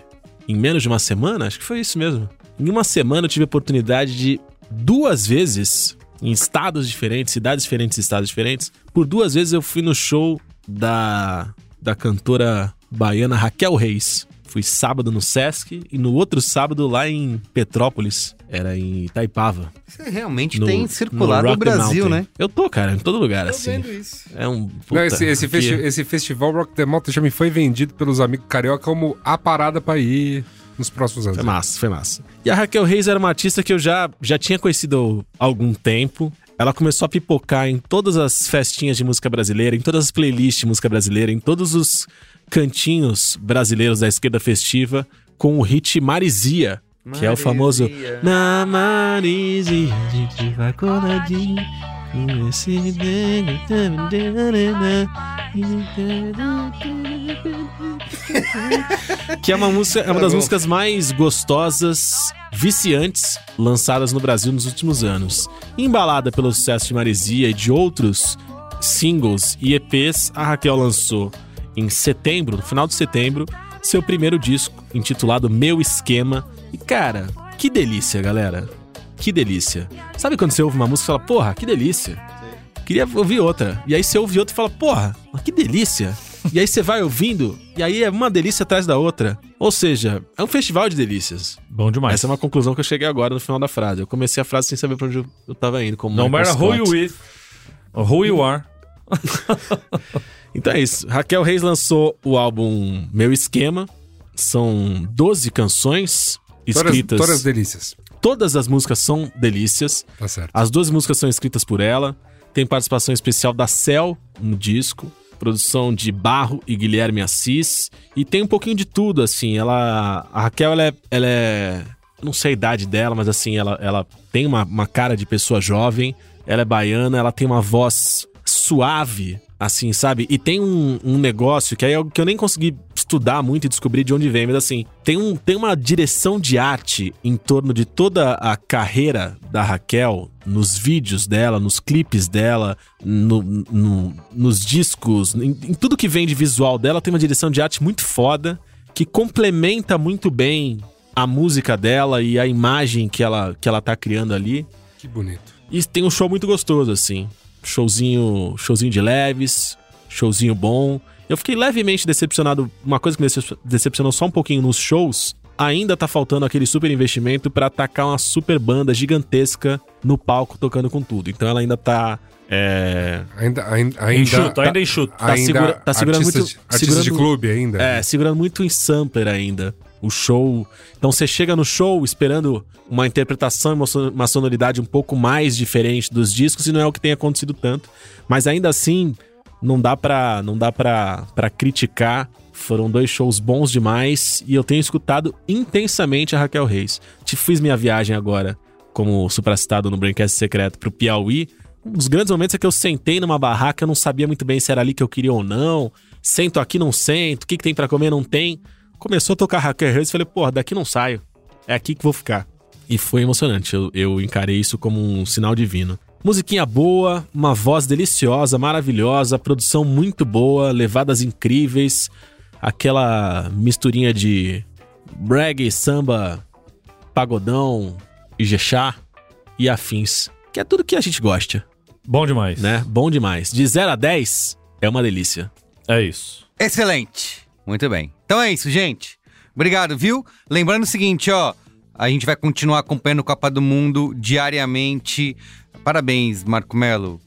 Em menos de uma semana, acho que foi isso mesmo. Em uma semana eu tive a oportunidade de duas vezes em estados diferentes, cidades diferentes, estados diferentes. Por duas vezes eu fui no show da, da cantora baiana Raquel Reis. Fui sábado no Sesc e no outro sábado lá em Petrópolis, era em Itaipava. Você realmente no- tem circulado no o Rock Brasil, Mountain. né? Eu tô, cara, em todo lugar, assim. isso. É um. Não, puta, esse, esse aqui- festi- esse festival Rock the Mountain já me foi vendido pelos amigos carioca como a parada pra ir nos próximos anos. Foi massa, foi massa. E a Raquel Reis era uma artista que eu já, já tinha conhecido há algum tempo. Ela começou a pipocar em todas as festinhas de música brasileira, em todas as playlists de música brasileira, em todos os cantinhos brasileiros da esquerda festiva, com o hit Marizia, né? que é o famoso Na Marizia, a gente vai coladinho. com esse dedo, tam, tam, tam, tam, tam. Que é uma música, é uma das músicas mais gostosas, viciantes, lançadas no Brasil nos últimos anos. Embalada pelo sucesso de Marizia e de outros singles e EPs, a Raquel lançou em setembro, no final de setembro, seu primeiro disco, intitulado Meu Esquema. E cara, que delícia, galera. Que delícia. Sabe quando você ouve uma música e fala, porra, que delícia. Queria ouvir outra. E aí você ouve outra e fala, porra, mas que delícia. E aí você vai ouvindo, e aí é uma delícia atrás da outra. Ou seja, é um festival de delícias. Bom demais. Essa é uma conclusão que eu cheguei agora no final da frase. Eu comecei a frase sem saber pra onde eu- eu tava indo. Como No Michael matter who Scott. you with, or who you are. Então é isso. Raquel Reis lançou o álbum Meu Esquema. São 12 canções Todas, escritas. todas delícias. Todas as músicas são delícias. Tá certo. As duas músicas são escritas por ela. Tem participação especial da Cell no disco. Produção de Barro e Guilherme Assis. E tem um pouquinho de tudo, assim. Ela. A Raquel, ela é. Ela é eu não sei a idade dela, mas assim, ela, ela tem uma, uma cara de pessoa jovem. Ela é baiana, ela tem uma voz suave, assim, sabe? E tem um, um negócio que aí é algo que eu nem consegui estudar muito e descobrir de onde vem, mas assim, tem, um, tem uma direção de arte em torno de toda a carreira da Raquel, nos vídeos dela, nos clipes dela, no- no- nos discos, em, em tudo que vem de visual dela, tem uma direção de arte muito foda que complementa muito bem a música dela e a imagem que ela, que ela tá criando ali. Que bonito. E tem um show muito gostoso, assim. Showzinho, showzinho de leves, showzinho bom. Eu fiquei levemente decepcionado. Uma coisa que me decep- decepcionou só um pouquinho nos shows. Ainda tá faltando aquele super investimento pra atacar uma super banda gigantesca no palco tocando com tudo. Então ela ainda tá. É. Ainda, ainda, ainda, Enxuto, ainda enxuto. tá segura- tá segurando artista muito- de, artista segurando- de clube ainda. É, segurando muito em sampler ainda. O show. Então você chega no show esperando uma interpretação e uma son- uma sonoridade um pouco mais diferente dos discos e não é o que tem acontecido tanto. Mas ainda assim, não dá pra, não dá pra, pra criticar. Foram dois shows bons demais e eu tenho escutado intensamente a Raquel Reis. Te fiz minha viagem agora, como supracitado no Braincast Secreto, pro Piauí. Um dos grandes momentos é que eu sentei numa barraca, eu não sabia muito bem se era ali que eu queria ou não. Sento aqui, não sento. O que, que tem pra comer, não tem. Começou a tocar Raquel Reis e falei, porra, daqui não saio. É aqui que vou ficar. E foi emocionante. Eu, eu encarei isso como um sinal divino. Musiquinha boa, uma voz deliciosa, maravilhosa, produção muito boa, levadas incríveis, aquela misturinha de reggae, samba, pagodão, ijexá e afins, que é tudo que a gente gosta, Bom demais. né? Bom demais. De 0 a 10 é uma delícia. É isso. Excelente. Muito bem. Então é isso, gente. Obrigado, viu? Lembrando o seguinte, ó. A gente vai continuar acompanhando o Copa do Mundo diariamente. Parabéns, Marco Melo.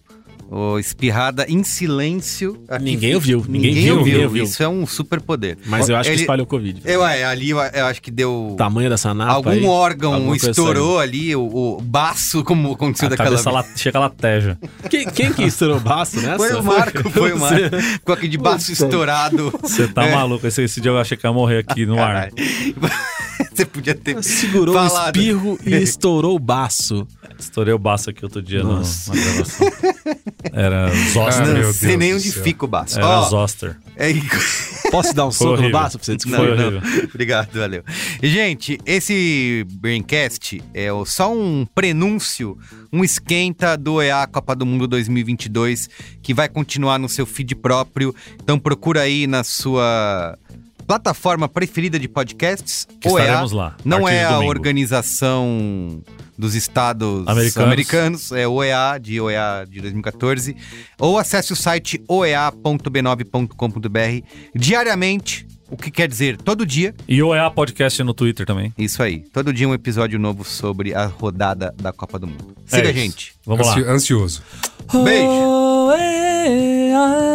Ô, espirrada em silêncio. aqui Ninguém fica- ouviu, ninguém Ninguém, viu, ouviu. ninguém ouviu. Isso é um superpoder. Mas eu acho Ele- que espalhou o Covid. Eu, é, ali eu, eu acho que deu... O tamanho dessa napa Algum aí, órgão alguma coisa estourou ali, o, o baço, como aconteceu A daquela cabeça vez. lá, chega lateja. Quem, quem que estourou o baço nessa? Foi o [LAUGHS] Marco, foi o Marco. Com aquele baço Puta. estourado. Você [LAUGHS] tá maluco. Esse, esse dia eu achei que ia morrer aqui no ar. É. Caralho. [LAUGHS] Você podia ter Segurou o falado. espirro e estourou o baço. Estourei o baço aqui outro dia no, na gravação. Era Zoster. Ah, Não meu sei Deus nem do onde céu. fica o baço. Era Ó, Zoster. é... Posso dar um Foi soco no horrível. baço pra Foi você descobrir? [LAUGHS] horrível. Obrigado, valeu. E, Gente, esse Braincast é o- só um prenúncio, um esquenta do EA Copa do Mundo 2022, que vai continuar no seu feed próprio. Então procura aí na sua plataforma preferida de podcasts, Que o EA. estaremos lá. a Não partir é de a domingo. organização dos Estados Americanos. Americanos, é OEA, de OEA de 2014. Ou acesse o site oea.b9.com.br diariamente, o que quer dizer todo dia. E OEA Podcast no Twitter também. Isso aí, todo dia um episódio novo sobre a rodada da Copa do Mundo. Siga É a isso. gente. Vamos lá. Ansi- Ansioso. Beijo. OEA.